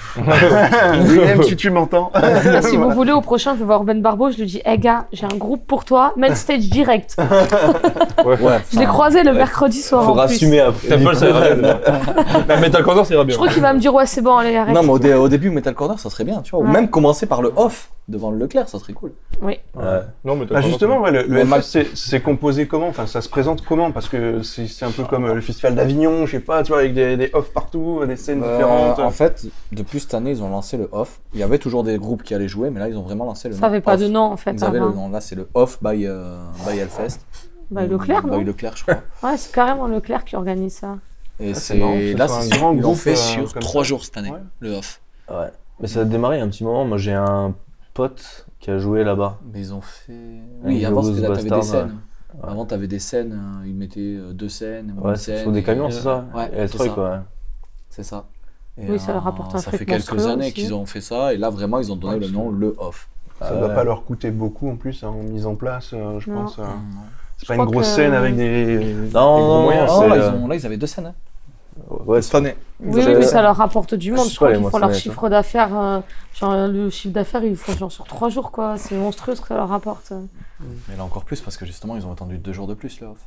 B: Willem, si tu m'entends.
E: Si vous voulez, au prochain, je vais voir Ben Barbo, je lui dis Hey gars, j'ai un groupe pour toi, main stage direct.
G: Ouais.
E: Je l'ai croisé le mercredi soir.
G: Faut
E: en plus.
G: assumer après.
C: Temple, ça ira bien. La Metal Condor, ça ira bien.
E: Je crois qu'il va me dire Ouais, c'est bon, allez, arrête.
D: Non, mais au, dé- au début, Metal Corner, ça serait bien, tu vois. Ou
E: Ouais.
D: même commencer par le off devant le Leclerc, ça serait cool.
G: Ouais.
C: Non, Metal
B: Ah,
C: Condor,
B: justement, ouais, le, le
D: Au
B: FF,
D: max.
B: c'est- c'est composé comment Enfin, ça se présente comment Parce que c'est c'est un peu comme euh, le festival d'Avignon, je sais pas, tu vois, avec des, des offs partout, des scènes
D: Euh,
B: différentes.
D: en fait, depuis cette année, ils ont lancé le off. Il y avait toujours des groupes qui allaient jouer, mais là, ils ont vraiment lancé le
E: Ça avait pas
D: off.
E: de nom en fait. hein,
D: Ils avaient
E: avant.
D: Oh, le nom. Là, c'est le off by, euh, by Hellfest.
E: Bah, Leclerc,
D: By
E: non
D: Leclerc, je crois.
E: Ouais, c'est carrément Leclerc qui organise ça.
D: Et
B: Ah, c'est
D: c'est
B: marrant que ce
D: là,
B: soit un
D: c'est
B: grand
D: grand ils l'ont
B: groupe, euh,
D: fait sur
B: comme
D: trois
B: ça.
D: jours cette année,
B: Ouais.
D: le off.
G: Ouais. Mais ça a démarré il y a un petit moment. Moi, j'ai un pote qui a joué là-bas.
D: Mais ils ont fait. Oui,
G: Avec
D: avant,
G: Glorious
D: c'était là, t'avais des
G: Bastards,
D: scènes.
G: ouais.
D: Avant, t'avais des scènes. euh, Ils mettaient euh, deux scènes.
G: Ouais,
D: une
G: c'est
D: scène
G: sur des
D: et-
G: camions, c'est ça
D: Ouais,
G: Et le
D: c'est
G: truc,
D: ça.
G: ouais.
D: C'est ça. Et, euh,
E: Oui, ça leur apporte un
D: Ça
E: truc
D: fait quelques
E: monstrueux
D: années
E: aussi.
D: qu'ils ont fait ça, et là vraiment ils ont donné le nom le off. Euh,
B: ça
G: Ah
B: doit
G: ouais.
B: pas leur coûter beaucoup en plus hein, en mise en place, euh, je
E: Non.
B: pense. euh, c'est pas
E: crois
B: une grosse
E: que-
B: scène avec des. des gros
G: non,
B: moyens,
G: non,
B: c'est-
D: Oh, là,
G: euh,
D: ils ont- là, ils avaient deux scènes. hein.
G: Ouais, c'est
D: année.
E: Oui,
G: Ils
E: oui,
G: ont-
E: mais ça leur rapporte
D: Ah,
E: du monde.
G: Je sais
E: Je crois
G: pas,
E: qu'ils
G: moi,
E: font
G: ça
E: leur
G: m'étonne.
E: chiffre d'affaires. euh, genre, le chiffre d'affaires, ils le font genre sur trois jours, quoi. C'est monstrueux ce que ça leur rapporte.
D: Ah, Mais là encore plus parce que justement ils ont attendu deux jours de plus le off.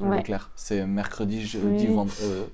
D: Le
E: Ouais.
D: Leclerc. C'est mercredi, jeudi,
E: Oui.
D: vend- euh,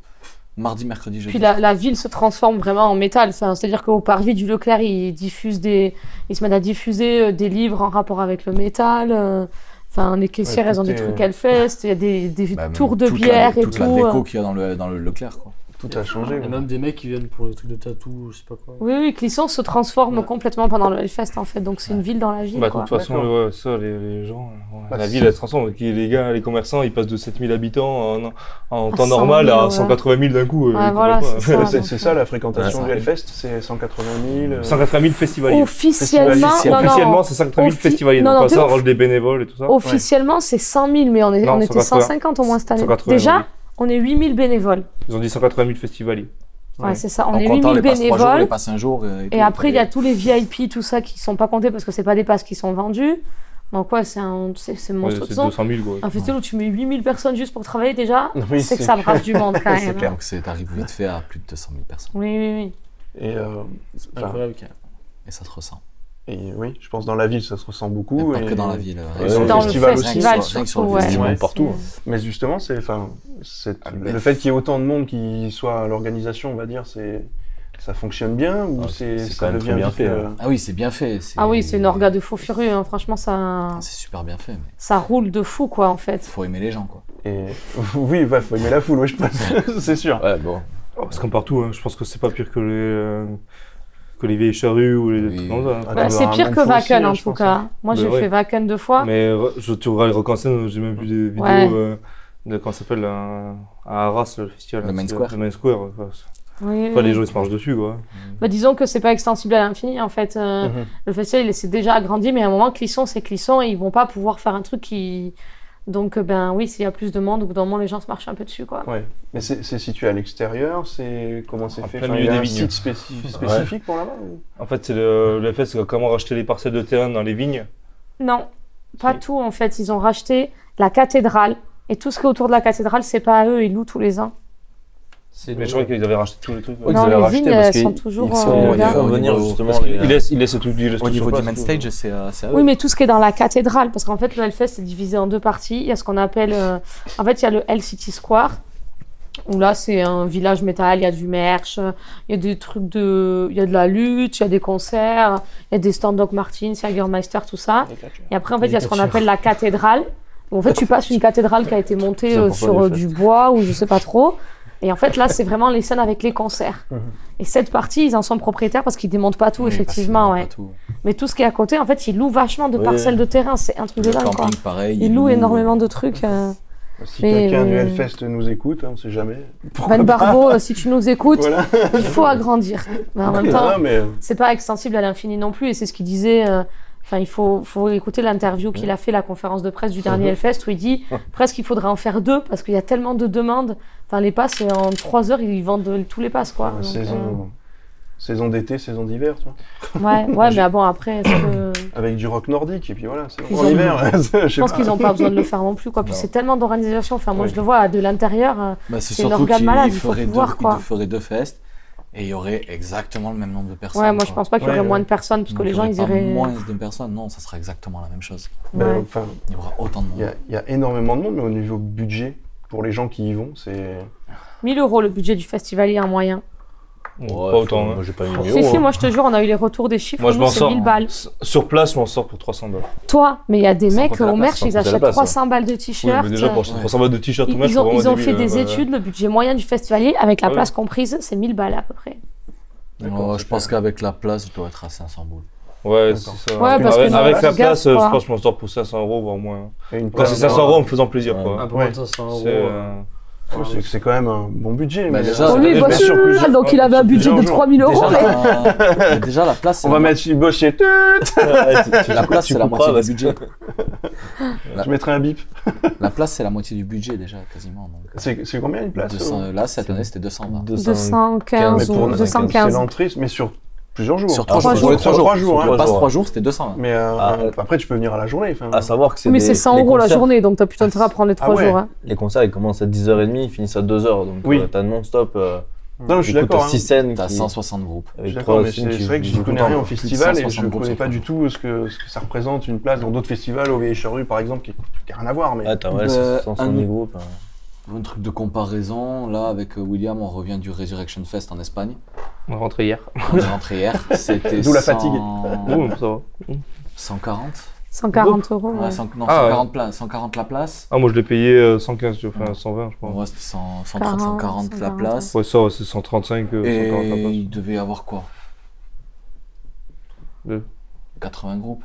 D: mardi, mercredi, jeudi.
E: Puis la, la ville se transforme vraiment en métal. ça. C'est-à-dire qu'au parvis du Leclerc, ils, diffusent des, ils se mettent à diffuser euh, des livres en rapport avec le métal. euh, Enfin, les caissières,
B: Ouais,
E: elles ont
B: tout
E: des
B: est-
E: trucs Hellfest. Il y a des, des
D: Bah, même
E: tours de
D: toute la-
E: bière et
D: toute la
E: tout.
D: déco
E: euh.
D: qu'il y a dans le, dans le Leclerc. Quoi.
B: Tout a changé.
F: Il y a
B: ouais.
F: même des mecs qui viennent pour les trucs de tatou, je sais pas quoi.
E: Oui, oui, Clisson se transforme
F: Ouais.
E: complètement pendant le Hellfest, en fait. Donc, c'est une ville dans la ville,
C: Bah, de
E: quoi.
C: toute façon,
B: D'accord.
C: ouais, ça, les, les gens, euh, ouais,
B: Bah,
C: la
B: c'est-
C: ville, elle se transforme. Qui- Les gars, les commerçants, ils passent de 7000 habitants en, en
E: À
C: temps
E: 100 000,
C: normal à
E: ouais.
C: 180 000 d'un coup. euh,
E: Ouais, voilà,
C: complètement.
E: c'est ça.
B: C'est
E: donc,
B: c'est
E: ouais.
B: ça la fréquentation
D: Ouais,
B: du
D: ça.
B: Hellfest, c'est 180 000. euh,
C: 180 000 festivaliers.
E: Officiellement,
D: Officiel-
E: non, non,
C: Officiellement, c'est 180 000
E: Offi-
C: festivaliers.
E: non,
C: Donc,
E: non,
C: à ça,
E: t'es
C: on
E: ouf.
C: rôle des bénévoles et tout ça.
E: Officiellement, c'est 100 000, mais on, est,
C: Non,
E: on était
C: 180.
E: 150 au moins cette année.
C: 180,
E: Déjà,
C: oui.
E: on est 8 000 bénévoles.
C: Ils ont dit 180 000 festivaliers.
E: Ouais,
C: Ouais.
E: c'est ça. On
D: en
E: est 8
D: comptant
E: 000
D: les passes trois jours, les
E: bénévoles.
D: passes un jour. euh,
E: Et
D: tout.
E: après, il y a tous les VIP, tout ça, qui sont pas comptés parce que c'est pas des passes qui sont vendues. Donc, ouais, c'est un- c'est- c'est
C: Ouais,
E: monstrueux.
C: c'est
E: De toute
C: 200
E: façon,
C: 000, quoi.
E: Un festival où tu mets 8000 personnes juste pour travailler, déjà,
B: Oui,
E: c'est
B: c'est
E: que ça brasse du monde quand même. hein.
D: Donc c'est arrivé vite fait à plus de 200 000 personnes.
E: Oui, oui, oui.
B: Et, euh, enfin,
F: Incroyable, quand même.
D: Et ça se ressent.
B: et oui, je pense dans la ville, ça se ressent
D: Mais
B: beaucoup.
D: pas
B: et-
D: que dans la ville. euh,
B: Ouais,
D: sur
E: Dans le
B: festival
E: festival,
B: aussi,
D: sur- rien que sur
E: surtout,
D: le
E: ouais.
D: festival,
B: Ouais.
G: partout. hein.
B: Mais justement, c'est, enfin, c'est-
D: Ah, mais-
C: ben.
B: le fait qu'il y ait autant de monde qui soit à l'organisation, on va dire, c'est, ça fonctionne bien ou
G: Ah,
B: c'est,
G: c'est
B: ça
G: quand même
B: devient
G: très bien
B: vite,
G: fait,
B: euh,
D: Ah oui, c'est bien fait.
E: Ah oui, c'est une orga de faux furieux. hein. Franchement, ça,
D: Ah, C'est super bien fait, mais
E: ça roule de fou, quoi, en fait.
D: faut aimer les gens, quoi.
B: et oui, bah, faut aimer la foule, ouais, je pense, c'est sûr.
G: Ouais, bon.
C: Oh, c'est comme partout, hein. je pense que c'est pas pire que les, euh, que les vieilles charrues ou les
D: Oui.
C: trucs comme ça. hein.
B: Ah,
E: Bah,
B: t'en
E: c'est
B: auras
E: pire
B: même
E: que
B: faux aussi,
E: Wacken,
B: hein,
E: en
B: je
E: tout
B: pense,
E: cas. Moi,
C: Bah
E: j'ai
C: ouais.
E: fait Wacken deux fois.
C: Mais euh, je tu regardes le rock en scène, j'ai même vu des vidéos
E: Ouais.
C: euh, de quand ça s'appelle euh, à Arras le festival.
D: Le
C: hein,
D: Main
C: c'est-
D: Square.
C: Le Main Square. enfin, c'est-
E: Oui, oui,
C: Pas les
E: oui.
C: gens ils se marchent dessus quoi.
E: Bah, disons que c'est pas extensible à l'infini en fait. Euh,
B: Mhm.
E: Le festival il s'est déjà agrandi, mais à un moment Clisson c'est Clisson et ils vont pas pouvoir faire un truc qui. Donc euh, ben oui, s'il y a plus de monde, au bout d'un moment les gens se marchent un peu dessus quoi.
B: Ouais. Mais c'est, c'est situé à l'extérieur, c'est comment c'est
C: En
B: fait
C: plein
B: Enfin,
C: milieu
B: il y a
C: des
B: un
C: vignes.
B: site spécif- spécifique pour là-bas ou-
C: En fait c'est le, le fait c'est comment racheter les parcelles de terrain dans les vignes.
E: Non, pas tout en fait. Ils ont racheté la cathédrale et tout ce qui est autour de la cathédrale c'est pas à eux, ils louent tous les ans.
F: C'est
C: Mais je crois qu'ils Oh, avaient racheté tous les trucs.
G: Ils
E: Non,
G: avaient
E: les
G: racheté
E: vignes,
G: parce
E: elles
G: qu'ils-
E: sont toujours
G: ils
E: en
G: font- ils
E: regard.
G: font venir
D: Parce
G: justement.
D: qu'ils-
G: les-
C: Ils laissent, ils laissent tout, ils laissent
D: Au
C: tout
D: niveau
C: sur
D: du
C: place,
D: main
C: tout. hein.
D: stage, c'est à, c'est à eux.
E: Oui, mais tout ce qui est dans la cathédrale, parce qu'en fait, le Hellfest est divisé en deux parties. Il y a ce qu'on appelle. euh, en fait, il y a le Hell City Square, où là, c'est un village métal, il y a du merch, euh, il y a des trucs de. Il y a de la lutte, il y a des concerts, il y a des stands Doc Martins, Jagermeister, tout ça. Et après, en fait, il y a ce qu'on appelle la cathédrale. où en fait, tu passes une cathédrale qui a été montée
G: C'est
E: euh,
G: pourquoi
E: sur
G: les
E: euh,
G: fêtes.
E: du bois ou je sais pas trop. Et en fait, là, c'est vraiment les scènes avec les concerts. Et cette partie, ils en sont propriétaires parce qu'ils démontent pas tout,
D: Oui,
E: effectivement,
D: parce
E: ouais.
D: qu'ils n'ont pas tout.
E: Mais tout ce qui est à côté, en fait, ils louent vachement de
G: Oui.
E: parcelles de terrain. C'est un truc de
D: Le
E: dingue, quoi.
D: camping, pareil.
E: Ils louent énormément de trucs. euh.
B: Si
E: Mais,
B: quelqu'un du
E: euh,
B: Hellfest nous écoute, hein, on sait jamais.
E: Ben Barbeau, euh, si tu nous écoutes,
B: Voilà.
E: il faut agrandir. Mais en même
B: Non,
E: temps,
B: mais euh,
E: c'est pas extensible à l'infini non plus. Et c'est ce qu'il disait. euh, Enfin, il faut, faut écouter l'interview qu'il a fait, la conférence de presse du dernier Hellfest, où il dit presque il faudrait en faire deux parce qu'il y a tellement de demandes. Enfin, les passes, euh, en trois heures, ils vendent euh, tous les passes, quoi.
B: euh,
E: Donc,
B: saison, saison d'été, saison d'hiver, tu vois.
E: euh, ouais, ouais, mais ah bon, après, est-ce que-
B: Avec du rock nordique, et puis voilà, c'est
E: Ils
B: en
E: ont-
B: hiver.
E: je pense qu'ils n'ont pas besoin de le faire non plus, quoi. Puis
D: Non.
E: c'est tellement d'organisation. Enfin, moi, je le vois de l'intérieur. euh,
D: Bah, c'est
E: C'est une
D: surtout
E: organe
D: qu'ils
E: malade,
D: ils
E: il faut
D: feraient, deux,
E: pouvoir, quoi.
D: ils feraient deux fests et il y aurait exactement le même nombre de personnes.
E: Ouais, moi je
D: quoi.
E: pense pas qu'il y
B: Ouais,
E: aurait
B: ouais.
E: moins de personnes parce que
D: Donc,
E: les
D: il y
E: gens
D: aurait
E: ils
D: pas
E: iraient. euh,
D: Moins de personnes, non, ça sera exactement la même chose.
E: Ouais.
B: Enfin,
D: Il y aura autant de
B: il y, a-
D: monde.
B: il y a énormément de monde, mais au niveau budget, pour les gens qui y vont, c'est.
E: 1000 euros le budget du festivalier en moyen.
C: Bon,
G: Ouais,
C: Pas autant.
G: Moi
C: hein.
G: j'ai pas eu
E: Si,
G: mieux.
E: si, moi je te jure, on a eu les retours des chiffres.
C: Moi je
E: nous,
C: m'en
E: c'est
C: sors.
E: 1000 balles.
C: S- Sur place, je m'en sors pour 300 balles.
E: Toi, mais il y a des
G: Sans
E: mecs
G: compter la
E: au
G: place,
E: merch,
G: sans
E: ils
G: compter la
E: achètent
G: place,
E: 300 balles de
C: Oui,
E: t-shirts.
C: mais déjà pour
E: euh,
C: acheter 300 balles de t-shirt au
E: ils,
C: match,
E: ils
C: c'est
E: ont,
C: vraiment
E: ils ont fait
C: débile,
E: des
C: euh,
E: études, le budget moyen du festivalier avec la
C: Ah oui.
E: place comprise, c'est 1000 balles à peu près.
B: D'accord, ça
D: Ouais, je
B: fait-
D: pense qu'avec la place, je dois être à 500 boules.
C: Ouais,
B: D'accord.
C: c'est ça.
E: Ouais, parce que
C: avec
E: dans
C: avec
E: la
C: la
E: gaffe,
C: place, euh,
E: quoi.
C: je pense que je m'en sors pour 500 euros, voire moins.
B: et une
C: Quand
B: place-
C: Bah, c'est 500 euros, en me faisant plaisir,
G: Ouais.
C: quoi.
F: Un peu
B: Ouais.
F: moins de 500 euros.
C: C'est, euh,
B: Ouais, c'est- C'est quand même un bon budget.
D: Bah,
B: mais-
D: déjà, Pour
E: lui,
D: bien
E: bosseur,
B: sûr, plusieurs-
E: donc il avait un budget
B: plusieurs
E: de
B: jours.
E: 3000 euros.
D: déjà, la... mais déjà, la place, c'est
B: On va
D: la-
B: mettre une bosse chez
G: Ouais, tu- tu-
D: la place,
G: tu
D: c'est
G: couperas,
D: la moitié
G: parce
D: du
G: que-
D: budget.
B: Je mettrai un bip.
D: La place, c'est la moitié du budget déjà, quasiment. Donc, euh,
B: C'est c'est combien une place
D: 200, euh, là, cette année, c'était 220.
E: 215
B: Mais pour-
E: ou
B: c'est-
E: 215.
B: C'est l'entrée, mais sur plusieurs jours. Ah,
D: Sur 3
G: trois
D: jours.
G: jours.
B: Sur trois jours,
D: Le
B: hein.
D: passe
G: jours,
D: 3 jours, c'était 220.
B: Mais euh,
G: Ah,
B: euh, après, tu peux venir à la journée. enfin.
G: À savoir que c'est.
E: Oui, mais
G: des-
E: c'est 100
G: les
E: euros la
G: concerts-
E: journée, donc t'as plutôt intérêt à prendre les 3
B: ouais.
E: jours. hein.
G: Les concerts ils commencent à 10h30, ils finissent à 2h. Donc
B: Oui.
G: euh, t'as non-stop. euh,
B: non, je suis
G: du coup,
B: d'accord.
G: T'as 6
B: hein.
G: scènes.
D: T'as
G: qui-
D: 160 groupes.
B: Je suis
G: Avec
B: d'accord,
G: trois
B: mais
G: scènes
B: c'est
G: qui
B: c'est vrai que
G: jouent
B: je
G: tout le
B: connais
G: temps,
B: rien au
G: quoi.
D: Plus de
B: festival et je
D: 160 groupes,
B: connais
D: c'est
B: pas
D: cool.
B: du tout euh, ce que, ce que ça représente une place dans d'autres festivals, au Vieille Charrue par exemple, qui qui a rien à voir. Mais
G: Ah, t'as ouais,
D: Bah,
G: 170
D: un-
G: groupes. hein.
D: Un truc de comparaison, là, avec euh, William, on revient du Resurrection Fest en Espagne.
H: On est rentré hier.
D: On est rentré hier. C'était.
B: D'où la
D: 100
B: fatigue.
C: Ah,
H: Oh, ça va.
D: 140
E: 140 euros.
D: Ouais,
E: ouais.
D: 100 Non,
H: Ah, ouais.
D: 140, pla- 140 la place.
C: Ah, moi je l'ai payé euh, 115, tu vois, enfin 120, je crois.
D: Moi, c'était 100 130, 140 la
E: 140,
D: place.
C: Ouais, ça, ouais, c'est 135, euh, 140 la
D: Et
C: place.
D: il devait y avoir quoi
C: Deux.
D: 80 groupes.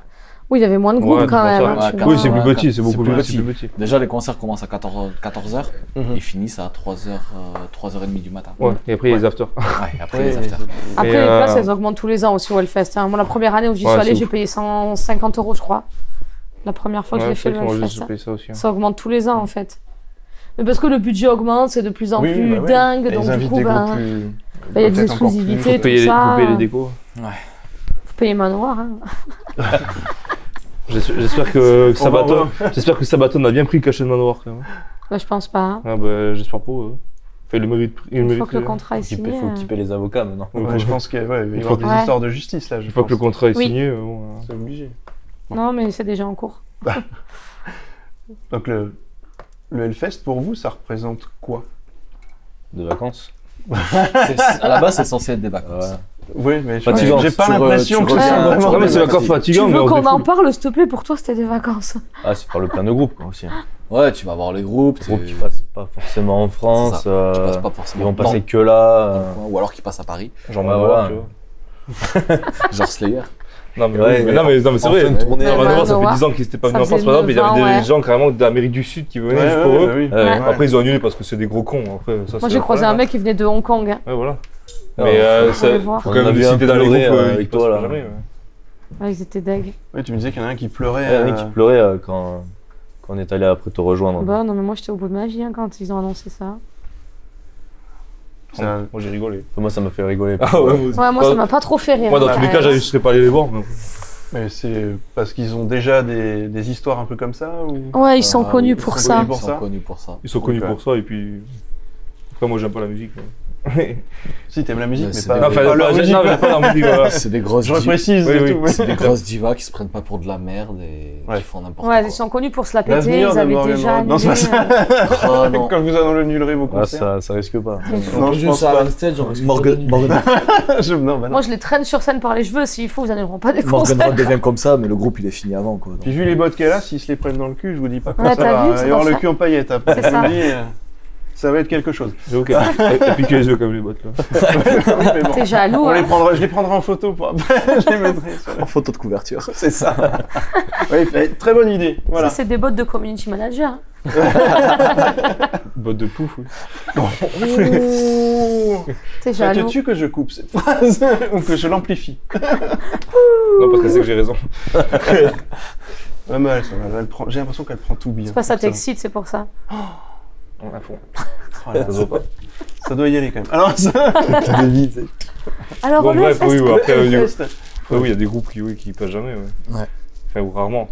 E: Oui, il y avait moins de groupes
C: Ouais,
E: quand
C: c'est
E: même.
C: pour
E: hein,
D: ça.
E: tu
D: Ouais,
E: vois.
C: Oui, c'est plus
D: ouais,
C: petit, c'est
D: c'est
C: beaucoup
D: plus
C: plus, c'est plus petit.
D: Déjà, les concerts commencent à 14, 14h
B: Mhm.
D: et finissent à euh, 3h, 3h30 du matin.
C: Ouais, et après il y a les afters.
D: Ouais, après
B: Ouais,
D: les afters.
E: Après,
C: Et,
E: les
C: euh,
E: places, elles augmentent tous les ans aussi au Hellfest. hein. Moi, la première année où j'y
C: Ouais,
E: suis
C: c'est
E: allée,
C: ouf.
E: j'ai payé 150 euros, je crois. La première fois que
C: Ouais,
E: j'ai fait
C: c'est
E: le
C: vrai que moi,
E: Hellfest.
C: j'ai payé ça aussi. hein.
E: Ça augmente tous les ans, en fait. Mais parce que le budget augmente, c'est de plus en
B: Oui, oui,
E: plus
B: bah oui.
E: dingue.
B: Et
E: Donc,
B: ils
E: du
B: invitent
E: coup,
B: des
E: ben,
B: groupes plus.
E: ben, il y a
B: peut-être encore
E: des
B: plus.
E: exclusivités,
C: Faut
E: tout
C: payer les-
E: ça.
C: faut payer les décos.
E: Faut payer Manoir. hein.
C: J'es- J'espère que, que
B: On va voir.
C: Sabaton, j'espère que Sabaton a bien pris le cachet de manoir quand même.
E: Bah, je pense pas. hein.
C: Ah bah, j'espère pas. eux. Enfin, le mérite, il
E: Une
C: mérite.
E: fois que le contrat est
G: Il
E: signé.
G: faut
E: euh,
G: kipper les avocats maintenant.
C: Ouais,
B: Ouais, je pense qu'il va y
C: Une
B: avoir
C: fois
B: des
E: que- Ouais.
B: histoires de justice là. Je
C: Une fois que le
B: pense.
C: contrat est
E: Oui.
C: signé, euh, bon, euh,
B: C'est obligé.
E: Non, mais c'est déjà en cours.
B: Donc le, le Hellfest, pour vous, ça représente quoi
G: De vacances.
D: C'est- À la base, c'est censé être des vacances.
B: Oui, mais je-
G: Fatigante.
B: j'ai pas
D: Tu re-
B: l'impression
D: tu
B: que c'est
E: reviens-
B: vraiment
C: Ah, mais
B: des
C: c'est encore
B: vacances.
E: Tu
C: fatigant, mais
E: veux
C: hein, on se
E: qu'on en
C: défoule.
E: parle, s'il te plaît Pour toi, c'était des vacances.
G: Ah, c'est par le plein de groupes quoi, aussi. hein.
D: Ouais, tu vas voir les groupes.
G: Groupes
D: t'es-
G: qui passent pas forcément en
D: C'est
G: France.
D: ça.
G: euh,
D: qui passent pas
G: Ils
D: forcément
G: vont
D: dans-
G: passer que
D: dans le
G: là. euh,
D: coin, ou alors qui passent à Paris,
C: Genre
G: Ouais,
C: manoir,
G: voilà.
C: tu vois.
D: genre Slayer.
C: Non mais,
G: Ouais,
C: oui, mais
G: ouais.
C: non, mais, non, mais c'est
G: en
C: vrai.
G: fin de tournée.
E: Ouais,
C: Non,
E: ouais,
C: manoir, ça fait
E: Manoir.
C: 10 ans qu'ils n'étaient pas
E: Ça
C: venus en France.
E: faisait
C: Par exemple, il y avait
E: 9 ans,
C: des
E: ouais.
C: gens carrément d'Amérique du Sud qui venaient
B: Ouais,
C: juste pour
B: ouais,
C: eux.
B: bah oui.
G: Ouais.
E: Ouais.
C: Après, ils ont annulé parce que c'est des gros cons. Après, ça,
E: Moi,
C: c'est
E: j'ai
C: leur
E: croisé un
C: problème.
E: mec qui venait de Hong Kong. hein.
C: Ouais, voilà.
G: Alors,
C: Mais euh,
E: faut aller
C: ça,
E: voir.
C: faut
G: On
C: quand
G: en a
C: même
G: vu un
C: décider dans les groupes
G: pleurer, euh,
C: euh,
G: avec
C: qui passent
G: toi,
C: pas
G: là.
C: jamais, ouais.
E: Ouais, ils étaient deg.
B: Oui, tu me disais qu'il y en a un qui
G: Il
B: pleurait.
G: y a un mec
B: euh,
G: qui pleurait euh, quand quand on est allé après te rejoindre.
E: Bah non, mais moi j'étais au bout de ma vie hein, quand ils ont annoncé ça.
B: c'est un-
C: Moi, j'ai rigolé.
G: Moi, ça m'a fait rigoler.
C: Ah ouais,
E: Ouais, moi
C: Pas-
E: ça m'a pas trop fait rire.
C: Moi, dans tous les
E: Ouais.
C: cas, j'allais- je serais pas allé les voir. mais-
B: Mais c'est euh, parce qu'ils ont déjà des, des histoires un peu comme ça ou...
E: Ouais, ils sont
D: Ah,
E: connus
D: oui,
E: pour
B: ils sont
E: ça.
B: connus pour
D: Ils
B: ça
D: sont connus pour ça.
C: Ils sont connus
B: Ok.
C: pour ça et puis Après, moi, j'aime pas la musique. mais-
B: Si, t'aimes la musique,
D: Mais
B: mais
D: c'est
B: pas,
D: des-
B: pas
C: Enfin,
B: leur
C: pas-
B: musique.
C: non, j'aime pas la musique, voilà.
D: euh, C'est des grosses
B: Je
D: divas.
B: précise
C: Oui,
B: et
C: oui.
B: tout. ouais.
D: C'est des grosses divas qui se prennent pas pour de la merde et
B: Ouais.
D: qui font n'importe
E: Ouais, ils
D: quoi.
E: sont connus pour se la péter,
B: L'avenir
E: ils
B: de
E: avaient
B: Morgan
E: déjà euh,
B: Road. Non, c'est
E: annulé.
B: pas ça.
D: Ah non.
B: Quand vous annulerez vos
G: Ah,
B: concerts.
G: ça, ça risque pas.
B: Non, je pense pas.
G: Morgan, Morgan,
B: Je- Non, bah non.
E: euh, Moi, je les traîne sur scène par les cheveux. S'il faut, vous n'annuleront pas des
G: Morgan
E: concerts.
G: Road devient comme ça, mais le groupe il est fini avant quoi.
B: Puis vu les bottes qu'elle a, s'ils se les prennent dans le cul, je vous dis pas quoi
E: Ouais,
B: ça
E: t'as
B: va.
E: vu,
B: Il va
E: c'est
B: y avoir
E: pour
B: le
E: ça.
B: cul en paillettes après.
E: C'est
B: Je
E: ça.
B: me dis, euh, ça va être quelque chose.
C: C'est ok. Et puis que les yeux comme les bottes, là.
B: Mais bon.
E: T'es jaloux,
B: On les
E: hein
B: prendra, je les prendrai en photo pour après. je les mettrai sur la-
G: En photo de couverture.
B: C'est ça. Ouais, fait- très bonne idée. Voilà.
E: Ça, c'est des bottes de community manager. hein.
C: Bottes de pouf. oui.
B: Ouh.
E: T'es jaloux.
B: Souhaites-tu que je coupe cette phrase ou que je l'amplifie
C: Non, parce que c'est que j'ai raison.
B: Ouais, mais elle, ça va, elle prend- J'ai l'impression qu'elle prend tout bien.
E: C'est pas ça
B: Putain.
E: t'excite, c'est pour ça.
C: On a fond.
B: Oh là là, ça, doit y aller quand même. Alors, ça,
E: Alors,
C: Bon,
E: le
C: bref,
E: Hellfest,
C: oui, ouais, après, euh, du-
B: Hellfest.
C: après, oui, il y a des groupes qui, oui, qui passent jamais, ouais.
G: Ouais.
C: Enfin, ou rarement.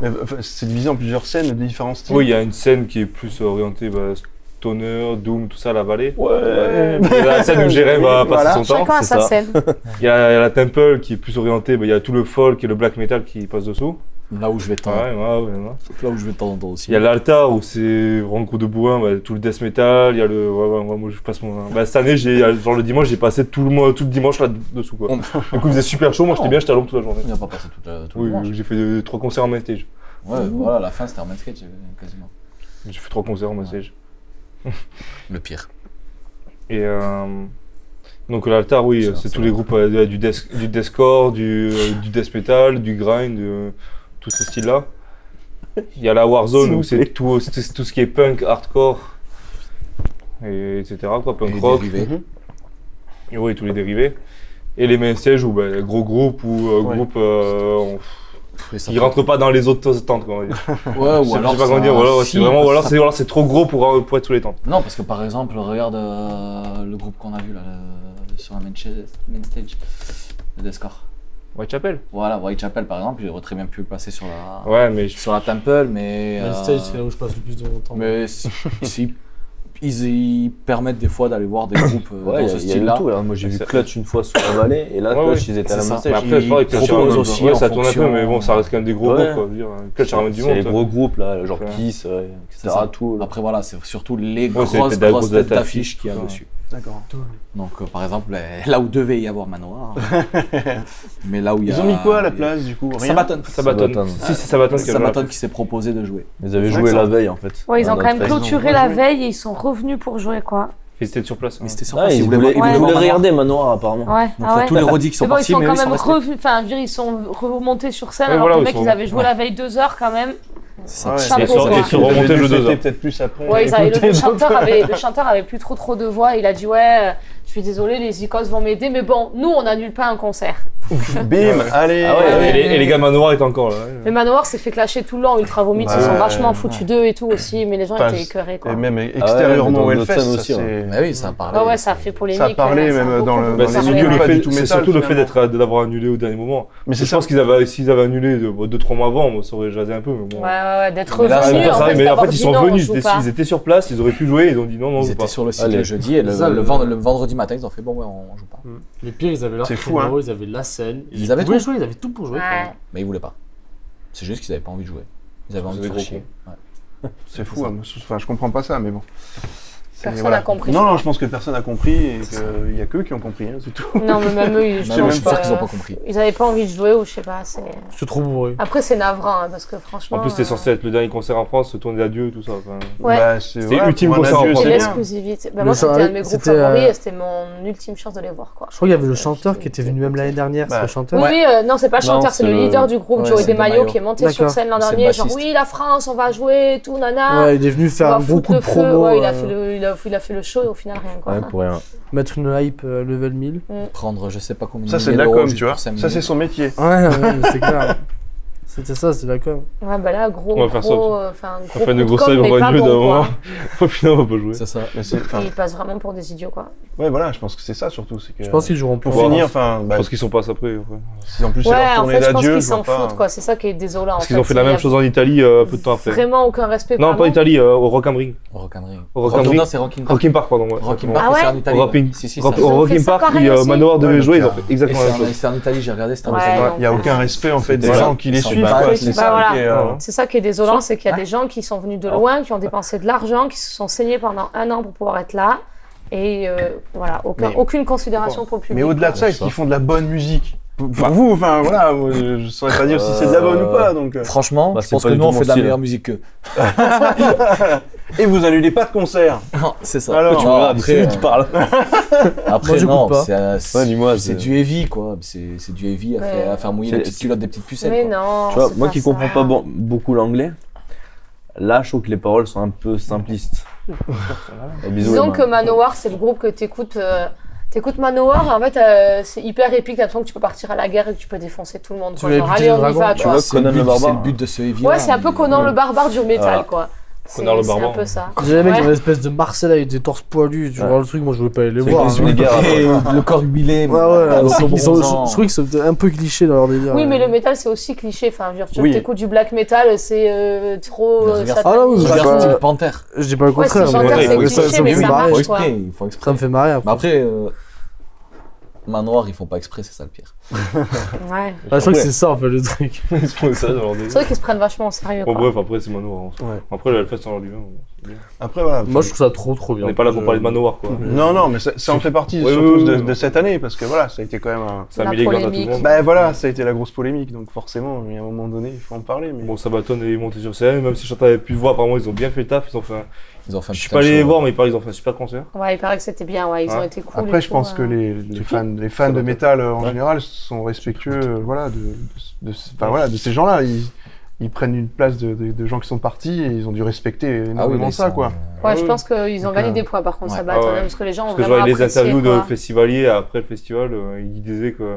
B: Mais, enfin, C'est divisé en plusieurs scènes de différents styles.
C: Oui, il y a une scène qui est plus orientée bah, stoner, doom, tout ça, la vallée.
B: Ouais.
C: Et La scène où Jérém va passer
B: Voilà.
C: son temps.
E: chacun a
C: c'est
E: sa
C: ça.
E: scène.
C: Il y a la temple qui est plus orientée, bah, il y a tout le folk et le black metal qui passe dessous.
D: Là où je vais
C: Ouais,
D: t'entendre.
C: ouais, ouais, ouais.
D: Là où je vais t'entendre aussi.
C: Il y a l'altar où c'est vraiment gros de bourrin, bah, tout le death metal, il y a le. Ouais, ouais, ouais, moi je passe mon. Bah, cette année, j'ai, genre le dimanche, j'ai passé tout le, mois, tout le dimanche là-dessous quoi. du coup, il faisait super chaud, moi j'étais bien, j'étais à l'ombre toute la journée.
D: On n'a pas passé toute la. Tout
C: Oui,
D: le match.
C: j'ai fait euh, trois concerts en main stage.
D: Ouais, voilà, la fin c'était un main skate quasiment.
C: J'ai fait trois concerts en main stage.
D: Le pire.
C: Et euh, donc l'altar, oui,
D: C'est
C: c'est
D: un
C: tous les groupes euh, du death, du deathcore, du, euh, du death metal, du grind, de- tous ces styles-là. Il y a la
G: S'il
C: Warzone
G: vous
C: où c'est
G: plaît.
C: tout, c'est tout ce qui est punk, hardcore, et, etc. Quoi, punk
D: Et
C: rock,
D: dérivé.
C: et ouais, tous les dérivés. Et les main stages où bah, gros groupes ou euh,
B: Ouais.
C: groupes euh, on-
D: Et ça
C: qui
D: peut-
C: rentrent pas dans les autres tentes. Quoi, on va dire.
D: Ouais,
C: Je
D: ou
C: sais
D: alors.
C: je sais pas
D: ça-
C: comment dire, ou alors, ouais,
D: si,
C: c'est vraiment, ou alors
D: ça-
C: c'est- ou alors c'est trop gros pour, euh, pour être sous les tentes.
D: Non, parce que par exemple, regarde euh, le groupe qu'on a vu là, le- sur la main, cha- main stage, le Descore.
C: Whitechapel
D: Voilà, Whitechapel par exemple, il aurait très bien pu passer sur la,
C: Ouais, mais je
D: sur la Temple, mais.
F: Le
D: euh,
F: stage, c'est là où je passe le plus de mon temps.
D: Mais si, si- ils, ils permettent des fois d'aller voir des groupes euh,
G: Ouais,
D: dans
G: il y
D: ce
G: a- il y, a eu
D: style-là.
G: tout. hein. Moi j'ai vu
C: C'est-
G: Clutch une fois sur la vallée, et là
C: Ouais,
G: Clutch
C: ouais.
G: ils étaient à la
D: C'est
G: main
D: ça.
C: Mais
G: stage.
C: après, c'est pareil,
G: Ils
C: Clutch, ça
G: proposent
C: ramène-
G: aussi.
C: ouais,
D: en
C: ça tourne un peu,
D: fonction-
C: mais bon, ça reste quand même des gros
G: Ouais.
C: groupes, quoi. Je veux dire, Clutch, ça ramène du
G: C'est
C: monde. euh,
G: les
C: ça.
G: gros groupes là, genre
C: Ouais.
G: Kiss, euh, etc.
D: C'est ça.
G: Tout, là.
D: Après voilà, c'est surtout les
C: Ouais, c'est
D: grosses,
C: peut-être la
D: grosses
C: grosse
D: têtes
C: date
D: d'affiche qu'il y a
C: ouais.
D: dessus.
B: D'accord.
D: Donc euh, par exemple, euh, là où devait y avoir Manoir, mais là où il y a...
B: Ils ont mis quoi à la place du coup Rien.
D: Sabaton.
C: Sabaton.
G: Sabaton.
C: Si, c'est Sabaton qui a joué à la
D: Sabaton
C: place.
D: qui s'est proposé de jouer.
G: Ils avaient
B: C'est
G: joué
B: vrai que
G: la
B: ça-
G: veille en fait.
E: Ouais, ils ont
G: Dans
E: quand même
G: notre fête.
E: clôturé
B: Ils ont
E: la
B: rejoué.
E: veille et ils sont revenus pour jouer, quoi.
C: Ils étaient sur place.
D: Mais
C: ouais.
D: c'était sur
G: Ah,
D: place,
G: ils
D: voulaient
G: voulaient, ils
D: voir-
E: Ouais.
G: voulaient
D: voir
G: regarder Manoir apparemment.
E: Ouais,
D: Donc
E: ah
D: là,
E: ouais.
D: tous les rodis qui sont
E: Mais bon, ils
D: partis,
E: sont
D: mais
E: quand
D: eux, ils sont
E: même
D: restés.
E: revenus- enfin, je veux dire, ils sont remontés sur scène
C: Ouais,
E: alors
C: voilà,
E: que les
C: ils
E: mecs,
C: sont-
E: ils avaient joué la veille deux heures quand même.
D: C'est
B: Ah
D: ça.
B: ouais.
E: Chapeau,
C: Et sur-
E: quoi.
C: et sur remonter le 2
B: C'était
C: heures.
B: peut-être plus à pont.
E: Ouais, ils avaient- le,
B: Écoutez,
E: chanteur avait, le chanteur avait plus trop trop de voix. Il a dit ouais, euh, je suis désolé, les icos vont m'aider, mais bon, nous on n'annule pas un concert.
B: Bim, allez.
G: Ah ouais,
E: ouais,
C: Et les,
E: ouais.
C: et les gars de Manoir étaient encore là. Bah,
E: Mais Manoir s'est fait clasher tout le long. Ultra Vomit,
B: Bah,
E: ils sont
B: ouais.
E: vachement foutus d'eux et tout aussi, mais les gens
B: Enfin,
E: étaient écœurés quoi.
B: Et
E: Ah
B: même extérieurement
G: dans
B: au
G: d'autres
B: Hellfest,
G: scènes
B: ça,
G: aussi,
B: c'est-
D: Mais oui, ça a parlé.
E: Ouais, ouais, ça a fait polémique.
B: Ça a parlé
E: euh,
B: même
E: a
B: dans
E: beaucoup
B: le- dans
C: Bah, c'est
B: les
E: parlé,
C: surtout
B: milieux,
E: ouais.
C: le
B: pas
C: fait-
B: du tout
C: c'est
B: métal,
C: surtout le fait
B: finalement.
C: d'être- d'avoir annulé au dernier moment.
B: Mais c'est
C: Je
B: ça.
C: pense qu'ils avaient, s'ils avaient annulé 2-3 mois avant, moi, ça aurait jasé un peu, mais bon.
E: Ouais, ouais, ouais, d'être
D: Mais
C: Ah,
D: là,
C: mais
E: revenus.
D: c'est
C: ça
E: en
C: arrive,
E: fait,
C: mais en
E: d'avoir
C: fait, ils
E: dit
C: sont
E: non, on
C: venus,
E: joue
C: ils étaient,
E: pas.
C: ils étaient sur place, ils auraient pu jouer, ils ont dit non, non, on
D: Ils
C: joue
D: étaient
C: pas.
D: sur le site
G: Allez.
D: le jeudi et le,
F: C'est ça,
D: le
F: le-
D: vend- le vendredi matin, ils ont fait bon, ouais, on joue pas.
F: Le pire, ils avaient leur
B: C'est fou,
F: créneau,
B: hein.
F: ils avaient la scène.
D: Ils avaient
F: pouvaient
D: tout.
F: jouer, ils avaient tout pour jouer.
E: Ouais.
D: Mais ils voulaient pas. C'est juste qu'ils avaient pas envie de jouer. Ils avaient envie de
C: avez
D: faire
C: gros
D: chier. Ouais.
B: C'est fou, hein, moi, je- enfin, je comprends pas ça, mais bon. C'est-
E: Personne
B: voilà.
E: n'a compris.
B: Non, non, je pense que personne n'a compris et qu'il y a qu'eux qui ont compris, hein, c'est tout.
E: Non, mais même eux, ils,
D: Non,
E: je
D: Bah non,
E: pense
D: je suis sûr
E: que-
D: qu'ils ont pas compris.
E: Ils avaient pas envie de jouer ou je sais pas. c'est-
F: C'est trop bourré.
E: Après, c'est navrant hein, parce que franchement.
C: En plus, c'était
E: euh,
C: censé être le dernier concert en France, se tourner d'adieu, tout ça. enfin.
E: Ouais.
B: Bah, c'est
C: C'était ultime
B: pour un
C: concert en
B: adieu,
C: français.
E: C'est
B: c'est bien.
E: l'exclusivité. Bah,
F: Le
E: moi, c'était
F: Charlie,
E: un de mes groupes
F: c'était, euh,
E: favoris et c'était mon ultime chance de les voir. quoi.
F: Je crois qu'il y avait le chanteur qui était venu même l'année dernière,
B: Bah,
F: c'est le
E: Oui,
F: chanteur.
E: oui, euh, non, c'est pas le
G: Non,
E: chanteur, c'est
G: c'est
E: le
G: le-
E: leader du groupe,
D: Ouais,
E: Joey
D: c'est
E: DeMaio,
D: DeMaio.
E: qui est monté sur
F: D'accord.
E: scène l'an
D: C'est le
E: dernier, genre
D: bassiste.
E: oui, la France, on va jouer, et tout, nana.
F: Ouais, il est venu
E: on
F: faire
E: va
F: beaucoup
E: Ah. foutre
F: de
E: le feu.
F: promos,
E: Ouais, il, a
F: euh,
E: fait le, il, a, il a fait le show et au final, rien. Quoi.
G: Ouais, pour rien.
F: mettre une hype euh, level 1000.
D: Prendre je sais pas combien
B: Ça,
D: de
B: c'est de la
D: milliers d'euros
B: com,
D: juste
B: tu vois.
D: pour cinq
B: Ça, c'est
D: minutes.
B: son métier.
F: Ouais, ouais, mais c'est clair. C'était ça, c'est la com.
E: Ouais, bah là, gros,
C: On va faire ça
E: gros,
C: aussi.
E: euh, enfin, gros,
C: Enfin, de
E: coup de
C: gros
E: com',
C: sacs, on
E: mais
C: va
E: pas
C: être mieux
E: bon,
C: d'un
E: quoi.
C: moment. Au final, on va pas jouer.
D: C'est ça.
B: Mais c'est- enfin,
E: Et Ils passent vraiment pour des idiots, quoi.
B: ouais, voilà, je pense que c'est ça surtout. c'est que-
F: Je pense qu'ils joueront plus.
B: Pour
C: Voilà.
B: finir, enfin, bah,
C: Parce qu'ils sont pas après. ouais.
B: si en plus c'est
E: Ouais,
B: leur
E: en
B: tournée
E: fait, je pense
B: d'adieu,
E: qu'ils
B: je vois
E: s'en
B: pas.
E: foutent, quoi. C'est ça qui est désolant.
C: Parce
E: en
C: qu'ils ont fait la
E: Il y
C: même
E: a
C: chose en Italie euh, peu de temps après.
E: Vraiment aucun respect
C: Non,
E: pour
C: pas
E: nous.
C: Italie, euh, au Rock am Ring.
D: Oh, Rock'n'Ring.
C: Rock'n'Ring.
D: Non, c'est Rockin' Park.
C: Rockin' Park, pardon. ouais.
D: Rockin'
C: Bon.
D: Park,
E: Ah
D: c'est
E: ouais
D: en Italie.
C: Rocking-
D: Si, si,
C: Rock-
D: c'est en-
E: fait
C: Rockin'
E: ça
C: Park,
E: pareil
C: et, euh,
E: aussi.
C: Manoir
H: Ouais,
C: devait
H: donc,
C: jouer, ils ont
H: euh,
C: fait
D: et
C: exactement
D: c'est
C: la
D: en-
C: même chose.
D: c'est en Italie, j'ai regardé, c'était en
E: Ouais,
D: Italie.
E: donc,
B: Il n'y a aucun respect en fait des
G: Bah,
B: gens qui les
D: ils sont
B: suivent.
D: bas,
B: quoi.
D: ils
B: C'est
E: sont
B: ça
E: bas,
B: qui est,
C: voilà.
B: euh,
E: C'est ça qui est désolant, c'est qu'il y a des gens qui sont venus de
G: Alors-
E: loin, qui ont dépensé de l'argent, qui se sont saignés pendant un an pour pouvoir être là. Et euh, voilà, aucun-
B: Mais-
E: aucune considération pour le public.
B: Mais au-delà de ça,
G: Ouais,
B: est-ce
G: ça.
B: qu'ils font de la bonne musique Pour vous, enfin voilà, moi, je ne saurais pas dire si c'est de la bonne ou pas. Donc, euh.
D: Franchement,
G: Bah,
D: je
G: c'est
D: pense
G: pas
D: que
G: du
D: nous,
G: tout
D: on
G: mon
D: fait de la
G: style.
D: meilleure musique qu'eux.
B: Et vous annulez pas de concert
D: Non, c'est ça.
B: Alors,
D: Non,
G: Tu me regardes,
D: après,
G: Ah, c'est lui qui
D: euh,
G: parle.
D: Après,
G: Moi, j'écoute
D: non,
G: pas.
D: c'est, euh,
G: Ouais,
D: c'est
G: dis-moi.
D: c'est
G: c'est-
D: du heavy, quoi. C'est c'est du heavy à,
E: Ouais.
D: faire, à faire mouiller les
G: C'est-
D: petites
G: c'est-
D: culottes des petites pucelles.
E: Mais
D: quoi.
E: non.
G: Tu vois,
E: c'est
G: moi qui
E: ça.
G: comprends pas bon- beaucoup l'anglais, là, je trouve que les paroles sont un peu simplistes. Et bisous,
E: Disons
G: Emma.
E: que Manowar, c'est le groupe que t'écoutes. euh, T'écoutes Manowar, et en fait, euh, c'est hyper épique. T'as l'impression que tu peux partir à la guerre et que tu peux défoncer tout le monde.
F: Tu
E: quoi.
F: vas
E: Genre,
F: buter
E: allez,
F: les
E: on y
F: dragons,
E: va,
F: quoi.
D: Tu
E: quoi.
D: vois,
G: vois,
D: c'est le
G: Conan
D: but-
G: le Barbare.
D: C'est le but de ce heavy.
E: Ouais, c'est un peu Conan le barbare du métal,
G: Voilà.
E: quoi. C'est
C: Conan le
E: c'est un
C: barbare.
E: peu ça.
F: J'ai jamais
E: Ouais.
F: une espèce de Marcel avec des torses poilus, tu
G: Ouais.
F: vois le truc, moi je voulais pas aller les
G: C'est
F: voir.
G: des
F: hein.
G: une guerre.
D: le corps huilé. euh,
F: Ouais, ouais, ils sont- ils sont-
D: bronzant.
F: je trouve qu'ils sont un peu clichés dans leur délire.
E: Oui, mais le métal, c'est aussi cliché. Enfin, je veux dire, tu
B: Oui.
E: t'écoutes du black metal, c'est euh, trop. euh,
D: Regarde-
E: satanique.
F: Ah non,
D: Regarde
F: Bah,
D: Steel Panther.
F: Je dis pas le
E: Ouais, c'est
F: contraire,
E: gentil,
C: c'est
F: mais ça- ça
E: cliché,
F: me
E: mais
F: fait
E: ça
F: marrer.
D: Faut
E: marche.
D: exprès,
E: quoi.
D: il faut
F: Ça
D: exprès.
F: me fait marrer hein. Bah,
D: Mais
F: après.
D: après, euh, Manoir, ils font pas exprès, c'est ça le pire.
E: Ouais.
F: Ah, je crois que c'est ça en fait le truc.
C: Ils font ça, genre des-
E: C'est vrai qu'ils se prennent vachement au sérieux.
C: Bon,
E: quoi.
C: bref, après, c'est Manoir. en soi.
B: Ouais.
C: Après, l'Alpha, c'est en lui-même. c'est bien.
B: Après voilà.
F: Moi je trouve ça trop trop bien.
C: hein. On n'est pas là pour
F: Je-
C: parler de Manoir, quoi.
B: Non, non, mais ça, ça en fait partie
C: Oui,
B: surtout
C: oui, oui,
B: de,
C: oui.
B: de cette année parce que voilà, ça a été quand même un.
C: Ça
E: La
C: a mis les gants à tout le
E: polémique.
C: monde.
B: Ben voilà, ça a été la grosse polémique, donc forcément, il y a un moment donné, il faut en parler. Mais...
C: Bon, Sabaton est monté sur scène, même si Chantal avait pu le voir, apparemment, ils ont bien fait le taf. Ils ont fait un-
D: Ils ont fait un
C: Je suis
D: putain
C: pas
D: de
C: allé les
D: show.
C: voir, mais il paraît qu'ils ont fait un super concert.
E: Ouais, il paraît que c'était bien, ouais, ils ont
C: Ouais.
E: été cool.
B: Après,
E: et
B: je
E: tout,
B: pense que
E: ouais.
B: les, les fans, les fans de
C: Ouais.
B: métal euh, en
C: Ouais.
B: général sont respectueux, euh, voilà, de, de, de- enfin, voilà, de ces gens-là. Ils, ils prennent une place de, de- de gens qui sont partis et ils ont dû respecter
D: Ah oui,
B: énormément
D: là, ils
B: ça,
D: sont,
B: quoi.
D: euh,
E: Ouais, je pense qu'ils ont
B: Donc,
E: gagné
B: euh,
E: des points par contre,
D: ouais.
E: ça
C: Ah ouais.
E: parce que les gens ont
C: Parce que
E: vraiment
C: j'aurais les
E: apprécié.
C: interviews de
E: quoi.
C: festivaliers après le festival, euh, ils disaient que euh,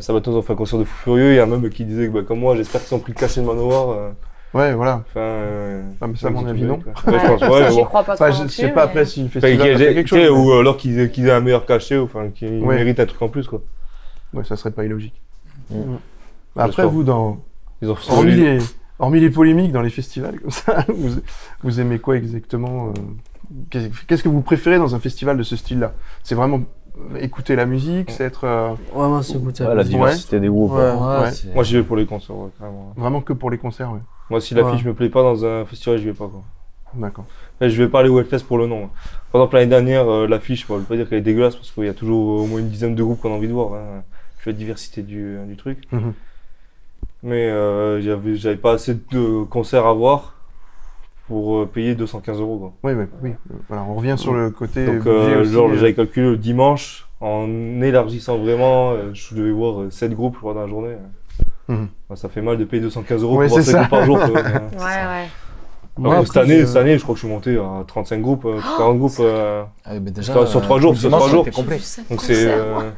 C: Sabaton ils ont fait un concert de fou furieux. Il y a un même qui disait que, bah, comme moi, j'espère qu'ils ont pris le cachet de Manoir. euh,
B: Ouais, voilà.
C: Enfin, euh,
B: Ah, mais ça, à mon
C: ils ont
B: avis,
C: tout
B: non.
C: donné, quoi.
E: Ouais,
C: Ouais, je pense,
E: ça,
C: ouais,
E: j'y
C: bon.
E: crois pas trop.
B: Enfin, je
E: non
B: je sais
E: plus,
B: pas
E: mais-
B: après si le
C: Enfin,
B: festival a
C: qu'il y
B: fait
C: ait-
B: quelque
C: tu sais,
B: chose.
C: ou alors qu'ils qu'ils aient un meilleur cachet, ou enfin, qu'ils
B: Ouais.
C: méritent un truc en plus, quoi.
B: mais- Ouais, ça serait pas illogique.
G: Mm.
B: Mm. Après,
C: J'espère.
B: vous, dans,
C: Ils ont
B: hormis, les, hormis les polémiques dans les festivals, comme ça, vous, vous aimez quoi exactement euh, qu'est- Qu'est-ce que vous préférez dans un festival de ce style-là C'est vraiment euh, écouter la musique, c'est être euh,
F: Ouais, moi c'est goûté.
G: Ouais, la diversité des groupes.
F: Ouais.
B: Ouais.
D: c'est-
C: Moi, j'y vais pour les concerts, ouais, carrément.
B: vraiment que pour les concerts, ouais.
C: Moi, si l'affiche
F: Ouais.
C: me plaît pas dans un festival, j'y vais pas, quoi.
B: D'accord.
C: Là, je vais pas aller au Hellfest pour le nom. hein. Par exemple, l'année dernière, euh, l'affiche, bon, je ne veux pas dire qu'elle est dégueulasse parce qu'il y a toujours au moins une dizaine de groupes qu'on a envie de voir. hein. Je fais la diversité du, euh, du truc.
B: Mhm.
C: Mais euh, j'avais, j'avais pas assez de concerts à voir pour euh, payer 215 euros. quoi.
B: Oui, oui, oui. Euh, Voilà, on revient sur le côté.
C: Donc,
B: budget
C: euh,
B: aussi,
C: genre,
B: euh,
C: j'avais calculé le dimanche, en élargissant vraiment, euh, je devais voir 7 groupes je crois, dans la journée.
B: Mhm.
C: Bah, ça fait mal de payer 215 euros
B: Ouais,
C: pour voir
B: c'est
C: 7
B: ça.
C: groupes par jour. quoi, mais, euh,
E: Ouais, ouais.
C: après,
F: après,
C: cette, année,
F: je-
C: cette année, je crois que je suis monté à 35 groupes, euh,
B: Oh,
C: 40 groupes. euh,
D: Ah oui, mais déjà,
C: Sur- sur
D: euh,
C: trois jours,
D: le
C: sur
D: dimanche,
C: trois jours.
D: c'était complet.
C: Donc c'est. euh,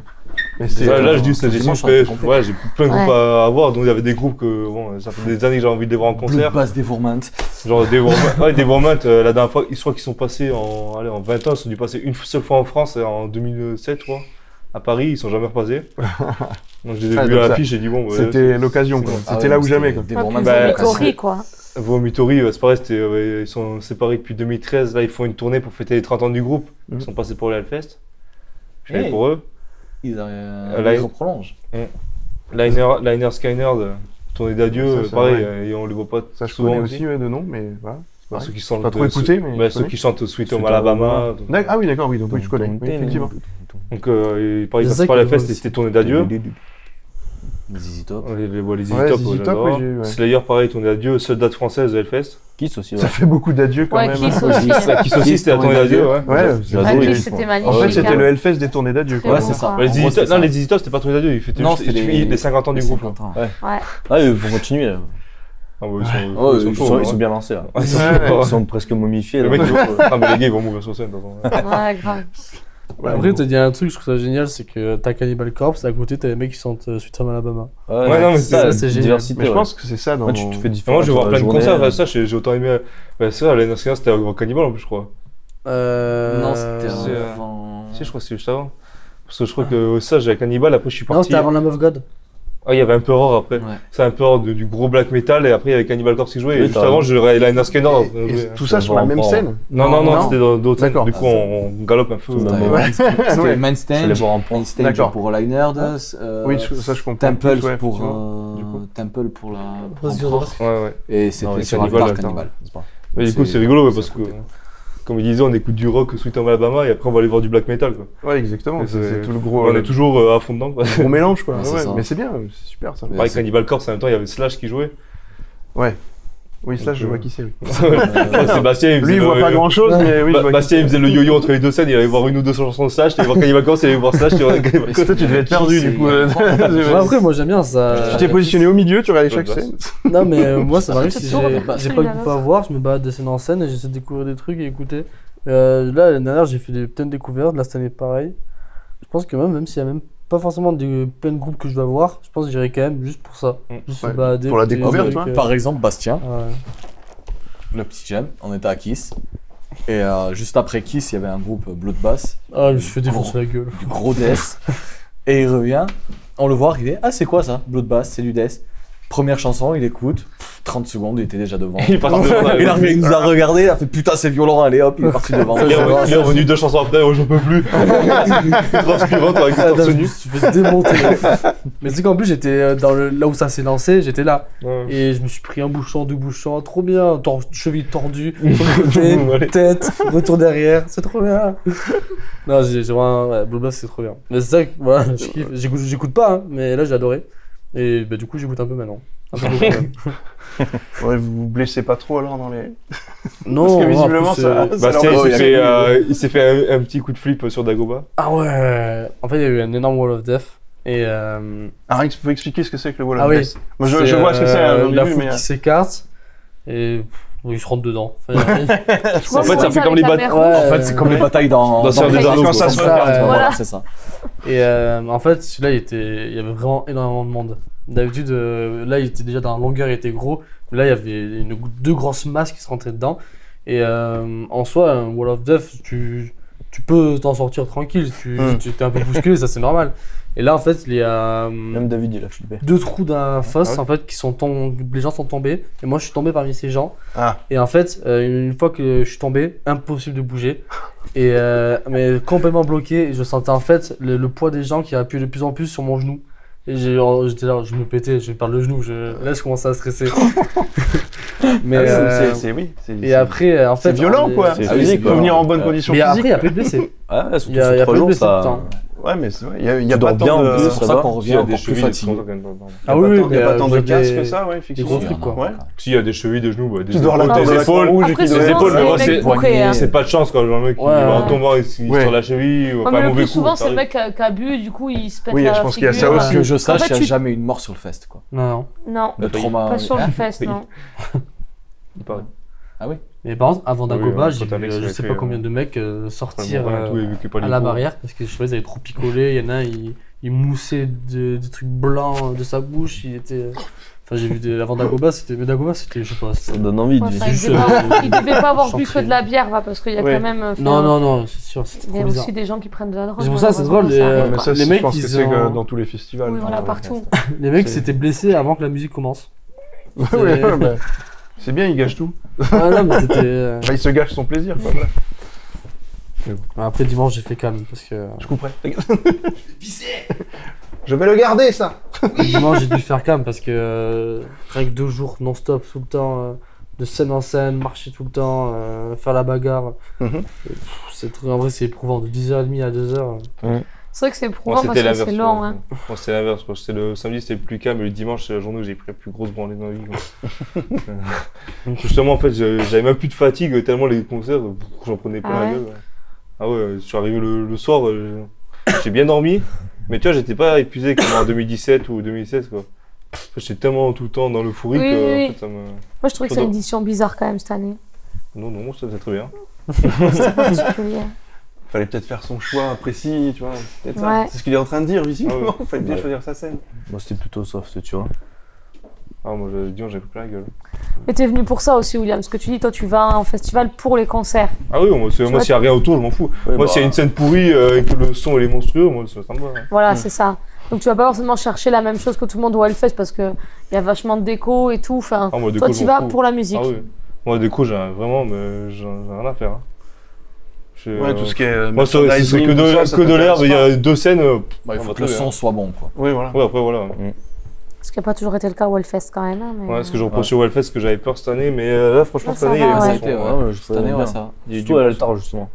B: mais c'est-
C: là, là, je dis ça, j'ai
D: Dimanche,
C: dit,
D: on était
C: ouais,
D: complet.
C: ouais, j'ai plein de
E: Ouais.
C: groupes à, à voir. Donc il y avait des groupes que bon, ça fait des années que j'ai envie de les voir en concert.
D: Bloodbath Devourment.
C: Genre des Warmat, ouais, des Warmat, euh, la dernière fois, je crois qu'ils sont passés en, allez, en 20 ans, ils sont dû passer une seule fois en France euh, en 2007, je crois. À Paris, ils sont jamais repassés. Donc j'ai
B: Ah,
C: vu
B: donc
C: à
B: ça,
C: l'affiche, j'ai dit bon, euh, ouais,
B: C'était l'occasion, quoi.
C: Ah c'est-
B: C'était là où jamais, quoi.
E: Ah,
D: Devourment,
E: puis
C: bah,
E: Vomitory, quoi.
C: Vomitory, ouais, c'est pareil, c'était, euh, ils sont séparés depuis 2013. Là, ils font une tournée pour fêter les 30 ans du groupe.
B: Mhm.
C: Ils sont passés pour le Hellfest. Je suis allé
D: Hey.
C: pour eux.
D: Ils,
C: Euh,
D: euh,
C: là,
D: ils
C: ils-
D: reprolongent.
C: Liner, Liner Skyner, de tournée d'adieu,
B: Ça,
C: euh,
B: c'est
C: pareil,
B: vrai.
C: euh, et on les voit pas
B: Ça, je
C: souvent
B: connais
C: aussi.
B: aussi ouais, de nom, mais voilà.
C: Bah,
B: Ouais.
C: ceux qui chantent,
B: Pas trop
C: euh, ceux-
B: écouté, mais
C: bah,
B: je
C: ceux
B: connais.
C: qui chantent Sweet Home
G: Sweet
C: Alabama. donc-
B: D'ac- Ah oui, d'accord, oui, donc oui, je connais. Oui, effectivement.
C: Donc, euh, il paraît
F: C'est
C: qu'ils
F: ça
C: passent par
F: que
C: la
F: je
C: fête,
F: vois
C: et
F: aussi.
C: c'était tournée d'adieu.
D: ZZ Top.
C: On les- les voit les
B: Ouais,
C: Easy
B: ZZ Top,
C: Top,
B: oui, j'ai eu, ouais.
C: C'est d'ailleurs pareil, tournée d'adieu, seule date française de Hellfest.
G: Kiss aussi,
B: Ça
G: ouais.
B: fait beaucoup d'adieux quand
E: Ouais,
B: même.
E: Kiss
B: hein.
E: aussi.
C: Ça, Kiss aussi, c'était la tournée d'adieu, ouais.
B: Ouais,
G: J'ai
E: Ah,
G: adoré,
E: puis
G: ils
E: c'était
G: font.
E: magnifique.
B: En fait,
E: hein.
B: c'était le Hellfest des tournées d'adieu, quoi.
E: Ouais,
D: Ouais,
E: c'est
D: c'est
E: ça.
D: ça.
E: Ouais,
C: Les ZZ Top- non, les ZZ Top, c'était pas tournée d'adieu, ils fêtaient
D: Non,
C: juste
D: c'était
C: les,
D: les-
C: les 50 ans du groupe.
G: Ah, ils vont continuer. là.
C: Ah, bah, ils sont,
D: Oh,
C: ils sont
D: ils
G: Ils
C: chauds,
G: sont,
C: ouais.
G: ils sont bien lancés. là.
C: Ah, ils sont
B: Ouais.
C: chauds,
G: Ils
C: ouais.
G: sont presque momifiés.
C: Le
G: là.
C: mec, il- Ah, mais les gars, ils vont mourir sur scène. attends.
E: Ouais, grave.
F: Après, t'as dit un truc, je trouve ça génial, c'est que t'as Cannibal Corpse, et à côté t'as les mecs qui sentent euh, Sweet Home Alabama.
C: Ouais, non, mais
G: c'est ça,
F: ça, c'est
G: la
F: génial.
G: diversité.
B: Mais je
G: ouais.
B: pense que c'est ça dans.
G: Moi, tu te fais
C: Moi,
G: différent.
C: je vais voir
G: sur la
C: plein de
G: journée.
C: concerts. bah, Ça, j'ai j'ai autant aimé. bah, Ça, l'année dernière, c'était au Cannibal, en plus, je crois.
F: Euh...
D: Non, c'était
C: c'est, euh,
D: avant.
C: Si, je crois que c'est juste avant. Parce que je crois que ça, j'ai à Cannibal, après je suis
F: Non,
C: parti.
F: c'était avant Lamb of God.
C: Ah, il y avait un peu horror après.
D: Ouais.
C: C'est un peu horror de- du gros black metal et après il y avait Cannibal Corpse qui jouait.
G: Oui,
C: et juste
G: t'as raison.
C: avant, je Liner Scanner.
B: Et- et
C: euh,
B: tout ça
G: on
B: sur
G: va
B: la
G: en
B: même
G: prendre.
B: scène
C: Non, non, non,
B: Non.
C: c'était dans d'autres.
B: D'accord.
C: Du coup, on, on galope un peu.
G: Tout le
C: euh,
G: monde.
B: Ouais.
D: C'était
B: Ouais.
D: main
G: J'allais
D: stage,
G: voir en prendre.
D: main stage
B: D'accord.
D: pour Lightnerd, euh,
B: Oui, je- ça je comprends.
D: Temple
B: plus, ouais,
D: pour
B: effectivement.
D: euh,
B: du coup.
D: Temple pour la pour
F: Procédure
D: Emperor.
C: Ouais, ouais.
D: et
C: Non, mais
D: c'était sur
C: Cannibal,
D: Altar
C: attends.
D: Cannibal.
C: Mais du
D: C'est-
C: coup, c'est rigolo ouais, parce
D: c'est à
C: que,
D: côté.
C: comme il disait, on écoute du rock Sweet Home Alabama et après on va aller voir du black metal. Quoi.
B: Ouais, exactement.
C: Et
B: C'est
C: c'est-
B: c'est tout le gros,
C: on
B: euh,
C: est toujours euh, à fond dedans. Quoi.
B: gros mélange, quoi.
D: Ouais, c'est
B: Ouais,
D: ça.
B: Mais c'est bien, c'est super ça.
D: Ouais.
C: Pareil,
D: c'est-
C: Cannibal Corpse, en même temps, il y avait Slash qui jouait.
B: Oui, ça,
C: Donc,
B: je vois
C: euh,
B: qui c'est. oui.
C: Ouais, Sébastien, il faisait
B: Lui, il voit
C: le-
B: pas grand chose, mais oui,
C: Ba-
B: je vois
C: Bastien, il faisait le yo-yo entre les deux scènes, il allait voir une ou deux chansons de Slash, il allait voir Cannibal Corpse, il allait voir Slash, il allait voir Cannibal Corpse.
B: Toi, tu devais être perdu, du coup. euh,
F: Ouais, après, moi j'aime bien ça.
B: Tu t'es positionné au milieu, tu regardais
C: Ouais,
B: chaque
C: bah,
B: scène.
F: Non, mais euh, moi ça m'arrive
E: Peut-être
F: si
E: sur
F: j'ai j'ai
E: le passé,
F: pas
E: là,
F: le
E: là.
F: coup à voir, je me balade de scène en scène et j'essaie de découvrir des trucs et écouter. Euh, là, l'année dernière, j'ai fait des pleines découvertes, là cette année pareil. Je pense que même, même s'il y a même pas forcément des plein de groupes que je vais voir, je pense que j'irai quand même juste pour ça.
C: Mm.
F: Juste
B: Ouais,
F: me balader,
B: pour la
F: écouter des
B: découverte,
F: trucs,
D: Par exemple, Bastien,
F: euh, ouais.
D: le petit jam, on était à Kiss. Et euh, juste après Kiss, il y avait un groupe Bloodbath,
F: Ah, je me suis fait défoncer la gueule.
D: du gros death. et il revient, on le voit arriver. Ah, c'est quoi ça Bloodbath, c'est du death. Première chanson, il écoute. Pff, 30 secondes, il était déjà devant.
C: Il est parti devant, là.
D: Il, a- il nous a regardé, il a fait putain, c'est violent, allez hop, il est parti devant.
C: Il est revenu- il est revenu deux chansons après, oh, j'en peux plus. Transpirante avec
F: Ah,
C: sa
F: je
C: torse
F: me
C: nu.
F: suis fait démonter. mais c'est qu'en plus, j'étais euh, dans le, là où ça s'est lancé, j'étais là.
C: Ouais.
F: Et je me suis pris un bouchon, deux bouchons, trop bien. Tor- cheville tordue, sur le côté,
C: Allez.
F: tête, retour derrière, c'est trop bien. non, j'ai j'ai vraiment. Ouais, Blue Blast, c'est trop bien. Mais c'est ça que voilà, je kiffe. J'écoute- J'écoute pas, hein, mais là, j'ai adoré. Et bah, du coup, j'écoute un peu maintenant. Un peu beaucoup, même.
B: Ouais, vous vous blessez pas trop alors dans les.
F: non,
B: Parce que
F: en
B: visiblement,
F: plus,
B: ça.
F: euh,
B: ça leur-
C: Bastien, il
B: Oh, il
C: s'est
B: a-
C: fait, euh, il s'est fait un, un petit coup de flip sur Dagoba.
F: Ah ouais En fait, il y a eu un énorme wall of death. Et. euh,
B: Ah, il faut expliquer ce que c'est que le Wall of
F: Ah oui.
B: Death. Moi, je, je vois ce que c'est
F: euh,
B: euh,
F: La
B: au début,
F: foule
B: mais.
F: qui s'écarte et pff, ils se rentrent dedans. Enfin,
E: En
C: fait, ça fait comme les bat-
F: Ouais.
D: En fait, c'est comme les batailles dans,
C: Dans Seigneur
E: des Anneaux,
D: Quand
E: quoi.
D: ça se
F: Voilà,
D: regarde,
B: euh,
F: ouais.
D: Voilà, c'est ça.
F: et euh, en fait, celui-là, il, était... il y avait vraiment énormément de monde. D'habitude, euh, là, il était déjà dans la longueur, il était gros. Mais là, il y avait une... deux grosses masses qui se rentraient dedans. Et euh, en soi, un Wall of Death, tu, tu peux t'en sortir tranquille. Tu
B: Hmm.
F: tu- t'es un peu bousculé, ça c'est normal. Et là, en fait, il y a. euh,
G: Même David, il a flippé.
F: deux trous d'un fosse
B: Ah ouais.
F: en fait qui sont tombés, les gens sont tombés et moi je suis tombé parmi ces gens
B: Ah.
F: et en fait euh, une fois que je suis tombé impossible de bouger et euh, mais complètement bloqué et je sentais en fait le, le poids des gens qui appuyaient de plus en plus sur mon genou et j'ai- oh, j'étais là je me pétais je perds le genou je, là je commençais à stresser mais
B: Ah, c'est-
F: euh,
B: c'est- c'est- oui. c'est-
F: et après euh, en fait
B: C'est violent,
F: on est-
B: quoi.
G: c'est
B: Ah
G: physique,
B: oui, Il faut
G: quoi.
B: venir en bonne condition
F: mais après il
B: physique.
F: n'y a plus de blessés
G: Ouais,
F: il
G: surtout
F: y a,
G: sur
F: il y a
G: trois
F: plus de
G: jours,
F: blessés tout le
G: ça.
F: temps.
B: Ouais, mais c'est vrai. Il y a- il y a
G: Tu dors
B: pas
G: bien,
B: tant
G: en plus,
B: de.
D: C'est pour
G: ça
D: ça
G: va.
D: qu'on
C: Il
D: revient
C: y a
D: encore plus fatigué.
B: Il y a
F: ah
B: pas
F: oui oui
B: tant- Il n'y a
F: mais,
B: pas
F: euh,
B: tant
F: vous
B: de
F: avez-
B: casque que ça, ouais, effectivement.
F: gros trucs, quoi.
B: Ouais.
C: Si, il y a des chevilles, des genoux, bah, des
B: Tu dors là-bas,
C: épaules,
B: dans
C: des
B: la
C: épaules.
B: cour.
E: Après,
B: qui
E: souvent,
B: doit-
C: Les épaules,
E: c'est
C: mais moi,
E: les mecs
C: c'est-
E: bourrés, hein.
C: C'est pas de chance quand le mec il
F: Ouais.
C: va en tombant, il se il se
B: Ouais.
C: tord la cheville, ou
E: Ouais,
C: enfin,
E: Ah, mais le
C: mauvais
E: plus
C: coup. hein,
E: souvent, c'est le
C: t'arrives.
E: mec euh, qui a bu et du coup, il se pète
B: Oui,
E: la
B: je pense qu'il y a ça
E: figure.
B: aussi.
D: Que je sache,
E: En fait,
D: il n'y a
E: tu-
D: jamais eu de mort sur le fest, quoi.
F: non non
E: Non,
D: Le trauma.
E: pas sur
D: Ah,
E: le fest,
C: oui.
E: non.
C: Il paraît.
F: mais par contre avant
C: Ah Oui,
F: Dagoba
C: ouais,
F: j'ai
C: quand Alex,
F: vu,
C: il
F: je
C: a
F: sais
C: fait,
F: pas
C: euh,
F: combien de mecs euh, sortir
C: Enfin,
F: euh,
C: bon, tout est- qui est pas
F: à
C: les
F: la
C: gros.
F: barrière parce que je sais pas, ils avaient trop picolé. Il y en a un, il, il moussait de- des trucs blancs de sa bouche. Il était. Enfin, j'ai vu des. Avant Dagoba, c'était. Mais Dagoba, c'était. Je sais pas.
G: Ça
F: c'était-
G: donne envie.
E: Ouais,
G: dis.
E: ça, il,
F: juste, euh,
E: devait pas avoir, il devait pas avoir bu
F: chantier.
E: que de la bière, va, parce qu'il y a
B: Ouais.
E: quand même. euh, fait
F: Non,
E: un-
F: non, non, c'est sûr, c'était
E: Il y
F: trop
E: a
F: bizarre.
E: aussi des gens qui prennent de la drogue.
F: C'est pour ça, c'est
E: malheureusement,
F: drôle,
E: ça
F: les-
E: arrive
C: euh,
B: Ouais, mais
E: pas.
B: ça,
F: Les
B: c'est-
F: mecs,
B: je pense
F: ils
B: que c'est que
F: ont-
B: dans tous les festivals. hein.
E: Oui, voilà,
B: Ouais,
E: partout.
F: Les mecs
B: C'est-
F: s'étaient blessés avant que la musique commence.
B: ouais, ouais, bah, C'est bien, il gâche tout.
F: Ouais, non, mais c'était. euh,
B: Bah, il se gâche son plaisir, quoi. voilà.
F: Après, dimanche, j'ai fait calme parce que.
B: Je couperai. Je vais le garder, ça
F: Dimanche, j'ai dû faire calme parce que. euh, Rien que deux jours non-stop, tout le temps. euh, De scène en scène, marcher tout le temps, euh, faire la bagarre.
B: Mhm.
F: Et, pff, c'est trop- En vrai, c'est éprouvant. De 10h30 à euh, 2h.
E: C'est vrai que c'est
C: Moi,
E: éprouvant parce que c'est long.
C: ouais.
E: hein.
C: Moi, c'était l'inverse. quoi. C'était le samedi, c'était plus calme. et Le dimanche, c'est la journée où j'ai pris la plus grosse branlée de ma vie. quoi. Euh, Justement, en fait, je- j'avais même plus de fatigue tellement les concerts, euh, j'en prenais plein
E: Ah
C: la
E: ouais
C: gueule. ouais. Ah ouais, je suis arrivé le, le soir, euh, j'ai bien dormi, mais tu vois, j'étais pas épuisé comme en 2017 ou 2016 quoi. Après, J'étais tellement tout le temps dans le fourri
E: Oui,
C: que
E: oui,
C: en
E: oui.
C: fait, ça me.
E: Moi, je trouvais que c'est une édition bizarre quand même cette année.
C: Non, non, ça faisait très bien.
E: C'est particulier.
B: Fallait peut-être faire son choix précis, tu vois. Peut-être ça.
E: Ouais.
B: C'est ce qu'il est en train de dire, visiblement.
C: Ah
B: Fallait bien
G: Ouais.
B: choisir sa scène.
G: Moi, c'était plutôt soft, tu vois.
C: Ah, moi, je- dis, j'avais plein la gueule.
E: Mais t'es venu pour ça aussi, William. Ce que tu dis, toi, tu vas en festival pour les concerts.
C: Ah oui, moi, c'est- moi,
E: vois,
C: s'il y a rien autour, je m'en fous.
G: Ouais,
C: moi,
G: bah,
C: s'il y a une scène pourrie euh, et que le son elle est monstrueux, moi, ça, ça me va. hein.
E: Voilà, c'est ça. Donc tu vas pas forcément chercher la même chose que tout le monde au Hellfest parce que il y a vachement de déco et tout. Enfin,
C: Ah, moi, du
E: toi
C: coup,
E: tu
C: je m'en
E: vas
C: fous.
E: pour la musique.
C: Ah oui. Moi, du coup, j'ai vraiment, mais j'en j'ai rien à faire. hein. Je-
B: Ouais, tout ce qui est. euh,
C: Moi, ça, ce serait que
B: merchandising, tout
C: de,
B: ça, ça
C: que de l'herbe, il y
B: t'intéresse
C: a deux scènes. euh, pff,
D: Bah, il
C: on
D: faut
C: va
D: que le
C: trouver,
D: son soit bon, quoi.
B: pas. Oui, voilà.
C: hein. Ouais, après, voilà.
E: Ce qui n'a pas toujours été le cas au Hellfest quand même. hein, mais-
C: Ouais, ce que je reprochais au Hellfest, que j'avais peur cette année, mais euh, là, franchement,
E: Là,
C: cette
E: ça
C: année, il y
E: va,
C: a eu
E: ouais.
C: un
D: C'était,
C: son,
D: ouais.
C: hein.
G: Ouais, je-
D: Cette année, ouais, ça.
G: Il y a eu Surtout à l'altar, justement.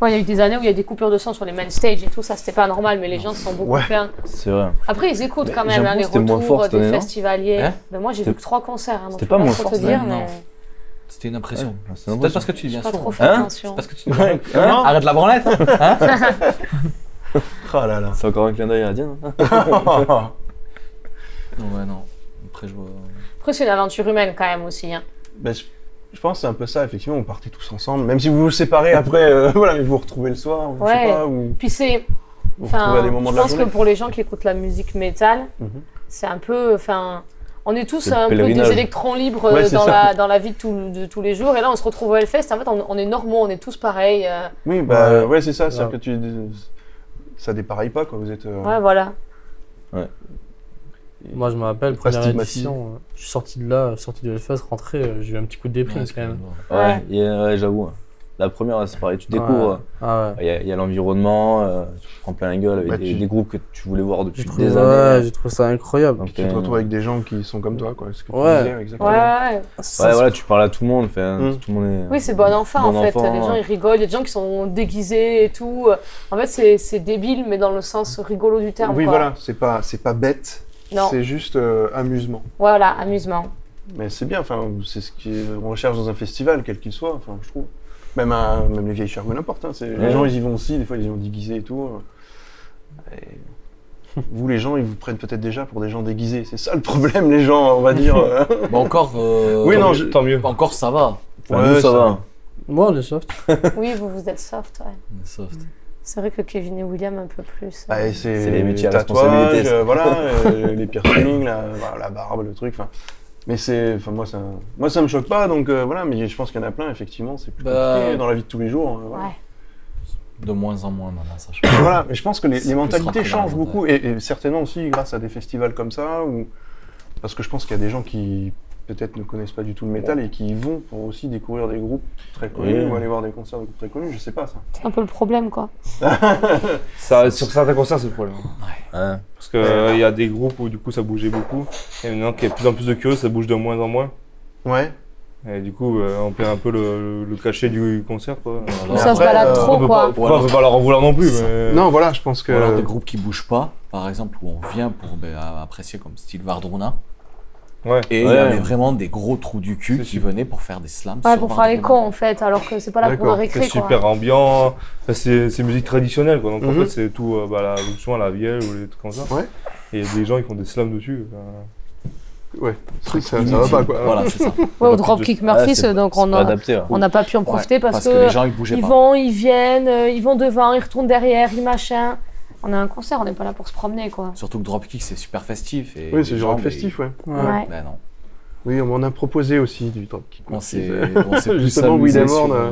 E: Ouais, il y a eu des années où il y a des coupures de son sur les main stage et tout, ça c'était pas normal, mais les gens se sont beaucoup
B: Ouais.
E: pleins.
G: C'est vrai.
E: Après, ils écoutent
G: Mais
E: quand
G: j'ai
E: même hein, les
G: l'impression que
E: retours
G: c'était moins fort cette
E: des
G: année, non
E: festivaliers.
D: Hein
E: Ben, moi j'ai
G: C'était-
E: vu que trois concerts. hein, donc
G: c'était
E: je
G: pas
E: peux
G: moins
E: trop
G: fort
E: te
G: cette
E: dire,
D: année, non.
E: mais
D: C'était une impression.
G: Ouais, c'est
D: C'est peut-être parce que tu
E: j'ai
D: deviens
E: pas trop
D: sourd.
E: fait
G: Hein
E: attention.
D: C'est parce que tu deviens sourd. Arrête la branlette hein.
G: Ah là là. C'est encore un clin d'œil à Diane. hein.
D: Non, ouais, non. Après, je vois.
E: Après, c'est une aventure humaine quand même aussi. hein.
B: Ben, je, je pense que c'est un peu ça, effectivement, on partait tous ensemble, même si vous vous séparez après, euh, voilà, mais vous vous retrouvez le soir, ou je sais
E: Ouais.
B: pas, ou
E: Puis c'est.
B: vous vous retrouvez à
E: Enfin,
B: des moments
E: je
B: de la
E: pense que
B: journée.
E: pour les gens qui écoutent la musique métal,
B: Mhm.
E: c'est un peu. Enfin, on est tous
G: C'est le
E: un peu des
G: pèlerinage.
E: électrons libres euh,
B: Ouais, c'est
E: dans,
B: ça.
E: la, dans la vie de, tout- de tous les jours. Et là, on se retrouve au Hellfest. En fait, on, on est normaux, on est tous pareils. euh,
B: Oui, bah
G: Ouais.
B: ouais, c'est ça, c'est-à-dire que tu. Ça dépareille pas, quoi, vous êtes. euh,
E: Ouais, voilà.
F: Moi, je me rappelle,
B: Pas
F: première
B: stigmatisé.
F: édition, euh, je suis sorti de là, sorti de l'Elfast, rentré, euh, j'ai eu un petit coup de déprime quand même.
E: Ouais.
G: Ouais, il y a- ouais, j'avoue. La première, c'est pareil. Tu
F: Ouais.
G: découvres. euh,
F: Ah ouais.
G: Il y a, il y a l'environnement, euh, tu te prends plein la gueule avec
B: Bah,
G: des,
B: tu-
G: des groupes que tu voulais voir depuis
F: J'ai trouvé,
G: des
F: ouais,
G: années.
F: j'ai trouvé ça incroyable.
G: Donc,
B: Puis tu
G: euh,
B: te retrouves avec des gens qui sont comme toi, quoi. ce que tu
F: Ouais.
B: disais,
E: Ouais,
B: exactement.
E: ouais, ouais.
G: Ouais, voilà, tu parles à tout le monde. fait, hein,
B: Mm.
G: tout le monde est-
E: Oui, c'est bon enfant
G: bon
E: en fait.
G: enfant,
E: les gens
G: ouais.
E: ils rigolent, il y a des gens qui sont déguisés et tout. En fait, c'est- c'est débile, mais dans le sens rigolo du terme.
B: Oui,
E: quoi.
B: voilà, c'est pas, c'est pas bête,
E: Non,
B: c'est juste euh, amusement.
E: voilà, amusement.
B: Mais c'est bien, enfin, c'est ce qu'on recherche dans un festival, quel qu'il soit, enfin, je trouve. Même, un- même les vieilles chairs ou n'importe. hein, c'est- Les
G: Ouais.
B: gens, ils y vont aussi, des fois, ils y vont déguisés et tout. euh. Et vous, les gens, ils vous prennent peut-être déjà pour des gens déguisés. C'est ça le problème, les gens, on va dire. euh.
D: Bah, encore. euh,
B: Oui,
D: tant
B: non,
D: mieux.
B: je-
C: Tant mieux.
D: Encore, ça va.
G: Enfin,
B: Ouais,
G: nous, ça
B: ça
G: va.
F: Moi, le soft.
E: Oui, vous vous êtes soft, ouais.
D: Mais Soft.
E: C'est vrai que Kevin et William un peu plus. euh,
B: Ah, et
G: C'est les métiers à
B: tatouages,
G: responsabilité, ça.
B: euh, voilà, euh, les piercings, la, voilà, la barbe, le truc. enfin. Mais c'est, enfin moi ça, moi ça me choque pas, donc euh, voilà. Mais je pense qu'il y en a plein, effectivement, c'est plus
D: Bah,
B: compliqué dans la vie de tous les jours. euh, voilà.
E: Ouais.
D: De moins en moins maintenant, ça change.
B: voilà, mais je pense que les,
D: C'est
B: les
D: plus
B: mentalités
D: raccord,
B: changent
D: ouais.
B: beaucoup, et, et certainement aussi grâce à des festivals comme ça, ou parce que je pense qu'il y a des gens qui peut-être ne connaissent pas du tout le métal et qui y vont pour aussi découvrir des groupes très connus
G: Oui.
B: ou aller voir des concerts de groupes très connus, je sais pas ça.
E: C'est un peu le problème, quoi.
C: Ça, sur certains concerts, c'est le problème.
G: Hein.
C: Parce qu'il y a des groupes où du coup ça bougeait beaucoup. Et maintenant qu'il y a de plus en plus de curieux, ça bouge de moins en moins.
B: Ouais.
C: Et du coup, euh, on perd un peu le, le cachet du concert. Quoi.
D: Ou
E: ça se
B: après,
E: balade
B: euh,
E: trop,
C: on peut
E: quoi.
C: pas, on peut pas- on peut pas leur en vouloir non plus. Mais...
B: Non, Euh, voilà, je pense que.
D: alors des groupes qui bougent pas, par exemple, où on vient pour ben, à- apprécier comme style Vardruna.
C: Ouais.
D: Et il y
G: Ouais.
D: avait vraiment des gros trous du cul
C: C'est
D: qui
C: sûr.
D: venaient pour faire des slams.
E: Ouais,
D: sur
E: pour faire les
D: Vardruna.
E: cons, en fait, alors que c'est pas là pour le
B: D'accord,
E: récré,
C: C'est
E: quoi.
C: super ambiant, Enfin, c'est c'est musique traditionnelle quoi. Donc en
B: Mhm.
C: fait, c'est tout, euh, bah, la, souvent la vielle ou les trucs comme ça.
B: Ouais.
C: Et il y a des gens qui font des slams dessus. euh,
B: Ouais, ça, ça
D: Inutile.
B: va pas quoi.
D: Voilà, c'est ça.
E: Ouais,
C: Ah,
E: au
C: bah,
E: Dropkick
G: Ah,
E: Murphy,
G: c'est
E: c'est-
G: pas-
E: donc
G: c'est
E: on
G: pas
E: a-
G: adapté. ouais.
E: on n'a pas pu en profiter
D: Ouais,
E: parce,
D: que... les gens ils bougeaient
E: ils
D: pas.
E: vont, ils viennent, euh, ils vont devant, ils retournent derrière, ils machin. On a un concert, on n'est pas là pour se promener, quoi.
D: Surtout que Dropkick c'est super festif. Et
B: Oui, c'est
D: les
B: genre
D: gens,
B: festif, ouais.
E: Ouais.
D: ben, Ben non.
B: Oui, on en a proposé aussi du dropkick.
D: On s'est
B: Le
D: on s'est plus
B: Justement,
D: amusé
B: Will
D: sur,
B: Horn,
D: euh,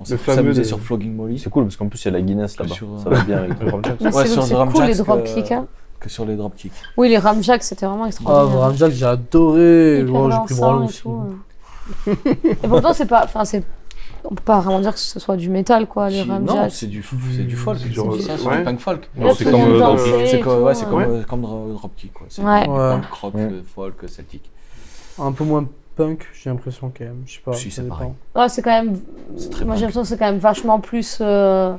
D: on s'est
B: le
D: plus
B: fameux
D: amusé
B: des-
D: sur Flogging Molly
G: C'est cool parce qu'en plus, il y a la Guinness là-bas.
D: Sur, euh,
G: Ça va bien avec
C: le Ramjack.
E: Mais
D: Ouais,
E: c'est
D: sur
E: c'est
D: le
E: cool, les
D: Ramjack,
E: Dropkick, hein.
D: que sur les Dropkick.
E: Oui, les Ramjack, c'était vraiment
F: Ah,
E: extraordinaire.
F: oh, Ramjack, j'ai adoré.
E: Hyper
F: Bon, j'ai pris
E: dansant
F: Bravo
E: et
F: aussi.
E: tout. et pourtant, c'est pas. Enfin, c'est. On peut pas vraiment dire que ce soit du métal, quoi, les
D: Si- Non,
E: Ramjack.
D: c'est du, c'est du folk, c'est
B: genre,
D: du- ça, c'est
B: ouais.
D: du punk folk.
C: Non, c'est
E: tu viens
C: comme,
E: de
C: euh,
E: danser
C: dans-
D: C'est
E: et
D: comme,
E: tout,
D: ouais, c'est
E: hein.
D: comme, euh, comme Dro- Dropkick, quoi. C'est
E: Ouais.
D: du
F: Ouais.
D: punk rock,
G: Ouais.
D: euh, folk, celtique.
F: Un peu moins punk, j'ai l'impression quand même. Je sais pas.
D: Si,
F: ça
D: c'est
F: dépend.
D: pareil.
E: Ouais, c'est quand même.
D: C'est très
E: Moi, j'ai
D: punk.
E: l'impression que c'est quand même vachement plus euh,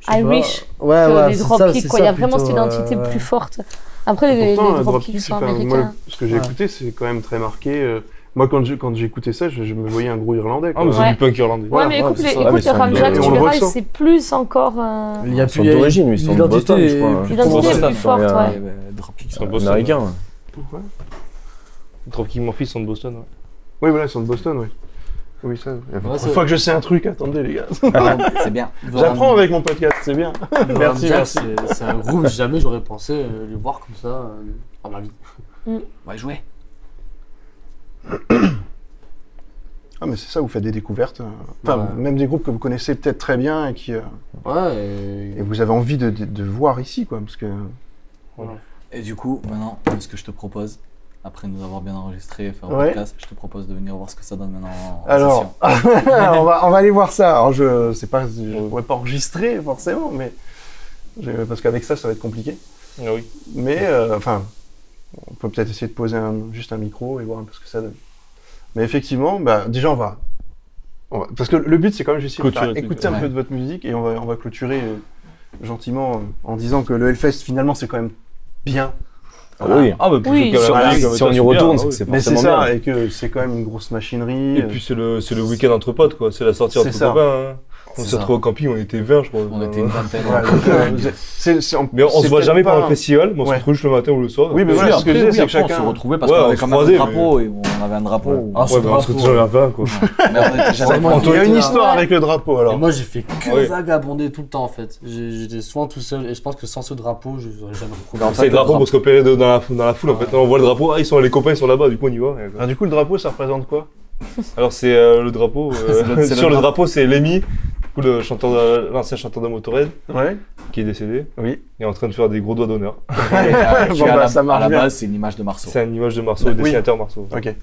F: Je sais
E: Irish
F: pas. Ouais,
E: que
F: Ah ouais.
E: les
F: c'est ça,
E: Dropkick,
F: c'est
E: quoi. Il y a
F: ça,
E: vraiment cette
F: plutôt, euh,
E: identité
F: ouais,
E: plus
F: ouais.
E: forte. Après, les,
B: Pourtant, euh,
E: les
B: un
E: Dropkick sont
B: enfin, moi,
E: américains.
B: le- ce que j'ai
F: Ouais.
B: écouté, c'est quand même très marqué. euh, moi, quand je- quand j'écoutais ça, je, je me voyais un gros Irlandais.
C: Ah,
B: quoi.
C: mais c'est
E: Ouais.
C: du punk irlandais.
E: ouais,
B: voilà,
E: mais écoute,
G: ouais,
E: les,
G: c'est ça.
E: écoute
G: Ah, mais
E: les
G: c'est un-
E: Ramjack,
B: on
E: tu
B: le
E: verras,
B: ressent.
E: c'est plus encore. euh,
F: Il y a
G: Ils sont
F: plus-
G: d'origine, ils sont de
F: l'identité
G: Boston, je
F: est
G: crois, hein.
F: plus
E: L'identité est
F: profonde.
E: plus forte,
G: ouais.
E: ouais.
D: Ouais, ben, Dropkick, ça
C: Sur
D: va.
C: Boston, hein.
G: Américain. ouais.
B: Ouais.
C: ouais. Dropkick Murphy ils sont de Boston. hein. Ouais.
B: Oui, voilà, ils sont de Boston, oui. Oui, ça. la
D: Ouais,
F: Ah,
B: première
D: c'est-
B: fois que je sais un truc, attendez, les gars.
D: C'est bien.
B: J'apprends avec mon podcast, c'est bien. Merci,
F: Ramjack,
B: merci.
F: c'est- C'est un groupe, jamais j'aurais pensé euh, le voir comme ça euh, dans ma vie.
D: On va jouer.
B: Ah, mais c'est ça, vous faites des découvertes. euh, Enfin,
F: Ouais.
B: même des groupes que vous connaissez peut-être très bien et qui. euh,
F: Ouais,
B: et
F: et-
B: vous avez envie de, de- de voir ici, quoi. Parce que.
D: Et du coup, maintenant, ce que je te propose, après nous avoir bien enregistré et faire un
B: Ouais.
D: podcast, je te propose de venir voir ce que ça donne maintenant en session.
B: Alors, on, va, on va aller voir ça. Alors, je sais pas, je ne pourrais pas enregistrer forcément, mais. je- Parce qu'avec ça, ça va être compliqué.
C: Ah oui.
B: Mais, euh, enfin, on peut peut-être essayer de poser un- juste un micro et voir un peu ce que ça donne. Mais effectivement, bah, déjà, on va. on va- parce que le but, c'est quand même juste de
C: Clôturer
B: faire
C: le truc,
B: écouter un
D: ouais.
B: peu de votre musique et on va, on va clôturer euh, gentiment euh, en disant que le Hellfest, finalement, c'est quand même bien.
G: Ah oui.
C: Ah, bah,
E: Oui.
C: plutôt qu'à
G: Si
C: la
G: on-
C: Belgique,
G: si on y
C: c'est
G: retourne,
C: bien,
G: c'est
C: ah
G: que c'est
C: oui.
B: Mais c'est
G: forcément
B: ça,
G: bien.
B: et que c'est quand même une grosse machinerie.
C: Et
B: euh,
C: puis c'est le, c'est le week-end entre potes, quoi. C'est la sortie entre
B: C'est ça.
C: copains. hein. On
D: C'est
C: s'est
D: ça.
C: retrouvés au camping, on était 20, je crois.
D: On était une vingtaine.
B: voilà, donc, euh, vous êtes- c'est- c'est-
C: Mais on se
B: c'est
C: voit jamais
B: peut-être
C: pendant le
B: pas-
C: festival, mais on
B: Ouais.
C: se retrouve juste le matin ou le soir.
B: Oui, mais
D: Oui,
B: voilà, ce que
D: après,
B: je
D: oui,
B: dis, c'est que
D: après, on se
B: chacun.
D: retrouvait parce
C: Ouais,
D: qu'on
C: on
D: avait
C: se
D: quand même un
C: croisait,
D: drapeau et on avait un drapeau.
B: Oh.
D: Ah,
F: Ah,
C: Ouais,
F: ce
C: mais on se
F: drapeau.
C: retrouve jamais à 20, quoi.
D: Mais on était
F: Ouais,
D: jamais
F: moi,
B: Il y a une
F: Ouais.
B: histoire avec le drapeau,
F: Et
B: alors.
F: moi j'ai fait que
C: Ouais.
F: vagabonder tout le temps en fait. J'ai- J'étais souvent tout seul et je pense que sans ce drapeau, je n'aurais jamais retrouvé.
C: C'est le drapeau pour se repérer de- dans la, fou- dans la foule, en fait. On voit le drapeau, ah, ils sont, les copains, ils sont là-bas, du coup, on y va. Et voilà.
B: Alors, Ah, du coup, le drapeau, ça représente quoi
C: Alors, c'est euh, le drapeau. euh,
D: C'est le- c'est le
C: sur le
D: drapeau.
C: drapeau, c'est Lémi, du coup, le chanteur de- l'ancien chanteur de Motorhead,
B: Ouais.
C: qui est décédé.
B: Oui.
C: Il est en train de faire des gros doigts d'honneur.
D: à,
B: Bon, bah,
D: la,
B: ça marche
D: à la
B: bien.
D: base, c'est une image de Marceau.
C: C'est une image de Marceau, le
B: Oui.
C: dessinateur Marceau.
B: Ok.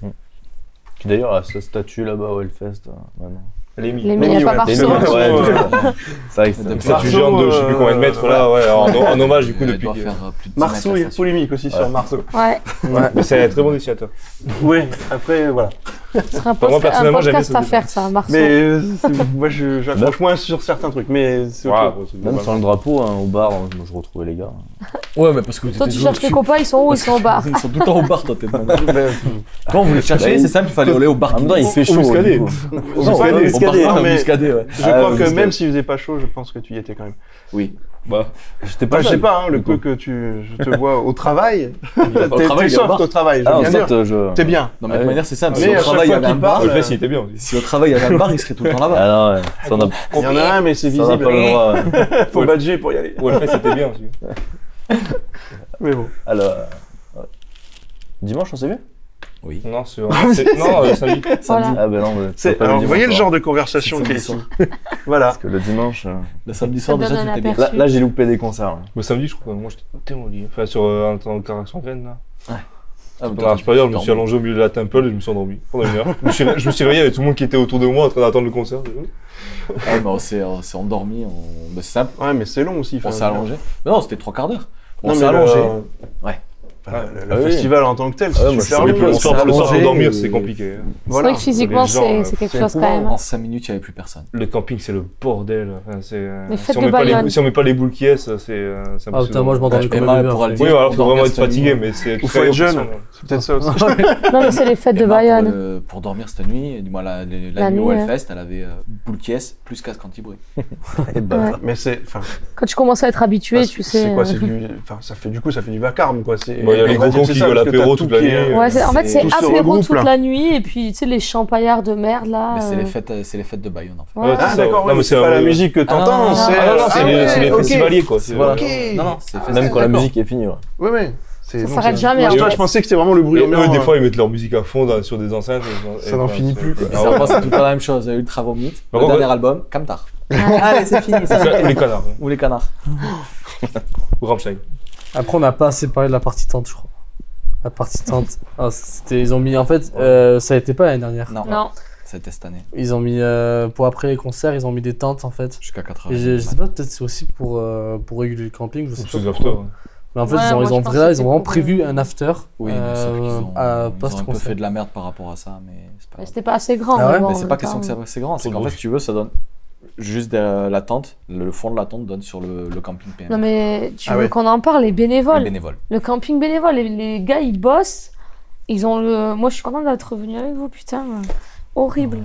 G: Qui d'ailleurs a sa statue là-bas au Hellfest euh, maintenant.
C: Lémi.
E: Les mais il n'y a
B: Lémi,
E: pas
B: ouais.
G: Les
E: Marceau.
G: noms, ouais, ouais. C'est vrai que
D: Depuis
G: c'est-
C: Ça,
B: Marceau,
C: tu géante de je sais plus combien de mètres, là, ouais, en, en hommage, du coup,
D: Euh, elle
C: depuis.
D: doit faire euh, plus de 10
B: Marceau,
D: mètres,
B: il y
D: la
B: a
D: station.
B: polémique aussi sur Marceau.
E: Ouais,
C: Mais c'est un très bon dessinateur.
B: Ouais, après, voilà.
E: ce serait un,
C: Moi,
E: post- un
C: personnellement, j'aime
E: podcast
C: bien
E: à
C: ce
E: faire, ça, Marceau.
B: Mais euh, c'est- moi, je- j'accroche moins sur certains trucs, mais c'est ok.
C: Ouais, bon, c'est
G: Même
C: normal.
G: sans le drapeau, hein, au bar, moi, je retrouvais les gars.
D: Ouais, mais parce que
E: Toi, tu cherches tes copains, ils sont où Ils sont au bar.
D: Ils sont tout le temps au bar, toi, t'es dedans.
B: Ben,
D: Quand vous les cherchez,
G: Bah,
D: c'est simple, il fallait aller au bar.
G: En même temps, il fait
C: Au
G: chaud.
C: Muscadet.
G: du coup.
B: on peut pas
D: Au bar-
B: aller escalader,
D: au bar-
B: non, mais
D: Muscadet, ouais.
B: je
G: Ah,
B: crois
G: ouais,
B: que
G: muscadet.
B: même s'il faisait pas chaud, je pense que tu y étais quand même.
D: Oui.
G: Bah, j'étais
B: Enfin,
G: pas
B: je sais
G: jeune.
B: pas, hein, le peu que tu, je te vois au travail, t'es
D: Au travail,
B: t'es
D: il y a un
B: soft
D: bar.
B: au travail, je
G: Ah,
B: veux
G: en
B: bien dire.
G: sorte, je.
B: T'es bien.
D: Non, mais de
G: Ouais.
D: manière, c'est simple.
B: Mais
D: Si
B: à
D: au
B: chaque
D: travail, il y
B: fois
D: avait
B: qu'il
D: un bar.
B: parle,
C: Le fait, il était bien aussi.
D: Si au travail, il y avait un bar, il serait tout le temps là-bas.
G: Ah non, ouais. Ça, on a-
B: Il y en a un, mais c'est
G: ça, on a
B: visible.
G: pas le droit. ouais.
B: Faut badger pour y aller.
C: Ouais, le fait, c'était bien aussi.
B: Mais bon.
G: Alors. euh, ouais. Dimanche, on s'est vu
C: Non, c'est c'est- Non, euh, samedi.
E: Voilà.
G: Ah, ben non, mais
B: C'est-
G: pas le
B: alors, vous
G: dimanche,
B: voyez le
G: alors.
B: genre de conversation qui est ici. Voilà.
G: Parce que le dimanche. euh,
D: Le samedi
E: Ça
D: soir,
E: donne
D: déjà,
E: un
D: tu étais bien.
G: Là,
E: aperçu.
G: là, j'ai loupé des concerts. là.
C: Le samedi, je crois que moi, j'étais tellement lié. Enfin, sur euh, un temps de caractère en graine, là.
D: Ah, mais
C: Pendant la
D: toi,
C: supérieure, je me
D: t'es
C: suis
D: endormi.
C: allongé au milieu de la temple et je me suis endormi pendant une heure. je, me suis, je me suis réveillé avec tout le monde qui était autour de moi en train d'attendre le concert.
D: Ouais, mais on s'est on s'est endormi, on... mais c'est simple,
B: Ouais, mais c'est long aussi.
D: on
B: enfin,
D: s'est allongé. Mais non, c'était trois quarts d'heure. On
B: Non,
D: s'est
B: mais le-
D: allongé.
B: Ouais.
D: Ouais.
B: Enfin, le le
G: Ah oui.
B: festival en tant que tel, c'est
G: Ouais, moi, je
B: super
G: savais
B: long.
C: le
G: on s'est
C: soir, le soir,
G: allongé
C: dormir,
G: et-
C: c'est compliqué.
E: C'est vrai
B: Voilà.
E: que physiquement,
C: les gens,
E: c'est
C: euh,
E: c'est quelque
B: c'est
E: chose quand
B: éprouvant.
E: même.
D: En cinq minutes, il n'y avait plus personne.
C: Le camping, c'est le bordel. Enfin, c'est, euh,
E: Les fêtes
C: si, on
E: de
C: met pas les,
E: Bayonne.
C: si on met pas les boules qui est, ça, c'est euh, c'est
F: Ah putain,
C: impressionnant.
F: moi je m'entendais
D: Ouais,
F: comme
D: mais
F: un
D: mal pour aller-
C: Oui, alors
D: Pour
C: faut vraiment être
D: dormir, c'est
C: fatigué, mais c'est.
B: Ou faut être jeune.
C: impressionnant.
B: C'est peut-être ça aussi.
E: hein. Non, mais c'est les fêtes de
D: Emma, pour
E: Bayonne.
D: le- Pour dormir cette nuit, du moins la, la,
E: La
D: nuit au
E: nuit,
D: Hellfest, elle avait euh, boule qui est, plus casque anti-bruit.
G: Eh ben,
E: Ouais.
B: Mais c'est, enfin,
E: Quand tu commences à être habitué,
B: parce
E: tu
B: que
E: sais.
B: c'est quoi,
E: euh,
B: c'est du, enfin, ça fait du coup, ça fait du vacarme, quoi. C'est.
C: Bon, il y a les
B: on va
C: gros
B: dire
C: cons
B: que
C: qui
B: c'est ça,
C: veulent
B: parce que
C: apéro
B: t'as
C: toute
B: tout qui
C: l'année,
B: est-
C: euh,
E: Ouais, c'est- en fait,
D: c'est-
E: c'est
B: tout se
E: apéro
B: regroupe,
E: toute
B: là.
E: la nuit et puis tu sais, les champagnerds de merde là.
D: Mais c'est les
E: euh,
D: fêtes, euh, c'est les fêtes de Bayonne en fait.
E: ouais.
C: Ouais,
B: Ah
C: C'est ça,
B: d'accord,
C: ouais.
B: oui,
C: Non, mais
B: c'est
C: c'est
B: pas
C: un-
B: la musique que
D: non,
B: t'entends,
D: non,
B: c'est.
D: non, non, non,
B: ah
C: C'est les,
B: ouais,
C: c'est les
B: ok.
C: festivaliers, quoi. c'est-
G: voilà.
B: Ok.
D: Non,
C: euh,
D: non, c'est les fêtes
G: Même quand la
D: d'accord.
G: musique est finie, ouais.
B: euh, Ouais, ouais. C'est-
E: Ça
B: non,
E: s'arrête
B: c'est-
E: jamais, hein.
B: Moi,
E: en
B: je- toi,
E: fait.
B: je pensais que c'était vraiment le
C: Et
B: bruit
C: eux,
B: ambiant.
C: des
B: hein.
C: fois, ils mettent leur musique à fond dans- sur des enceintes. et-
B: Ça
C: et-
B: n'en
C: enfin,
B: finit
C: c'est-
B: plus, quoi.
C: Ah ouais.
D: Bizarrement, c'est tout le temps la même chose. Ultra Vomit,
C: Par
D: le
C: contre,
D: dernier album, Camtar. Allez, c'est fini. ça, c'est
C: Ou les
D: fini.
C: canards, hein.
D: Ou les canards.
C: ou Rammstein.
F: Après, on n'a pas assez parlé de la partie tente, je crois. La partie tente. Ah, c'était, ils ont mis, en fait, euh, ça n'était pas l'année dernière.
D: Non,
E: Non,
D: c'était cette année,
F: Ils ont mis, euh, pour après les concerts, ils ont mis des tentes, en fait.
D: jusqu'à 4
F: Et
D: h
F: je, je sais pas, peut-être c'est aussi pour, euh, pour réguler le camping, je sais
C: Ou
F: pas.
C: sous
F: pourquoi.
C: after.
F: Mais en fait,
E: Ouais,
F: ils ont,
E: moi,
F: ils
E: je
F: ont,
E: pense
F: vra-
E: que
F: ils ont
E: c'était
F: vraiment
E: pour,
F: prévu
E: euh,
F: un after
D: Oui, mais sauf
F: euh,
D: qu'ils ont,
F: à
D: ils ont un peu
F: post-concert.
D: fait de la merde par rapport à ça, mais c'est
E: mais
D: pas grave.
E: c'était pas assez grand.
F: Ah ouais
E: bon, en
D: Mais c'est
E: même
D: pas question
E: temps.
D: que ça c'est grand, c'est
C: Trop
D: qu'en
C: de
D: fait, si tu veux, ça donne juste euh, la tente, le fond de la tente donne sur le, le camping PM.
E: Non, mais tu
B: Ah
E: veux
B: ouais.
E: qu'on en parle, les bénévoles.
D: Les bénévoles.
E: Le camping bénévole, les, les gars ils bossent. Ils ont le. Moi je suis contente d'être venue avec vous, putain. euh, Horrible.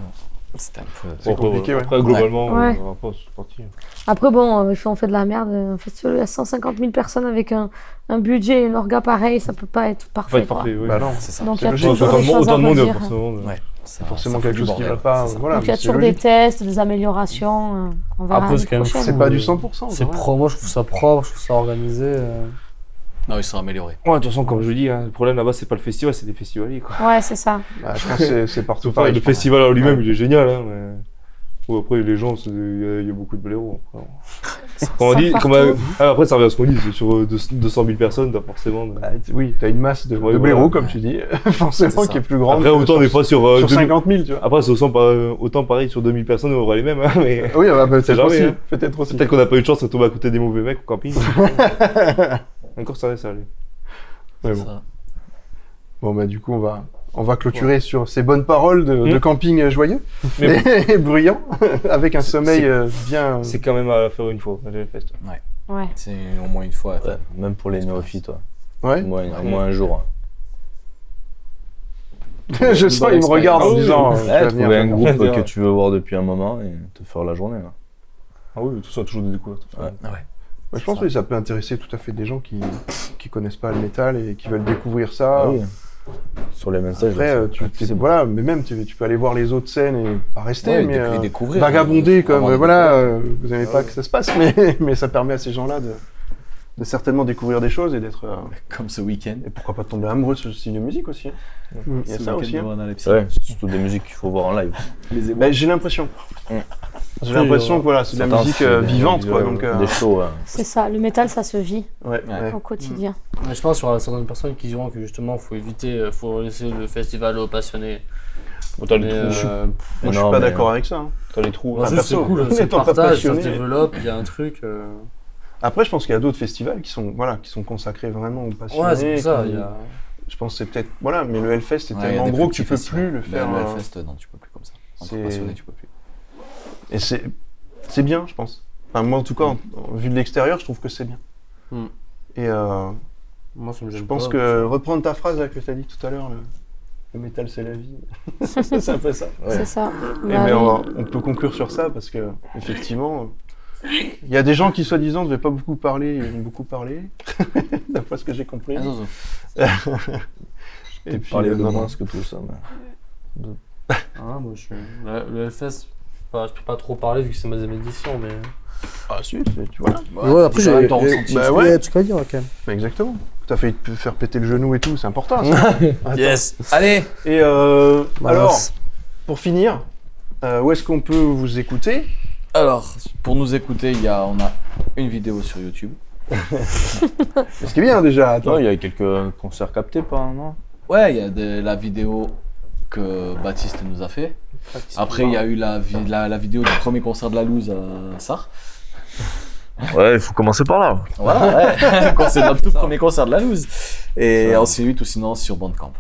D: C'était un peu.
B: C'est
C: Après,
B: compliqué, ouais.
C: Après, globalement,
E: Ouais.
C: euh, après, c'est parti.
E: Après, bon, euh, on fait de la merde. Un festival à 150 000 personnes avec un, un budget et une orga pareil, ça peut pas être
C: Faut
E: parfait.
C: être
E: quoi.
C: parfait, oui.
B: Bah non.
D: C'est ça.
E: Donc il y
B: C'est
E: a
B: logique,
E: toujours
C: Autant
E: des
C: de monde-
E: choses à
C: autant de monde,
E: redire.
C: forcément. mais-
D: C'est
B: Forcément quelque chose qui va pas. Voilà.
E: Donc il y a
B: c'est
E: toujours des
B: logique.
E: tests, des améliorations. euh, On verra
F: Après, c'est quand
E: l'année
F: même
E: prochaine.
D: hein.
B: C'est pas du 100%.
F: C'est
B: vrai.
F: pro, moi je trouve ça propre, je trouve ça organisé. euh.
D: Non, ils sont améliorés.
C: Ouais, de toute façon, comme je dis, hein, le problème là-bas, c'est pas le festival, c'est des festivaliers. Quoi.
E: Ouais, c'est ça.
B: Bah, je pense que c'est- c'est partout pareil.
C: Pareil,
B: je
C: le
B: pense.
C: festival en lui-même, il est génial. Hein, mais... Bon, après, les gens, c'est- il y, a- il y a beaucoup de blaireaux. après. Comme on
E: Ça
C: dit,
E: partout.
C: comme on- Ah, après, ça revient à ce qu'on dit, c'est sur euh, 200 000 personnes, t'as forcément. de-
B: Bah, t- oui, t'as une masse de,
C: Ouais,
B: de
C: voilà.
B: blaireaux, comme tu dis, forcément,
D: C'est ça.
B: qui est plus grande.
C: Après,
B: que
C: autant
B: sur-
C: des fois sur. euh,
B: sur
C: 2000
B: 50 000, tu vois.
C: Après, c'est autant, par- autant pareil, sur 2000 personnes, on aura les mêmes. hein, mais...
B: Oui,
E: ah
B: bah,
C: C'est
B: peut-être
C: jamais,
B: aussi.
C: hein.
B: Peut-être aussi.
C: Peut-être qu'on n'a pas eu de chance de tomber à côté des mauvais mecs au camping. Encore ça, ça allait. Mais
D: C'est
C: bon.
D: ça.
B: Bon, bah, du coup, on va, on va clôturer sur ces bonnes paroles de, de
C: Hmm.
B: camping euh, joyeux
C: Mais
B: et bruyant, avec un sommeil
C: c'est-
B: euh, bien.
C: C'est quand même à faire une fois, le fest.
E: Ouais.
D: C'est au moins une fois. à
G: Ouais,
D: faire.
G: même pour les néophytes, ouais.
B: Ouais.
G: au moins, au moins un jour. hein.
B: je sens,
G: bonne
B: il me regarde en
C: expérience.
B: disant. euh,
G: Ouais,
B: tu vas venir,
G: trouver un
B: tu vas
G: groupe
C: venir.
G: que tu veux voir depuis un moment et te faire la journée. là.
C: Ah oui, tout ça, toujours des découvertes.
G: Ouais.
B: Bah, je pense que ça peut intéresser tout à fait des gens qui qui connaissent pas le métal et qui veulent découvrir ça.
G: Ah oui. Sur les messages.
B: Après,
G: là,
B: euh, tu, t'es-
G: c'est bon.
B: voilà, mais même tu, tu peux aller voir les autres scènes et pas rester,
D: Ouais,
B: mais
D: déc-
B: euh,
D: les découvrir,
B: vagabonder
D: hein,
B: comme
D: avoir
B: euh,
D: des
B: voilà.
D: découvertes.
B: euh, vous n'aimez pas que ça se passe, mais, mais ça permet à ces gens-là de, de certainement découvrir des choses et d'être euh,
D: Comme ce week-end.
B: et pourquoi pas de tomber amoureux de ce style de musique aussi. hein. Il y a
D: Mm. Ce
B: ça
D: week-end
B: aussi. hein.
D: devant Anna Lepsy.
G: Ouais, c'est surtout des musiques qu'il faut voir en live.
D: Les émois.
B: Bah, j'ai l'impression.
G: Mm.
B: J'ai l'impression que voilà, c'est de la
G: Certains,
B: musique
G: c'est
B: euh,
G: des-
B: vivante quoi.
C: des-
B: Donc, euh,
G: Des shows. hein.
E: C'est ça. Le métal, ça se vit
B: ouais, ouais.
E: au quotidien.
F: Mais je pense qu'il y aura certaines personnes qui diront que justement, faut éviter, euh, faut laisser le festival aux passionnés.
C: Bon, t'as les
F: Mais,
C: trous.
F: euh,
B: Moi, je
G: Non,
B: suis pas
G: mais-
B: d'accord avec ça. hein.
C: T'as les trous.
F: moi,
B: enfin,
F: juste, c'est
B: perso,
F: cool, c'est le
B: n'étant pas
F: partage, ça se
B: passionné.
F: développe, il y a un truc. euh,
B: Après, je pense qu'il y a d'autres festivals qui sont voilà, qui sont consacrés vraiment aux passionnés.
F: Ouais, c'est pour ça.
B: qui-
F: il y a-
B: Je pense que c'est peut-être voilà, mais le Hellfest c'est
D: Ouais, il y a
B: tellement
D: des
B: gros que
D: petits
B: tu peux
D: festivals.
B: plus le
D: Là,
B: faire.
D: Le
B: euh,
D: Hellfest, non, tu peux plus comme ça. En tant
B: c'est-
D: que passionné, tu peux plus.
B: Et c'est, c'est bien, je pense. Enfin, moi, en tout cas, en- en- vu de l'extérieur, je trouve que c'est bien.
F: Mm.
B: Et euh,
F: Moi, ça me
B: je
F: gêne
B: pense
F: pas.
B: que reprendre ta phrase là, que tu as dit tout à l'heure, le, le métal, c'est la vie. c'est un peu ça.
E: C'est ça.
B: Et
E: Bah
B: Eh, mais
E: oui.
B: on, on peut conclure sur ça parce que, effectivement, euh, il y a des gens qui, soi-disant, ne devaient pas beaucoup parler, ils ont beaucoup parlé, d'après ce que j'ai compris.
D: Ah, Zozo.
B: Et puis,
G: Parler
B: euh,
G: de
B: non,
G: moins que tout ça. mais-
F: Ah, moi, je suis... Le, le LFS, bah, je peux pas trop parler vu que c'est mes éditions, mais.
B: Ah, si, mais tu vois.
D: Ouais, dis quand même ton ressenti.
B: Bah ouais,
F: tu peux dire, ok.
B: mais exactement. T'as failli te faire péter le genou et tout, c'est important. ça.
F: Yes!
D: Allez,
B: Et euh,
F: Bah, Mince.
B: alors, pour finir, euh, où est-ce qu'on peut vous écouter
D: alors, pour nous écouter, il y a, on a une vidéo sur YouTube.
B: Ce qui est bien déjà.
G: Non,
B: Attends.
G: il y a quelques concerts captés, pas, non
D: Ouais, il y a de- la vidéo que Baptiste nous a fait. Après, il y a eu la, vi- la, la vidéo du premier concert de la Loose euh, à Sarre.
G: Ouais, il faut commencer par là.
D: Voilà, ouais. concert, notre tout premier concert de la Loose. Et ensuite, ou sinon, sur Bandcamp.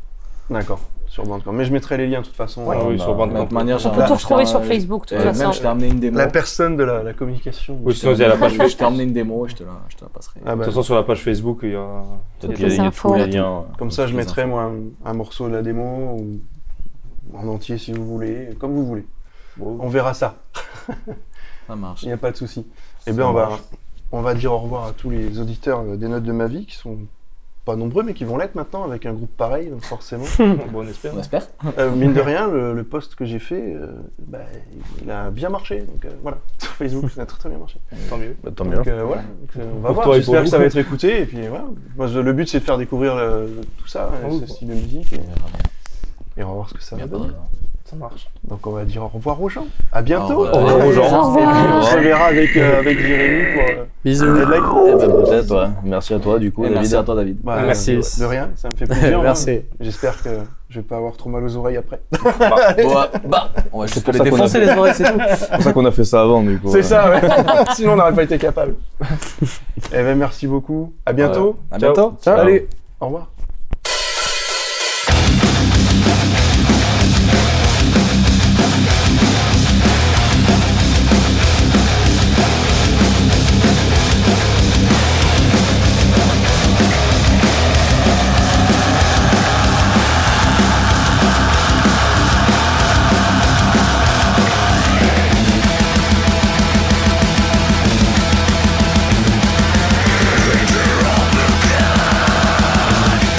B: D'accord, sur Bandcamp. Mais je mettrai les liens de toute façon.
C: Ah
B: Euh,
C: oui, sur
D: De
C: Bandcamp.
D: toute manière,
E: On peut tout retrouver sur Facebook, de toute
D: euh, Même,
E: façon.
D: je t'ai amené une démo.
B: La personne de la, la communication.
C: Oui,
D: Je
C: sinon, il y a la page
D: t'ai-
C: Facebook.
D: je t'ai amené une démo, je te la, je te la passerai.
B: Ah
C: De
B: bah,
C: toute façon, sur la page Facebook, il y a.
G: Peut-être
E: Toutes
G: qu'il y a-
E: les
G: il y a
E: infos.
G: tous les liens. ouais.
B: comme ça, je
D: Toutes les
B: mettrai moi un, un morceau de la démo ou en entier si vous voulez, comme vous voulez. On verra ça.
D: Ça marche.
B: Il n'y a pas de souci. Eh bien, on va, on va dire au revoir à tous les auditeurs euh, des Notes de ma vie qui sont pas nombreux, mais qui vont l'être maintenant avec un groupe pareil, donc forcément.
C: Bon, on espère.
D: On espère.
B: Euh, mine de rien, le, le post que j'ai fait, euh, bah, il a bien marché. Donc euh, voilà, sur Facebook, ça a très très bien marché. Tant mieux.
G: Bah, tant mieux.
B: Donc euh, voilà, Donc, euh, on va
C: Pour
B: voir.
C: toi et pour
B: J'espère que
C: nous.
B: ça va être écouté. Et puis voilà. Moi, je- le but, c'est de faire découvrir euh, tout ça, euh,
C: Ah oui,
B: ce
C: quoi.
B: style de musique. Et,
D: On verra bien.
B: et on va voir ce que ça
D: Il y
B: va
D: a pas de
B: donner.
D: raison.
C: Ça marche.
B: Donc on va dire au revoir aux gens. À bientôt.
D: Au revoir
G: aux gens.
E: Au revoir.
B: On se reverra avec, euh, avec Jérémy pour euh,
F: Bisous!
B: Dead Light.
G: Eh ben, Peut-être, ouais. Merci à toi, du coup,
D: Et
G: David.
D: merci à toi, David.
B: Bah,
F: Merci.
B: De, de rien, ça me fait plaisir. hein.
F: Merci.
B: J'espère que je vais pas avoir trop mal aux oreilles après.
D: Bah, bah, on va juste
G: pour
D: les
G: ça qu'on a
D: défoncer
G: fait.
D: les oreilles, c'est tout.
G: C'est pour ça qu'on a fait ça avant, du coup. ouais.
B: ça, ouais. Sinon, on n'aurait pas été capable. eh ben, merci beaucoup. À bientôt.
D: À bientôt.
B: Ciao.
G: Ciao.
B: Allez, au revoir.
I: Danger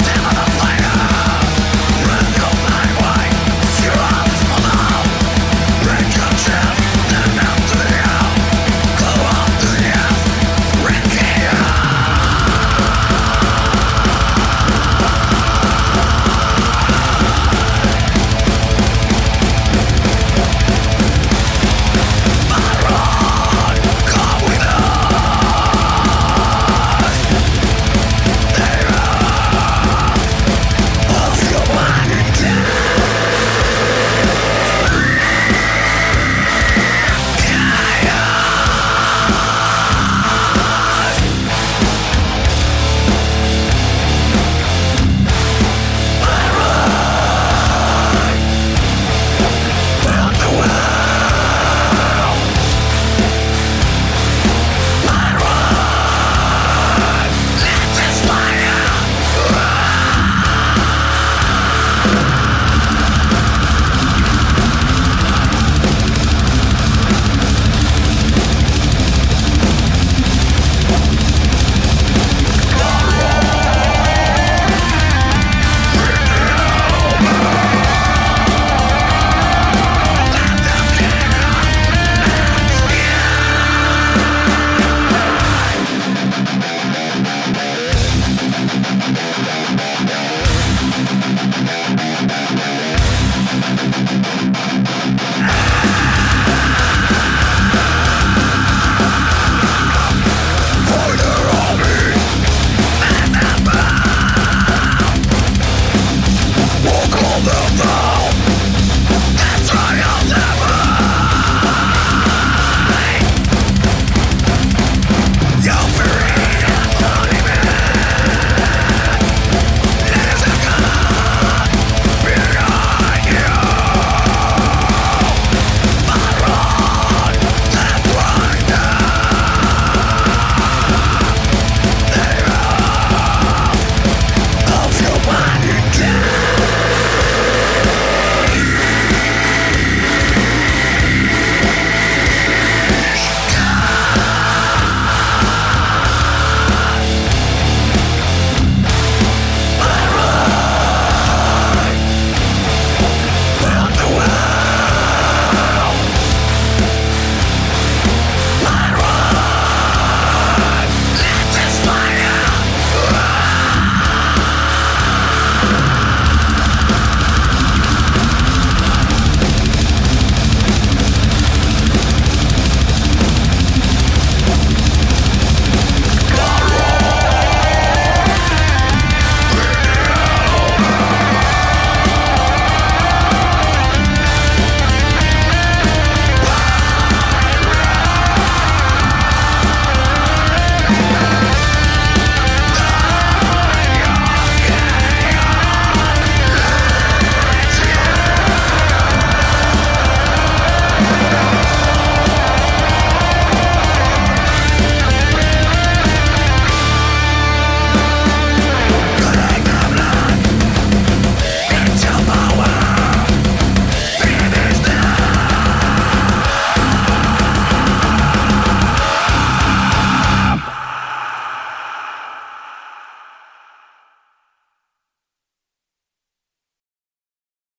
I: on the
A: Murder, murder.